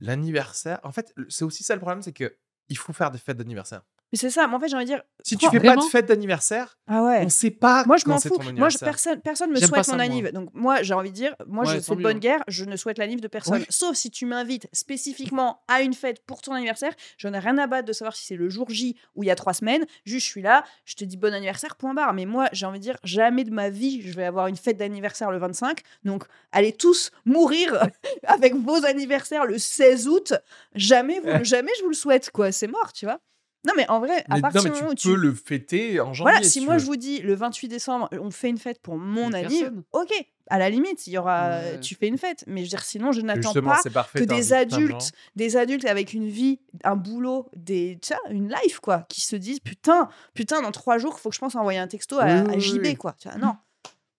A: l'anniversaire. En fait, le- c'est aussi ça le problème, c'est que il faut faire des fêtes d'anniversaire.
B: Mais c'est ça, mais en fait j'ai envie de dire
A: Si tu
C: Quoi,
A: fais pas
C: vraiment
A: de fête d'anniversaire,
B: ah ouais.
A: on sait pas
B: Moi, je
A: quand
B: m'en
A: c'est
B: fous.
A: ton
B: Moi, je,
A: anniversaire.
B: personne, personne me
C: J'aime
B: souhaite
C: pas
B: mon
C: ça, moi.
B: anniv. Donc, moi, j'ai envie de dire, moi,
C: Ouais,
B: je
C: tant
B: fais de
C: mieux.
B: bonne guerre, je ne souhaite l'anniv de personne.
A: Ouais.
B: Sauf si tu m'invites spécifiquement à une fête pour ton anniversaire, j'en ai rien à battre de savoir si c'est le jour J ou il y a trois semaines. Juste, je suis là, je te dis bon anniversaire, point barre. Mais moi, j'ai envie de dire, jamais de ma vie, je vais avoir une fête d'anniversaire le 25. Donc, allez tous mourir *laughs* avec vos anniversaires le 16 août. Jamais, vous, jamais je vous le souhaite, quoi. C'est mort, tu vois. Non, mais en vrai, à
A: Mais, non,
B: partir
A: mais
B: du
A: tu
B: moment
A: peux
B: où tu
A: le fêter en janvier.
B: voilà,
A: si
B: si
A: tu
B: moi
A: veux.
B: je vous dis le 28 décembre, on fait une fête pour mon
C: Mais
B: anniv,
C: personne.
B: ok, à la limite, il y aura,
C: Ouais.
B: tu fais une fête. Mais je veux dire, sinon, je n'attends
A: Justement,
B: pas
A: c'est parfait,
B: que
A: t'invites
B: des
A: plein de
B: adultes,
A: gens.
B: des adultes avec une vie, un boulot, des, tu vois, une life quoi, qui se disent putain, putain, dans trois jours, faut que je pense à envoyer un texto à,
A: Oui,
B: à
A: oui, oui,
B: JB
A: oui.
B: quoi. Tu vois, non,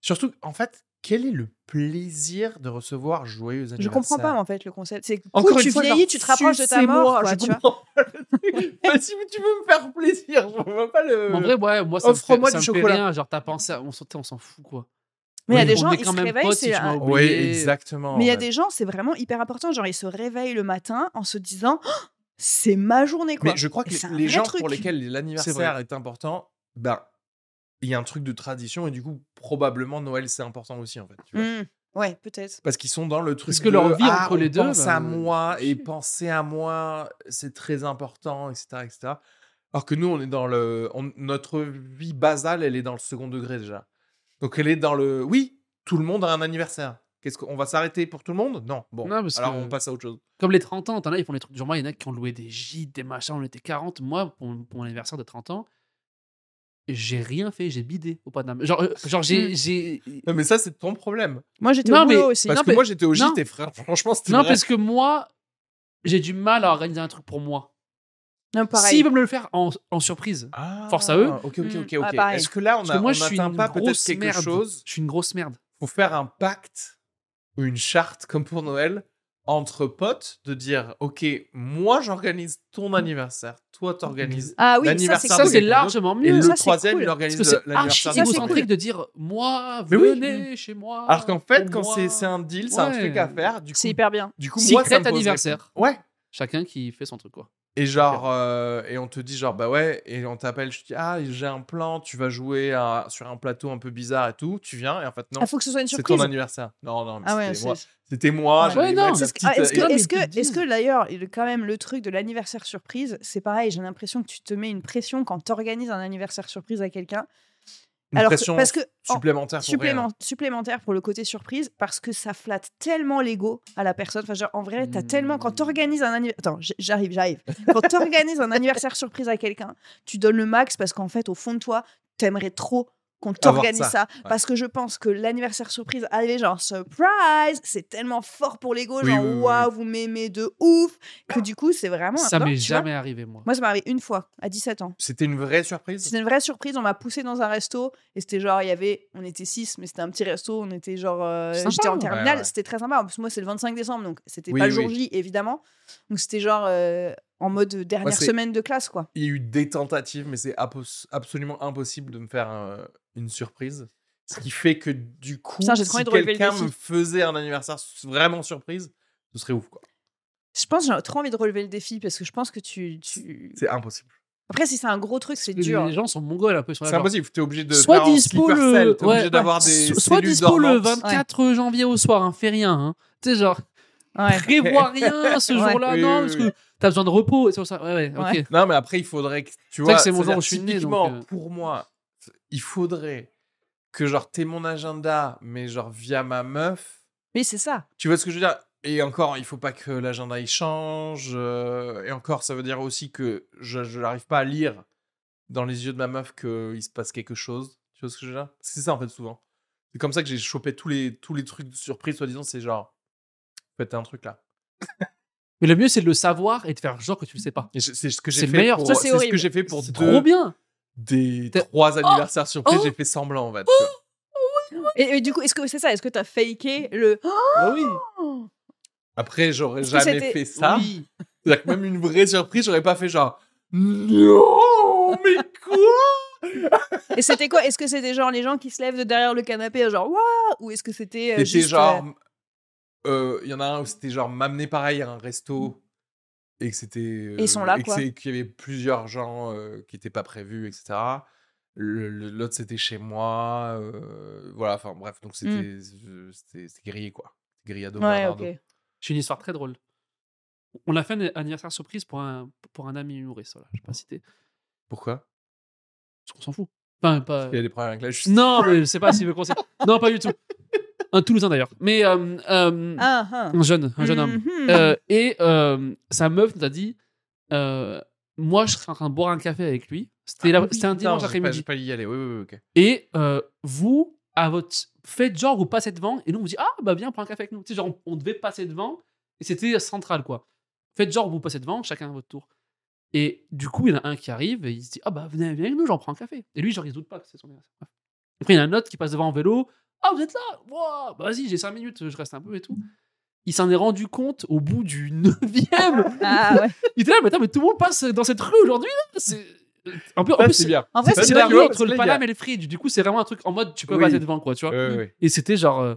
A: Surtout, en fait, quel est le plaisir de recevoir joyeux anniversaire
B: je comprends pas en fait le concept. C'est
C: Encore
B: cool,
C: une
B: tu
C: fois,
B: vieillis,
C: genre,
B: tu te rapproches de ta
A: sucez-moi,
B: mort, quoi,
A: hein, je
B: tu vois.
A: comprends pas le
B: *laughs*
A: truc. Bah, si tu veux me faire plaisir, je vois pas le.
C: En vrai, ouais, moi, ça me fait,
A: Offre-moi
C: ça
A: du
C: me fait
A: chocolat.
C: rien. Genre, t'as pensé, à- on s'en on s'en fout, quoi.
B: Mais il y a
C: Oui,
B: des
C: on
B: gens,
C: est
B: ils
C: quand
B: se
C: même
B: réveillent,
C: potes si
B: c'est
C: tu
B: un-
C: m'as oublié.
A: Oui, exactement.
B: Mais il y a
A: ouais.
B: des gens, c'est vraiment hyper important. Genre, ils se réveillent le matin en se disant, Oh, c'est ma journée, quoi.
A: Mais je crois que
B: Et c'est un
A: les, les
B: vrai
A: gens
B: truc.
A: pour lesquels
C: C'est
A: l'anniversaire
C: vrai.
A: est important, ben, il y a un truc de tradition et du coup, probablement Noël c'est important aussi en fait. tu vois.
B: Hmm, ouais, peut-être.
A: Parce qu'ils sont dans le truc.
C: Parce que
A: de,
C: leur vie
A: Ah,
C: entre
A: on
C: les deux,
A: Pense
C: bah,
A: à moi et
C: chier.
A: penser à moi, c'est très important, etc., etc. Alors que nous, on est dans le. on- notre vie basale, elle est dans le second degré déjà. Donc elle est dans le. Oui, tout le monde a un anniversaire. Qu'est-ce qu'on va s'arrêter pour tout le monde Non. Bon.
C: Non, parce
A: alors
C: que-
A: on passe à autre chose.
C: Comme les 30 ans, t'en as, ils font les trucs. Genre, moi, il y en a qui ont loué des gîtes, des machins, on était 40. Moi, pour, mon- pour mon anniversaire de 30 ans, j'ai rien fait, j'ai bidé au pas d'un. Genre, euh, genre j'ai. j'ai-
A: Hmm. Non, mais ça, c'est ton problème.
B: Moi, j'étais
C: Non,
B: au boulot
C: mais-
B: aussi.
A: Parce
C: Non,
A: que
C: mais-
A: moi, j'étais au
C: non.
A: gîte et frère, *laughs* franchement, c'était.
C: Non,
A: vrai.
C: parce que moi, j'ai du mal à organiser un truc pour moi.
B: Non, pareil.
C: S'ils veulent me le faire en, en surprise.
A: Ah,
C: Force à eux.
A: Ok, ok,
B: Mm,
A: ok.
B: ah,
A: ok.
B: pareil.
A: Est-ce que là, on
C: Parce que
A: a-
C: moi,
A: on
C: je suis
A: n'atteint
C: une
A: pas peut-être
C: grosse
A: quelque
C: merde.
A: chose
C: Je suis une grosse merde.
A: Faut faire un pacte ou une charte, comme pour Noël, entre potes, de dire Ok, moi, j'organise
B: Mmh.
A: ton anniversaire, toi, t'organises.
B: Ah oui, ça, c'est
A: L'anniversaire
C: Ça,
A: de
C: c'est
A: quelqu'un d'autre,
C: largement
A: Et
C: mieux.
A: le
B: Mmh. ça, c'est
A: troisième,
B: cool.
A: il
C: Parce
A: organise
C: que c'est
A: le-
C: archi
A: l'anniversaire de quelqu'un
C: égocentrique
A: d'autre.
C: de dire moi,
A: Mais oui.
C: venez chez moi.
A: Alors qu'en fait,
C: pour
A: quand
C: moi.
A: c'est c'est un deal, c'est un
C: Ouais.
A: truc à faire. Du coup,
B: C'est hyper bien.
A: du coup moi, ça
C: Secret
A: me poserait-
C: anniversaire.
A: Ouais.
C: Chacun qui fait son truc, quoi.
A: Et genre, euh, et on te dit genre, bah ouais, et on t'appelle, je te dis, ah, j'ai un plan, tu vas jouer à- sur un plateau un peu bizarre et tout, tu viens, et en fait, non,
B: Il Ah, faut que ce soit une
A: c'est
B: surprise.
A: ton anniversaire. Non, non, mais
B: Ah ouais,
A: c'était
B: c'est-
A: moi. C'était moi,
B: Ouais.
A: j'allais
C: Ouais, non,
A: mettre
C: c'est
A: la
C: ce
A: petite,
B: Ah, est-ce
A: euh,
B: que,
C: Non, mais
B: est-ce que,
C: ils te
B: est-ce que
C: disent.
B: d'ailleurs, le- quand même, le truc de l'anniversaire surprise, c'est pareil, j'ai l'impression que tu te mets une pression quand t'organises un anniversaire surprise à quelqu'un.
A: une
B: Alors, que-
A: pression
B: parce que
C: Oh,
B: en-
A: supplémentaire pour rien. hein.
B: supplément- supplémentaire pour le côté surprise parce que ça flatte tellement l'ego à la personne. Enfin, genre, en vrai, t'as
C: Hmm.
B: tellement
A: Mmh.
B: quand t'organises un anniversaire. Attends, j- j'arrive, j'arrive. Quand t'organises un anniversaire surprise à quelqu'un, tu donnes le max parce qu'en fait, au fond de toi, t'aimerais trop qu'on
A: Avoir
B: t'organise ça.
A: ça, ouais.
B: Parce que je pense que l'anniversaire surprise, arriver genre surprise, c'est tellement fort pour l'ego,
A: Oui,
B: genre
A: oui, oui, oui.
B: waouh, vous m'aimez de ouf, que du coup, c'est vraiment.
C: Ça
B: non,
C: m'est
B: tu vois.
C: jamais arrivé, moi.
B: Moi, ça m'est arrivé une fois, à 17 ans.
A: C'était une vraie surprise
B: C'était une vraie surprise, on m'a poussé dans un resto et c'était genre, il y avait, on était 6, mais c'était un petit resto, on était genre, euh,
C: Sympa.
B: j'étais en
C: Ouais,
B: terminale,
A: ouais.
B: c'était très sympa. En plus, moi, c'est le 25 décembre, donc c'était
A: Oui,
B: pas le jour
A: oui.
B: J, évidemment. Donc c'était genre euh, en mode dernière
A: Moi, c'est-
B: semaine de classe, quoi.
A: Il y a eu des tentatives, mais c'est abos- absolument impossible de me faire euh, une surprise. Ce qui fait que du coup,
B: Putain, j'ai trop
A: si
B: envie de relever le
A: quelqu'un
B: défi.
A: me faisait un anniversaire s- vraiment surprise, ce serait ouf. quoi.
B: Je pense que j'ai trop envie de relever le défi parce que je pense que tu. tu-
A: C'est impossible.
B: Après, si c'est un gros truc, c'est
C: Les,
B: dur.
C: les gens sont mongols un peu. ils sont là,
A: C'est
C: genre,
A: impossible. T'es obligé de
C: hein. Soit
A: faire en
C: dispo
A: sleeper
C: le-
A: cell, T'es
C: ouais,
A: obligé
C: ouais.
A: d'avoir des
C: so- soit
A: cellules
C: dispo le
A: dormantes.
C: 24 janvier au soir, hein, fais rien. hein. Tu sais, genre,
B: Ouais.
A: *laughs*
C: prévois rien ce
B: Ouais.
C: jour-là,
A: Oui,
C: non,
A: oui,
C: parce
A: oui.
C: que t'as besoin de repos. et c'est pour ça. Ouais, ouais, ok.
B: Ouais.
A: Non, mais après, il faudrait que tu
C: C'est vrai
A: vois.
C: que c'est mon
A: c'est-à-dire,
C: genre où je suis né, donc,
A: typiquement,
C: euh.
A: pour moi, il faudrait que genre t'aies mon agenda, mais genre via ma meuf.
B: Oui, c'est ça.
A: Tu vois ce que je veux dire Et encore, il faut pas que l'agenda il change. euh, et encore, ça veut dire aussi que je je n'arrive pas à lire dans les yeux de ma meuf qu'il se passe quelque chose. Tu vois ce que je veux dire C'est ça en fait souvent. C'est comme ça que j'ai chopé tous les tous les trucs de surprise, soi-disant. C'est genre, faites un truc là.
C: Mais le mieux, c'est de le savoir et de faire genre que tu le sais pas.
A: Et je- C'est ce que
C: C'est
A: j'ai
C: le
A: fait.
C: meilleur.
A: Pour,
C: Ça,
B: c'est
A: c'est ce que
B: horrible.
A: j'ai fait pour
C: C'est
A: deux,
C: trop bien.
A: des
C: T'as-
A: trois anniversaires surprises.
C: oh.
A: j'ai fait semblant en fait. tu vois.
B: Et, et du coup, est-ce que c'est ça Est-ce que t'as faké le. *gasps*
C: Ah oui.
A: Après, j'aurais
B: Est-ce que
A: jamais
B: c'était-
A: fait ça.
C: Oui.
A: C'est-à-dire que même une vraie surprise, j'aurais pas fait genre. Non, mais quoi
B: Et c'était quoi Est-ce que c'était genre les gens qui se lèvent de derrière le canapé, genre waouh Ou est-ce que c'était.
A: C'était
B: euh, juste,
A: genre.
B: euh,
A: euh, Il y en a un où c'était genre m'amener pareil à un resto et que c'était. euh,
B: ils sont là,
A: et que
B: quoi.
A: c'est- Qu'il y avait plusieurs gens euh, qui n'étaient pas prévus, etc. Le- le- L'autre c'était chez moi. euh, voilà, enfin bref, donc c'était euh, c'était- c'était grillé quoi. Grillé à dos.
B: Mmh. Ouais,
A: Bernardo.
B: ok.
C: J'ai une histoire très drôle. On a fait un anniversaire surprise pour un, pour un ami humoriste. Voilà. Je sais pas si t'es.
A: Pourquoi
C: Parce qu'on s'en fout. Enfin, pas.
B: Euh,
A: Il y a des problèmes avec la justice.
C: Non, mais je sais pas s'il veut qu'on sait. Non, pas du tout. Un Toulousain d'ailleurs. Mais euh, euh,
B: Ah, ah.
C: un jeune, un jeune homme.
B: Mhm.
C: Euh, et euh, sa meuf nous a dit euh, Moi, je serais en train de boire un café avec lui. C'était
B: Ah,
C: la- c'était un dimanche
A: Ah j'ai pas-
C: après-midi.
A: j'ai pas y aller. Oui, oui, oui, ok.
C: Et euh, vous, à votre... faites genre, vous passez devant. Et nous, on vous dit Ah, bah viens, prends un café avec nous. Tu sais, genre, on, on devait passer devant. Et c'était euh, central, quoi. Faites genre, vous passez devant, chacun à votre tour. Et du coup, il y en a un qui arrive et il se dit Ah, bah venez, viens avec nous, j'en prends un café. Et lui, genre, il se doute pas que c'est son anniversaire. Bref. Après, il y en a un autre qui passe devant en vélo Ah, vous êtes là Wouah, bah, Vas-y, j'ai 5 minutes, je reste un peu et tout. Il s'en est rendu compte au bout du 9
B: Ah, ouais.
C: Il était là, mais, attends, mais tout le monde passe dans cette rue aujourd'hui, là C'est. Un peu, en
A: Ça,
C: plus,
A: c'est bien.
B: En vrai,
A: Ça,
C: c'est
B: c'est
C: la
A: bien.
C: rue entre
A: C'est
C: le
A: légal.
C: Paname et le Fridge. Du coup, c'est vraiment un truc en mode tu peux
A: Oui.
C: passer devant, quoi, tu vois.
A: Ouais, ouais, ouais.
C: Et c'était genre. euh,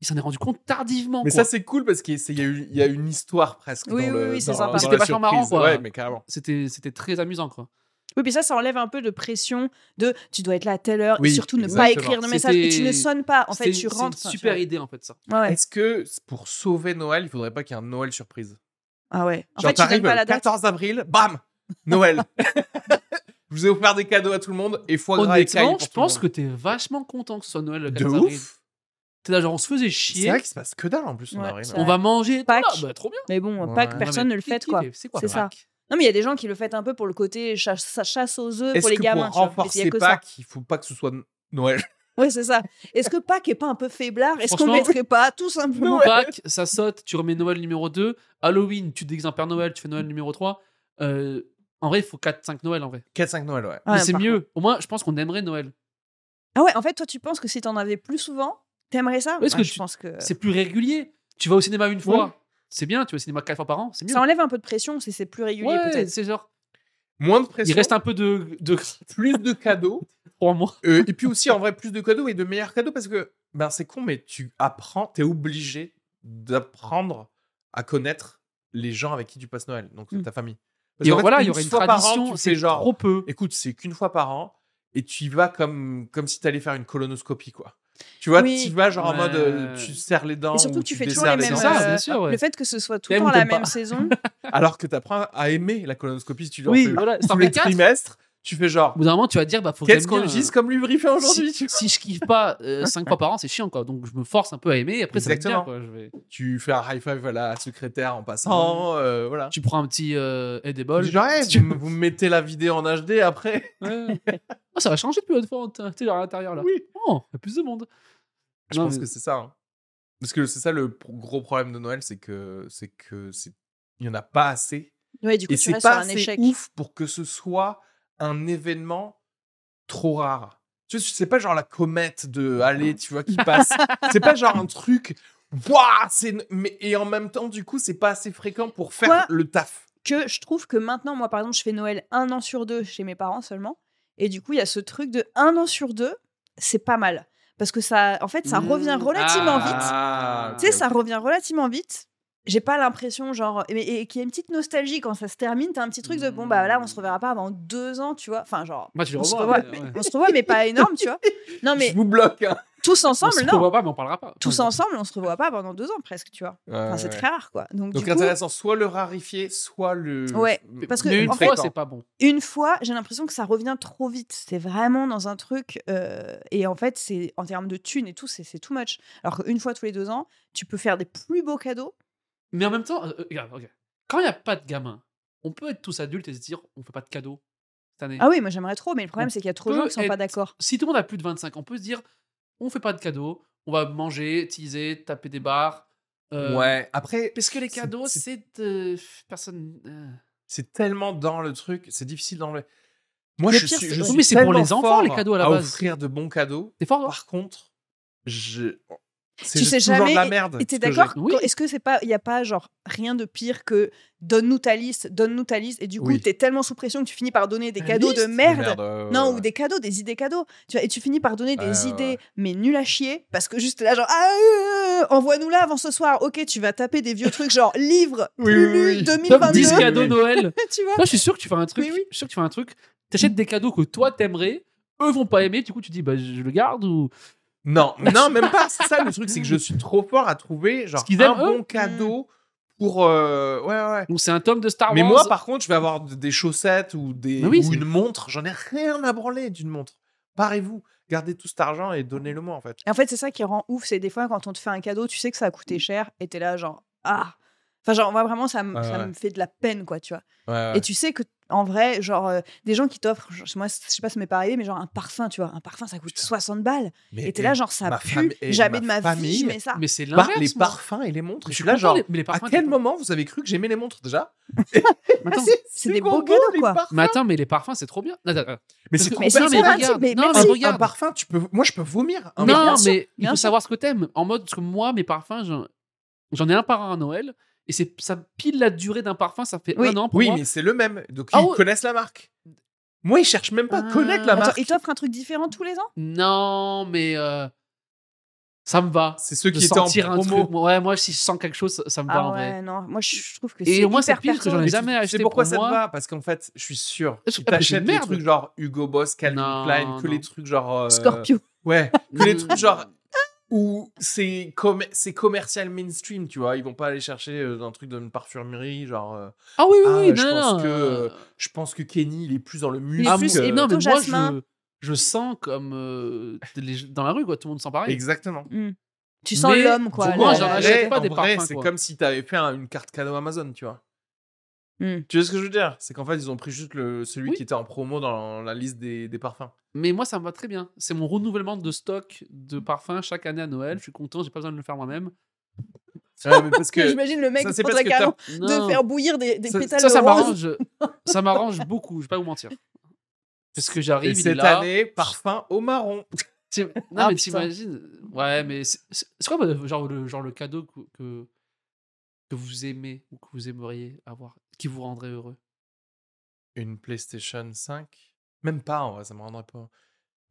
C: il s'en est rendu compte tardivement.
A: Mais ça,
C: quoi.
A: c'est cool parce qu'il y a- c'est- il y, a eu- il y a une histoire presque.
B: Oui,
A: dans
B: oui,
A: le-
B: oui, c'est
A: dans-
B: sympa.
A: dans
B: C'était
A: la
C: vachement marrant,
A: surprise.
C: quoi.
A: Ouais, mais carrément.
C: c'était, c'était très amusant, quoi.
B: Oui, puis ça, ça enlève un peu de pression de tu dois être là à telle heure
A: Oui,
B: et surtout ne pas
A: exactement.
B: écrire de message
C: C'était-
B: et tu ne sonnes pas. En fait,
C: C'était-
B: tu
C: c'est
B: rentres.
C: une
B: enfin, tu
C: super
B: vois.
C: idée, en fait, ça.
B: Ouais, ouais.
A: Est-ce que pour sauver Noël, il faudrait pas qu'il y ait un Noël surprise
B: Ah ouais. En
A: Genre,
B: fait, tu donnes
A: t'arrives
B: pas la
A: le
B: date.
A: 14 avril, bam
B: *laughs*
A: Noël Je vous ai offert des cadeaux à tout le monde et foie gras et caille
C: Honnêtement,
A: pour
C: je
A: tout le
C: pense
A: monde.
C: que t'es vachement content que ce soit Noël le
A: De
C: 14 avril.
A: ouf
C: T'es là, genre, on se faisait
A: C'est
C: chier.
A: vrai qu'il se passe que dalle en plus en
B: Ouais,
A: avril.
B: c'est
C: On va manger. et tout,
B: Pâques.
C: là, bah, trop bien.
B: Mais bon,
A: Ouais.
B: pas que
A: Non,
B: personne
C: mais
B: ne le fait, quoi.
C: Qui- C'est quoi
B: C'est
A: *laughs*
B: ça.
C: Pâques
B: Non, mais il y a des gens qui le fêtent un peu pour le côté chasse, ça chasse aux œufs
A: Est-ce
B: pour les
A: que
B: gamins.
A: pour
B: tu vois, mais s'il y a
A: renforcer
B: que ça.
A: Pâques, il faut pas que ce soit Noël *laughs*
B: Ouais, c'est ça. Est-ce que Pâques est pas un peu faiblard Est-ce qu'on
C: Franchement,
B: ne mettrait pas tout simplement
C: Pâques, ça saute, tu remets Noël numéro 2. Halloween, tu te déguises en Père Noël, tu fais Noël numéro 3. Euh, en vrai, il faut 4-5 Noël, en vrai.
A: 4-5 Noël, ouais.
B: Ouais,
C: mais c'est
B: par
C: mieux. Au moins, je pense qu'on aimerait Noël.
B: Ah ouais, en fait, toi, tu penses que si t'en avais plus souvent, t'aimerais ça
C: Est-ce
B: Moi,
C: que
B: je
C: tu-
B: pense que
C: Euh, C'est plus régulier. Tu vas au cinéma une fois. C'est bien, tu vas au cinéma quatre fois par an. C'est mieux.
B: ça enlève un peu de pression si c'est plus régulier,
C: Ouais,
B: peut-être.
C: c'est genre.
A: Moins de
C: Il
A: pression,
C: reste un peu de, de
A: plus de cadeaux.
C: trois mois. *laughs*
A: Euh, et puis aussi, en vrai, plus de cadeaux et de meilleurs cadeaux parce que, ben, c'est con, mais tu apprends, t'es obligé d'apprendre à connaître les gens avec qui tu passes Noël, donc
B: Mm.
A: ta famille.
C: Et voilà, il y
A: aura
C: aurait une tradition.
A: c'est
C: C'est
A: genre,
C: trop peu.
A: écoute, c'est qu'une fois par an et tu y vas comme, comme si t'allais faire une colonoscopie, quoi. Tu vois,
B: Oui.
A: tu vas genre en
C: Ouais.
A: mode, euh, tu serres les dents.
B: Et surtout
A: ou
B: que tu fais toujours
A: desserres
B: les
C: C'est
B: mêmes,
A: dents,
C: ça,
B: euh,
C: bien sûr. ouais.
B: Le fait que ce soit tout le
C: T'aimes
B: temps
C: ou
B: la
C: t'aimes
B: même
A: *laughs*
C: pas
B: saison.
A: Alors que t'apprends à aimer la colonoscopie si tu l'en
C: euh, Oui,
A: fais
C: voilà. c'est
A: tous
C: en
A: les
C: quatre.
A: trimestres. Tu fais
C: Au
A: genre.
C: bout d'un moment, tu vas dire, bah, faut que
A: Qu'est-ce
C: j'aime
A: qu'on
C: bien,
A: utilise
C: euh,
A: comme lubrifiant aujourd'hui tu-
C: si, si je kiffe pas
A: *laughs*
C: 5 fois par an, c'est chiant quoi. Donc je me force un peu à aimer. Et après, ça va être bien,
A: Exactement.
C: quoi. Je vais-
A: Tu fais un high five à la secrétaire en passant.
B: Oh.
A: euh, voilà.
C: Tu prends un petit euh,
A: Tu
C: Edible.
A: dis genre, hey,
C: Si tu-
A: vous, vous mettez la vidéo en HD après.
B: *laughs*
C: Ouais. *laughs* Ah, ça va changer depuis l'autre fois, tu sais, genre à l'intérieur là.
A: Oui.
C: Oh, il y a plus de monde.
A: Je
C: Non,
A: pense
C: mais-
A: que c'est ça. hein. Parce que c'est ça le pro- gros problème de Noël, c'est que c'est que c'est il y en a pas assez.
B: Ouais, du coup,
A: Et
B: tu
A: c'est
B: restes sur
A: pas
B: un
A: assez
B: échec.
A: ouf pour que ce soit un événement trop rare. Tu sais, c'est pas genre la comète de Halley, tu vois, qui
B: *laughs*
A: passe. c'est pas genre un truc. Waouh, c'est n- mais et en même temps, du coup, c'est pas assez fréquent pour faire
B: Quoi
A: le taf.
B: que je trouve que maintenant, moi par exemple, je fais Noël un an sur deux chez mes parents seulement. Et du coup, il y a ce truc de un an sur deux, c'est pas mal. Parce que ça, en fait, ça
C: Mmh.
B: revient relativement
C: Ah,
B: vite.
A: Ah,
B: Tu sais, ça revient relativement vite. J'ai pas l'impression, genre, et, et qu'il y a une petite nostalgie quand ça se termine. T'as un petit truc de bon, bah là, on se reverra pas avant deux ans, tu vois. Enfin, genre,
C: Moi, tu le
B: on se
C: revois.
B: revoit,
C: mais- ouais.
B: on se revoit, mais pas énorme, tu vois. Non,
A: *laughs*
B: mais
A: Je vous bloque. hein.
B: tous
C: On
B: ensemble,
C: se
B: non.
C: revoit pas, mais on parlera pas.
B: Tous
C: Ouais.
B: ensemble, on se revoit pas pendant deux ans presque, tu vois. Enfin, c'est
A: Ouais, ouais.
B: très rare, quoi. Donc,
A: Donc
B: du coup,
A: intéressant, soit le rarifier, soit le.
B: Ouais, parce que,
C: Mais une
B: en
C: fois,
A: fait-
C: c'est pas bon.
B: une fois, j'ai l'impression que ça revient trop vite. C'est vraiment dans un truc. euh, et en fait, c'est en termes de thunes et tout, c'est c'est too much. Alors qu'une fois tous les deux ans, tu peux faire des plus beaux cadeaux.
C: Mais en même temps, euh, euh, regarde, regarde. quand il n'y a pas de gamin, on peut être tous adultes et se dire, on fait pas de cadeaux cette année.
B: Ah oui, moi j'aimerais trop, mais le problème,
C: On
B: c'est qu'il y a trop de gens
C: peut
B: qui sont
C: être-
B: pas d'accord.
C: Si tout le monde a plus de 25, on peut se dire, on fait pas de cadeaux, on va manger, teaser, taper des bars. euh,
A: Ouais. Après,
C: Parce que les
A: C'est-
C: cadeaux,
A: c'est-
C: c'est de personne. euh.
A: c'est tellement dans le truc, c'est difficile dans le. Moi,
B: Le
A: je
B: pire,
A: suis,
B: c'est-
A: je
B: Oui,
A: suis
C: mais c'est pour
A: tellement
C: les enfants,
A: fort
C: les cadeaux, à la base.
A: offrir de bons cadeaux.
C: T'es fort, toi
A: Par contre, je. oh, C'est
B: Tu
A: juste
B: sais
A: toujours
B: jamais,
A: de la
B: et-
A: merde.
B: Et t'es
A: ce que j'ai.
B: d'accord
C: Oui.
B: quand- Est-ce que c'est pas, il y a pas genre rien de pire que donne-nous ta liste, donne-nous ta liste, et du coup,
A: Oui.
B: t'es tellement sous pression que tu finis par donner des
A: La
B: cadeaux de
A: liste
B: merde.
A: euh,
B: Non,
A: ouais.
B: ou des cadeaux, des idées cadeaux. Tu vois, et tu finis par donner
A: Ouais,
B: des
A: ouais,
B: idées,
A: ouais.
B: mais nul à chier, parce que juste là, genre, ah, euh, euh, envoie-nous là avant ce soir. Ok, tu vas taper des vieux trucs, genre livre,
A: *laughs* Oui,
B: Lulu
A: oui, oui.
C: Top
B: 2022.
C: 10
A: 22.
C: cadeaux Noël.
B: *laughs* tu vois
C: Là, je suis sûr que tu fais un truc.
B: Mais oui.
C: Je suis sûr que tu fais un truc. T'achètes des cadeaux que toi t'aimerais, eux vont pas aimer. Du coup, tu dis, bah, je le garde ou.
B: *laughs*
A: Non, non, même pas. C'est ça le truc, c'est que je suis trop fort à trouver genre
C: Ce qu'ils
A: un
C: aiment,
B: Hmm.
C: eux.
A: bon cadeau pour. euh, Ouais, ouais, ouais.
C: Donc, Ah c'est un tome de Star Wars.
A: Mais moi, par contre, je vais avoir de- des chaussettes ou, des,
C: Mais oui,
A: ou
C: c'est-
A: une montre. J'en ai rien à branler d'une montre. Parez-vous, gardez tout cet argent et donnez-le-moi en fait.
B: Et En fait, c'est ça qui rend ouf, c'est des fois quand on te fait un cadeau, tu sais que ça a
A: Mm.
B: coûté cher, et t'es là, genre, ah. Enfin, genre, moi, vraiment, ça, me-
A: Ouais,
B: ça
A: ouais.
B: me fait de la peine, quoi, tu vois.
A: Ouais,
B: Et tu sais que, en vrai, genre, euh, des gens qui t'offrent, genre, moi, c- je sais pas, ça m'est pas arrivé, mais genre, un parfum, tu vois, un parfum, ça coûte
A: Putain.
B: 60 balles.
A: Mais-
B: Et t'es là, genre, ça
A: ma
B: pue,
A: femme- et ma
B: jamais de ma vie,
A: famille,
B: je mets ça.
C: Mais c'est
A: Par-
C: l'inverse.
A: les
C: moi.
A: parfums et les montres.
C: Je
A: Je
C: suis
A: suis là,
C: content,
A: genre,
C: les- mais les parfums,
A: à quel
C: t'es-
A: moment vous avez cru que j'aimais les montres déjà
C: Mais attends,
B: c'est des
A: gros
B: beaux cadeaux,
A: les
B: quoi.
A: parfums.
C: Ah, mais attends, mais les parfums, c'est trop bien. Attends, attends.
A: Mais
C: Parce
A: c'est
C: que-
A: trop
B: mais
A: bien.
B: c'est
C: mais
B: pratique,
C: regarde.
B: mais
C: non,
B: merci.
C: mais
B: Un
A: un
C: regarde.
A: parfum, tu peux, moi je peux vomir. Un
C: non,
A: parfum.
B: bien sûr,
C: mais il
B: bien
C: faut
B: sûr.
C: savoir ce que t'aimes. En mode, parce que moi, mes parfums, j'en, j'en ai un par un à Noël. Et c'est, ça pile la durée d'un parfum, ça fait
B: Oui.
C: un an pour
A: Oui,
C: moi.
A: mais c'est le même. Donc
C: Ah
A: ils
C: ouais.
A: connaissent la marque. Moi, ils cherchent même pas à connaître la
C: Ah.
B: Attends,
A: marque.
B: ils t'offrent un truc différent tous les ans
C: Non, mais euh, ça me va.
A: C'est ceux
C: De
A: qui étaient en
C: sentir un truc.
A: promo.
C: Moi, Ouais, moi, si je sens quelque chose, ça- ça me va
B: Ah
C: Bah, en
B: ouais,
C: vrai.
B: non, moi je je trouve que
C: Et
B: c'est.
C: au moins, c'est
B: hyper
C: pire parce que
B: perso.
C: j'en ai
A: Mais
C: jamais
A: tu- tu
C: acheté
A: sais pourquoi
C: pour
A: ça
C: moi.
A: te va Parce qu'en fait, je suis sûr.
C: Je-
A: Si
C: ah, mais j'ai
A: t'achètes
C: de
A: des
C: merde.
A: trucs genre Hugo Boss, Calvin
C: Non,
A: Klein, que
C: non.
A: les trucs genre. euh,
B: Scorpio.
A: Ouais, que les trucs genre
C: Mm.
A: où c'est com- c'est commercial mainstream, tu vois. Ils vont pas aller chercher euh, un truc d'une parfumerie, genre. euh,
C: Ah oui, oui,
A: Ah,
C: oui,
A: je
C: non,
A: pense
C: non.
A: que,
C: euh,
A: je pense que Kenny, il est plus dans le
B: Il
A: musique.
B: est
C: ah,
B: plus-
A: euh,
C: mais- non, mais
B: plutôt
C: moi, je,
B: jasmin.
C: je sens comme euh, les- dans la rue, quoi. Tout le monde sent pareil.
A: Exactement.
B: Hmm. Tu sens
C: Mais
B: l'homme, quoi.
C: pour moi,
B: la-
C: j'en
B: la-
C: achète
A: vrai-
C: pas des
A: en vrai,
C: parfums,
A: C'est
C: quoi.
A: comme si t'avais fait un- une carte cadeau Amazon, tu vois.
B: Hmm.
A: Tu vois ce que je veux dire C'est qu'en fait, ils ont pris juste le, celui
C: Oui.
A: qui était en promo dans la liste des, des parfums.
C: Mais moi, ça me va très bien. C'est mon renouvellement de stock de parfums chaque année à Noël. Je suis content, j'ai pas besoin de le faire moi-même. Ah,
A: C'est vrai, mais parce que
B: J'imagine le mec
A: ça,
B: qui
A: c'est
B: prendrait
A: parce que
B: carrément
C: Non.
B: de faire bouillir des, des
C: ça,
B: pétales
C: ça, ça
B: de rose.
C: m'arrange. Ça m'arrange beaucoup, je vais pas vous mentir. Parce que
A: Et
C: j'arrive, il est
A: cette
C: là.
A: année, parfum au marron.
C: T'im- Non,
B: Ah,
C: mais
B: putain.
C: t'imagines. Ouais, mais c'est c'est- c'est quoi bah, genre, le, genre le cadeau que, que, que vous aimez ou que vous aimeriez avoir qui vous rendrait heureux
A: Une PlayStation 5 Même pas, en vrai, ça me rendrait pas.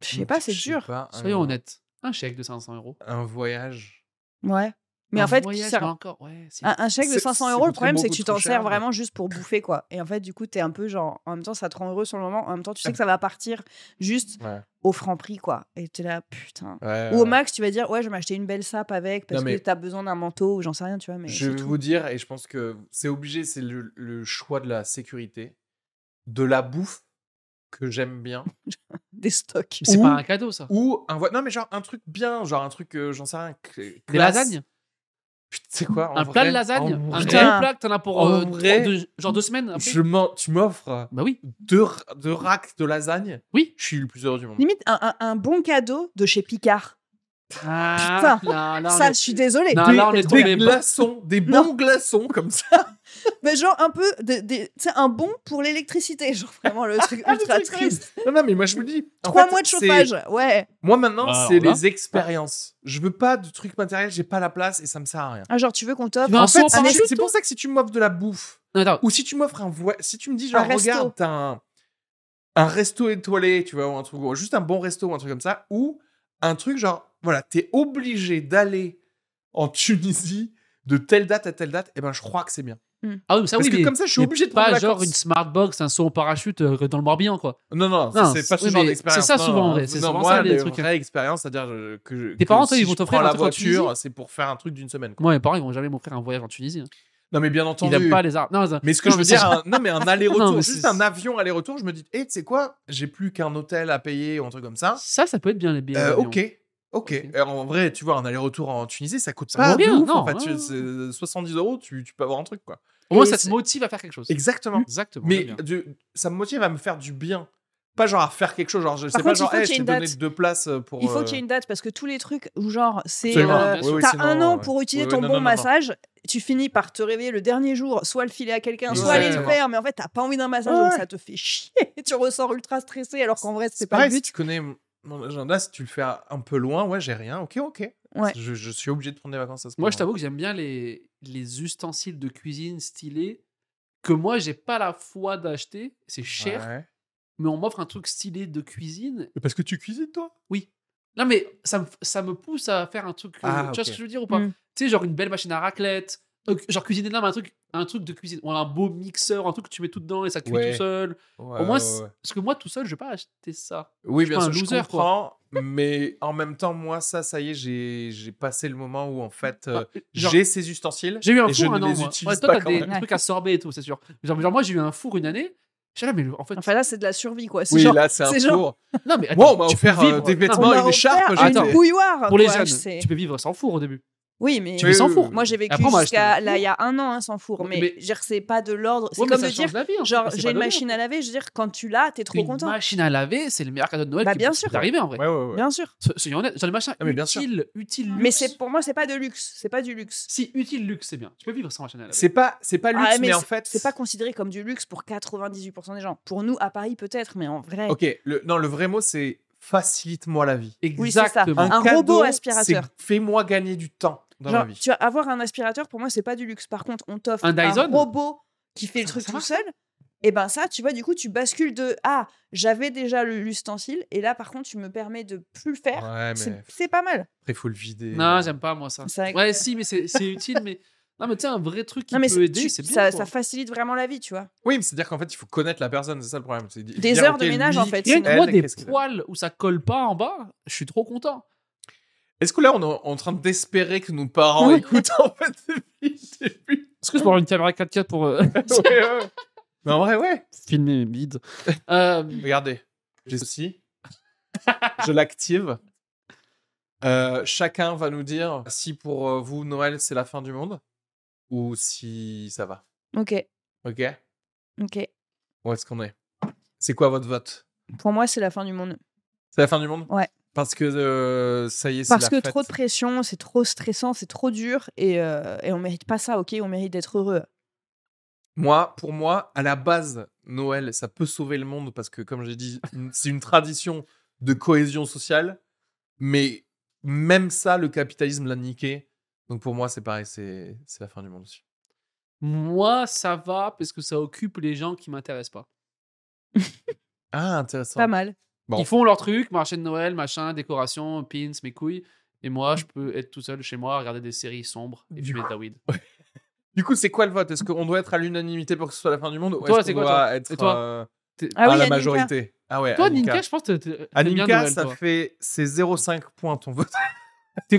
B: Je sais pas, c'est
A: Je sais
B: dur.
A: pas, un-
C: Soyons honnêtes. Un chèque de 500 euros.
A: Un voyage.
B: Ouais. Mais en
C: Un
B: fait, Ah, qui
C: voyage,
B: sert-
C: mais encore. Ouais, c'est-
B: un, un chèque de
A: C'est-
B: 500
A: c'est
B: euros, le
A: beaucoup-
B: problème, c'est que
A: beaucoup
B: tu
A: trop
B: t'en
A: cher,
B: sers
A: mais-
B: vraiment juste pour bouffer, quoi. Et en fait, du coup, t'es un peu genre. En même temps, ça te rend heureux sur le moment. En même temps, tu sais que ça va partir juste
A: Ouais.
B: au franc prix, quoi. Et t'es là, putain.
A: Ouais,
B: Ou au
A: ouais.
B: max, tu vas dire, ouais, je vais m'acheter une belle sape avec parce
A: Euh. Non, mais-
B: que t'as besoin d'un manteau ou j'en sais rien, tu vois. Mais
A: Je
B: c'est
A: vais
B: tout. *laughs*
A: vous dire, et je pense que c'est obligé, c'est le, le choix de la sécurité, de la bouffe que j'aime bien.
C: *laughs*
B: des stocks.
C: Mais C'est
A: Ou-
C: pas un cadeau, ça.
A: Ou un vo- Non, mais genre un truc bien, genre un truc, euh, j'en sais rien. cl-
C: Des
A: classe.
C: lasagnes
A: Putain, tu sais quoi en
C: Un plat de
A: vrai-
C: lasagne
A: en vrai,
C: Un vrai plat que t'en as pour
A: En
C: euh,
A: vrai,
C: deux- genre deux semaines après
A: je m'en- Tu m'offres
C: Bah oui.
A: deux, ra- deux racks de lasagne
C: Oui.
A: Je suis le plus heureux du monde.
B: Limite, un, un- un bon cadeau de chez Picard.
C: Ah, là, là, on
B: ça,
C: est-
B: je suis désolée.
C: Non,
A: des,
C: là, on est tombé
A: des
C: bas.
A: glaçons,
C: *laughs*
A: des bons
B: Non.
A: glaçons comme ça.
B: Mais genre, un peu, de, des- tu sais, un bon pour l'électricité. Genre, vraiment, le truc
A: Ah, le
B: ultra
A: truc
B: triste.
A: Non, non, mais moi je me dis. en
B: Trois
A: fait,
B: mois de
A: c'est-
B: chauffage. Ouais.
A: Moi maintenant,
C: Bah,
A: c'est
C: voilà.
A: les expériences. Je veux pas de trucs matériels, j'ai pas la place et ça me sert à rien.
B: Ah, genre, tu veux qu'on t'offre
C: Tu veux un
B: En fait,
C: saut en
A: c'est-
C: parachute,
A: c'est pour ça que si tu m'offres de la bouffe
C: Non, attends.
A: ou si tu m'offres un voie- si tu me dis genre
B: Un resto.
A: regarde t'as un un resto étoilé, tu vois, ou un truc ou juste un bon resto ou un truc comme ça ou un truc genre voilà, t'es obligé d'aller en Tunisie de telle date à telle date, et ben je crois que c'est bien.
C: Ah oui, mais ça,
A: Parce
C: oui,
A: que
C: mais-
A: comme ça, je suis
C: mais
A: obligé de prendre
C: Pas
A: la
C: genre
A: Corse.
C: une smartbox, un saut en parachute euh, dans le Morbihan, quoi.
A: Non non,
C: Non,
A: c'est pas
C: oui,
A: ce genre
C: mais
A: d'expérience.
C: c'est ça
A: Non,
C: souvent,
A: non,
C: en vrai, c'est
A: non,
C: souvent
A: moi,
C: ça, les
A: les
C: trucs.
A: vraies expériences, c'est-à-dire euh, que je-
C: Tes
A: que
C: parents, toi,
A: si
C: ils vont
A: je
C: t'offrir
A: prends
C: un
A: la
C: truc en Tunisie
A: voiture, c'est pour faire un truc d'une semaine. quoi.
C: Moi, mes parents, ils vont jamais m'offrir un voyage en Tunisie. hein.
A: Non mais bien entendu.
C: Ils aiment pas les arts. Non, ça-
A: Mais ce que
C: Non,
A: je
C: *laughs* mais
A: veux
C: ça-
A: dire, un- non mais un aller-retour,
C: Non, mais
A: juste
C: c'est-
A: un avion aller-retour, je me dis, eh, tu sais quoi, j'ai plus qu'un hôtel à payer ou un truc comme ça.
C: Ça, ça peut être bien les billets.
A: hein. Euh,
C: d'avion.
A: ok, ok.
C: Ok.
A: Euh, En vrai, tu vois, un aller-retour en Tunisie, ça coûte
C: Ça
A: pas
C: vaut
A: de
C: rien,
A: ouf,
C: non,
A: en fait.
C: ouais,
A: Tu- c'est 70 euros, tu, tu peux avoir un truc quoi.
C: Au moins,
B: Et
C: ça te
B: c'est-
C: motive à faire quelque chose.
A: Exactement.
C: Exactement.
A: Mais
C: j'aime bien.
A: du- ça me motive à me faire du bien, pas genre à faire quelque chose. Genre, je sais
B: Par
A: pas,
B: contre, il
A: genre,
B: faut
A: eh,
B: qu'il y
A: je
B: ait
A: t'ai
B: une
A: donné
B: date.
A: deux places euh, pour.
B: Il faut
A: euh,
B: qu'il y ait une date parce que tous les trucs où, genre, c'est.
A: absolument.
B: euh,
C: bien
A: Oui, oui,
B: T'as
A: sinon,
B: un an
A: ouais.
B: pour utiliser
A: Oui,
B: ton
A: non,
B: bon
A: non, non, non.
B: massage, tu finis par te réveiller le dernier jour, soit le filer à quelqu'un, soit aller le
A: Exactement.
B: faire, mais en fait t'as pas envie d'un massage,
A: Ouais.
B: donc ça te fait chier. *laughs* Tu ressors ultra stressé alors qu'en vrai c'est pas
A: pareil,
B: le
A: si
B: but.
A: tu connais mon agenda, si tu le fais à- un peu loin, ouais, j'ai rien. Ok, ok.
B: Ouais.
A: Je, je suis obligé de prendre des vacances à ce
C: Moi, je
A: moment-là.
C: t'avoue que j'aime bien les, les ustensiles de cuisine stylés que moi, j'ai pas la foi d'acheter. C'est cher,
A: Ouais.
C: mais on m'offre un truc stylé de cuisine.
A: Parce que tu cuisines toi.
C: Non, mais ça me, ça me pousse à faire un truc. euh,
A: Ah,
C: tu vois
A: ok.
C: ce que je veux dire ou pas
B: Mm.
C: Tu sais, genre une belle machine à raclette. euh, Genre cuisiner là, mais un truc, un truc de cuisine. Ou un beau mixeur, un truc que tu mets tout dedans et ça cuit
A: Ouais.
C: tout seul.
A: Ouais,
C: Au moins,
A: ouais,
C: c'est-
A: ouais.
C: parce que moi, tout seul, je vais pas acheter ça.
A: oui,
C: je
A: bien
C: suis
A: sûr,
C: un loser,
A: je comprends, mais en même temps, moi, ça, ça y est, j'ai j'ai passé le moment où en fait, euh,
C: Bah, genre-
A: j'ai ces ustensiles.
C: J'ai eu un
A: et je
C: four
A: ne
C: un an.
A: les
C: moi.
A: utilise
C: Ouais,
A: pas
C: toi, t'as
A: quand
C: des
A: même.
C: trucs à sorbet et tout, c'est sûr. Genre, genre, moi, j'ai eu un four une année. Je suis là, mais en fait.
B: Enfin là c'est de la survie quoi. C'est
A: Oui,
B: genre,
A: là, c'est un
B: c'est genre-
A: four.
C: non, mais attends,
A: Moi, on m'a
C: tu peux
A: offert euh,
C: vivre-
A: des
C: non,
A: vêtements
B: on
A: et
B: m'a
A: une écharpe.
B: offert
A: j'étais-
C: Attends.
B: une bouilloire.
C: Pour les
B: quoi,
C: jeunes,
B: c'est-
C: tu peux vivre sans four au début.
B: Oui mais
C: Tu vis sans
A: oui,
C: four.
A: oui.
B: moi j'ai vécu
C: Après, on m'a acheté
B: jusqu'à
C: un four.
B: là il y a un an hein, sans four,
C: Oui,
B: mais,
C: mais-
B: je veux dire, c'est pas de l'ordre. C'est
C: Ouais, mais
B: comme
C: ça
B: de
C: change
B: dire
C: la vie, hein.
B: genre
C: C'est
B: j'ai
C: pas
B: une
C: donné.
B: machine à laver, je veux dire quand tu l'as t'es trop
C: Une
B: content.
C: machine à laver, c'est le meilleur cadeau de Noël
B: Bah,
C: qui
B: bien
C: peut
B: sûr.
C: t'arriver en vrai.
A: Ouais, ouais, ouais.
B: Bien sûr.
C: So- Soyons honnêtes, genre les machins
A: Ah, mais bien sûr.
C: utiles, utiles, luxe.
B: Ah. Mais c'est pour moi c'est pas de luxe, c'est pas du luxe.
C: Si, utile, luxe, c'est bien. Tu peux vivre sans machine à laver.
A: C'est pas, c'est pas luxe,
B: Ah,
A: mais,
B: mais
A: en fait,
B: C'est pas considéré comme du luxe pour 98% des gens. Pour nous à Paris peut-être, mais en vrai.
A: Ok, le, non, le vrai mot, c'est facilite-moi la vie.
B: Oui, c'est ça.
C: Exactement.
B: Un
A: cadeau,
B: robot aspirateur.
A: c'est Fais-moi gagner du temps dans
B: Genre,
A: ma vie.
B: tu vas avoir un aspirateur, pour moi, c'est pas du luxe. Par contre, on t'offre
C: Un
B: un,
C: Dyson
B: robot qui fait le
C: Ça
B: truc tout
C: marche.
B: seul. Et ben ça, tu vois, du coup, tu bascules de ah, j'avais déjà le- l'ustensile, et là, par contre, tu me permets de plus le faire.
A: Ouais, mais
B: C'est- C'est pas mal.
A: après, faut le vider.
C: Non, j'aime pas moi ça.
B: C'est vrai que-
C: Ouais, si, mais c'est c'est utile, mais. Non, mais tu sais, un vrai truc qui
B: Non, mais
C: peut
B: c'est-
C: aider,
B: tu-
C: c'est bien.
B: ça,
C: quoi.
B: ça facilite vraiment la vie, tu vois.
A: Oui, mais c'est-à-dire qu'en fait, il faut connaître la personne, c'est ça le problème. C'est di-
B: Des
A: dire,
B: heures
A: ok,
B: de ménage,
A: lui,
B: en fait,
A: qu'est-ce
B: sinon.
C: Rien
A: qu'elle
C: que moi,
A: aime,
C: des
A: qu'est-ce qu'elle aime.
C: poils où ça colle pas en bas, je suis trop content.
A: Est-ce que là, on est en- en train d'espérer que nos parents *laughs*
B: Oui.
A: écoutent en fait depuis le début
C: Est-ce que je peux avoir une caméra 4K pour euh,
A: Ouais,
C: *laughs*
A: ouais. *laughs* Mais en vrai, ouais.
C: filmer mes bides Euh,
A: Regardez, j'ai ceci. Je l'active. Euh, chacun va nous dire si pour euh, vous, Noël, c'est la fin du monde ou si ça va.
B: *laughs* Ok,
A: Ok
B: ok.
A: Où est-ce qu'on est C'est quoi votre vote
B: Pour moi, c'est la fin du monde.
A: C'est la fin du monde
B: Ouais.
A: Parce que euh, ça y est, c'est
B: Parce
A: la
B: que
A: fête.
B: trop de pression, c'est trop stressant, c'est trop dur, et, euh, et on mérite pas ça, ok On mérite d'être heureux.
A: Moi, pour moi, à la base, Noël, ça peut sauver le monde parce que, comme j'ai dit, une- *laughs* c'est une tradition de cohésion sociale. Mais même ça, le capitalisme l'a niqué. Donc pour moi, c'est pareil, c'est c'est la fin du monde aussi.
C: moi, ça va parce que ça occupe les gens qui m'intéressent pas.
A: Ah, intéressant.
B: Pas mal.
A: Bon.
C: Ils font leur truc, marché de Noël, machin, décoration, pins, mes couilles. Et moi, je peux être tout seul chez moi, regarder des séries sombres et
A: Du
C: fumer de
A: coup-
C: la weed.
A: Du coup, c'est quoi le vote Est-ce qu'on doit être à l'unanimité pour que ce soit la fin du monde ou
C: Toi,
A: est-ce
C: c'est
A: qu'on
C: quoi,
A: doit
C: toi
A: être
C: Et toi
A: euh,
C: T'es-
B: Ah
A: à
B: oui,
A: la
B: Annika.
A: majorité Ah ouais,
C: Toi,
A: Annika.
C: Ninka, je pense que t'es- t'es- t'aimes bien
A: Annika,
C: Noël,
A: ça
C: toi.
A: fait c'est 0,5 points ton vote.
C: T'es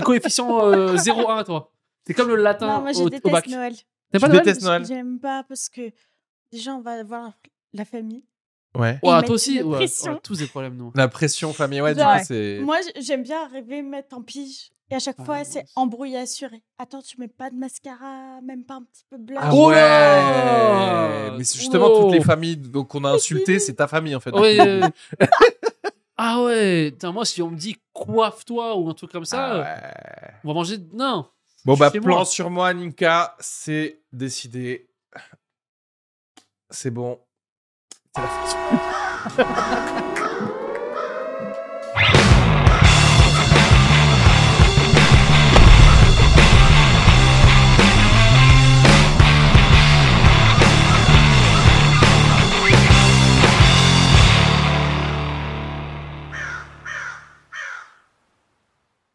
A: *laughs*
C: coefficient euh, 0,1, toi. T'es comme le latin
D: Non, moi je
C: au, au
D: déteste
C: bac.
D: Noël.
C: T'aimes
A: Je
C: pas Noël
A: déteste Noël.
D: J'aime pas parce que déjà on va voir la famille.
A: Ouais.
C: Ouah,
D: ils
C: toi aussi,
D: mettent une
C: ouais,
D: pression.
C: on a tous des problèmes, nous.
A: La pression familiale, ouais, du
D: Ouais.
A: coup, c'est.
D: Moi, j- j'aime bien rêver mettre en pige. Et à chaque
C: Ah,
D: fois,
C: ouais.
D: c'est embrouille assurée. Attends, tu mets pas de mascara, même pas un petit peu blanc.
A: Ah
C: Oh
A: ouais
C: là
A: Mais c'est justement
C: Oh. Wow.
A: toutes les familles donc, qu'on a insultées, c'est ta famille en fait.
C: Ouais, *laughs* euh, ah ouais, putain, moi, si on me dit coiffe-toi ou un truc comme ça,
A: Ah
C: euh,
A: ouais.
C: on va manger. Non.
A: Bon bah
C: Chez
A: plan
C: moi.
A: sur moi Ninka, c'est décidé. C'est bon. C'est la fin.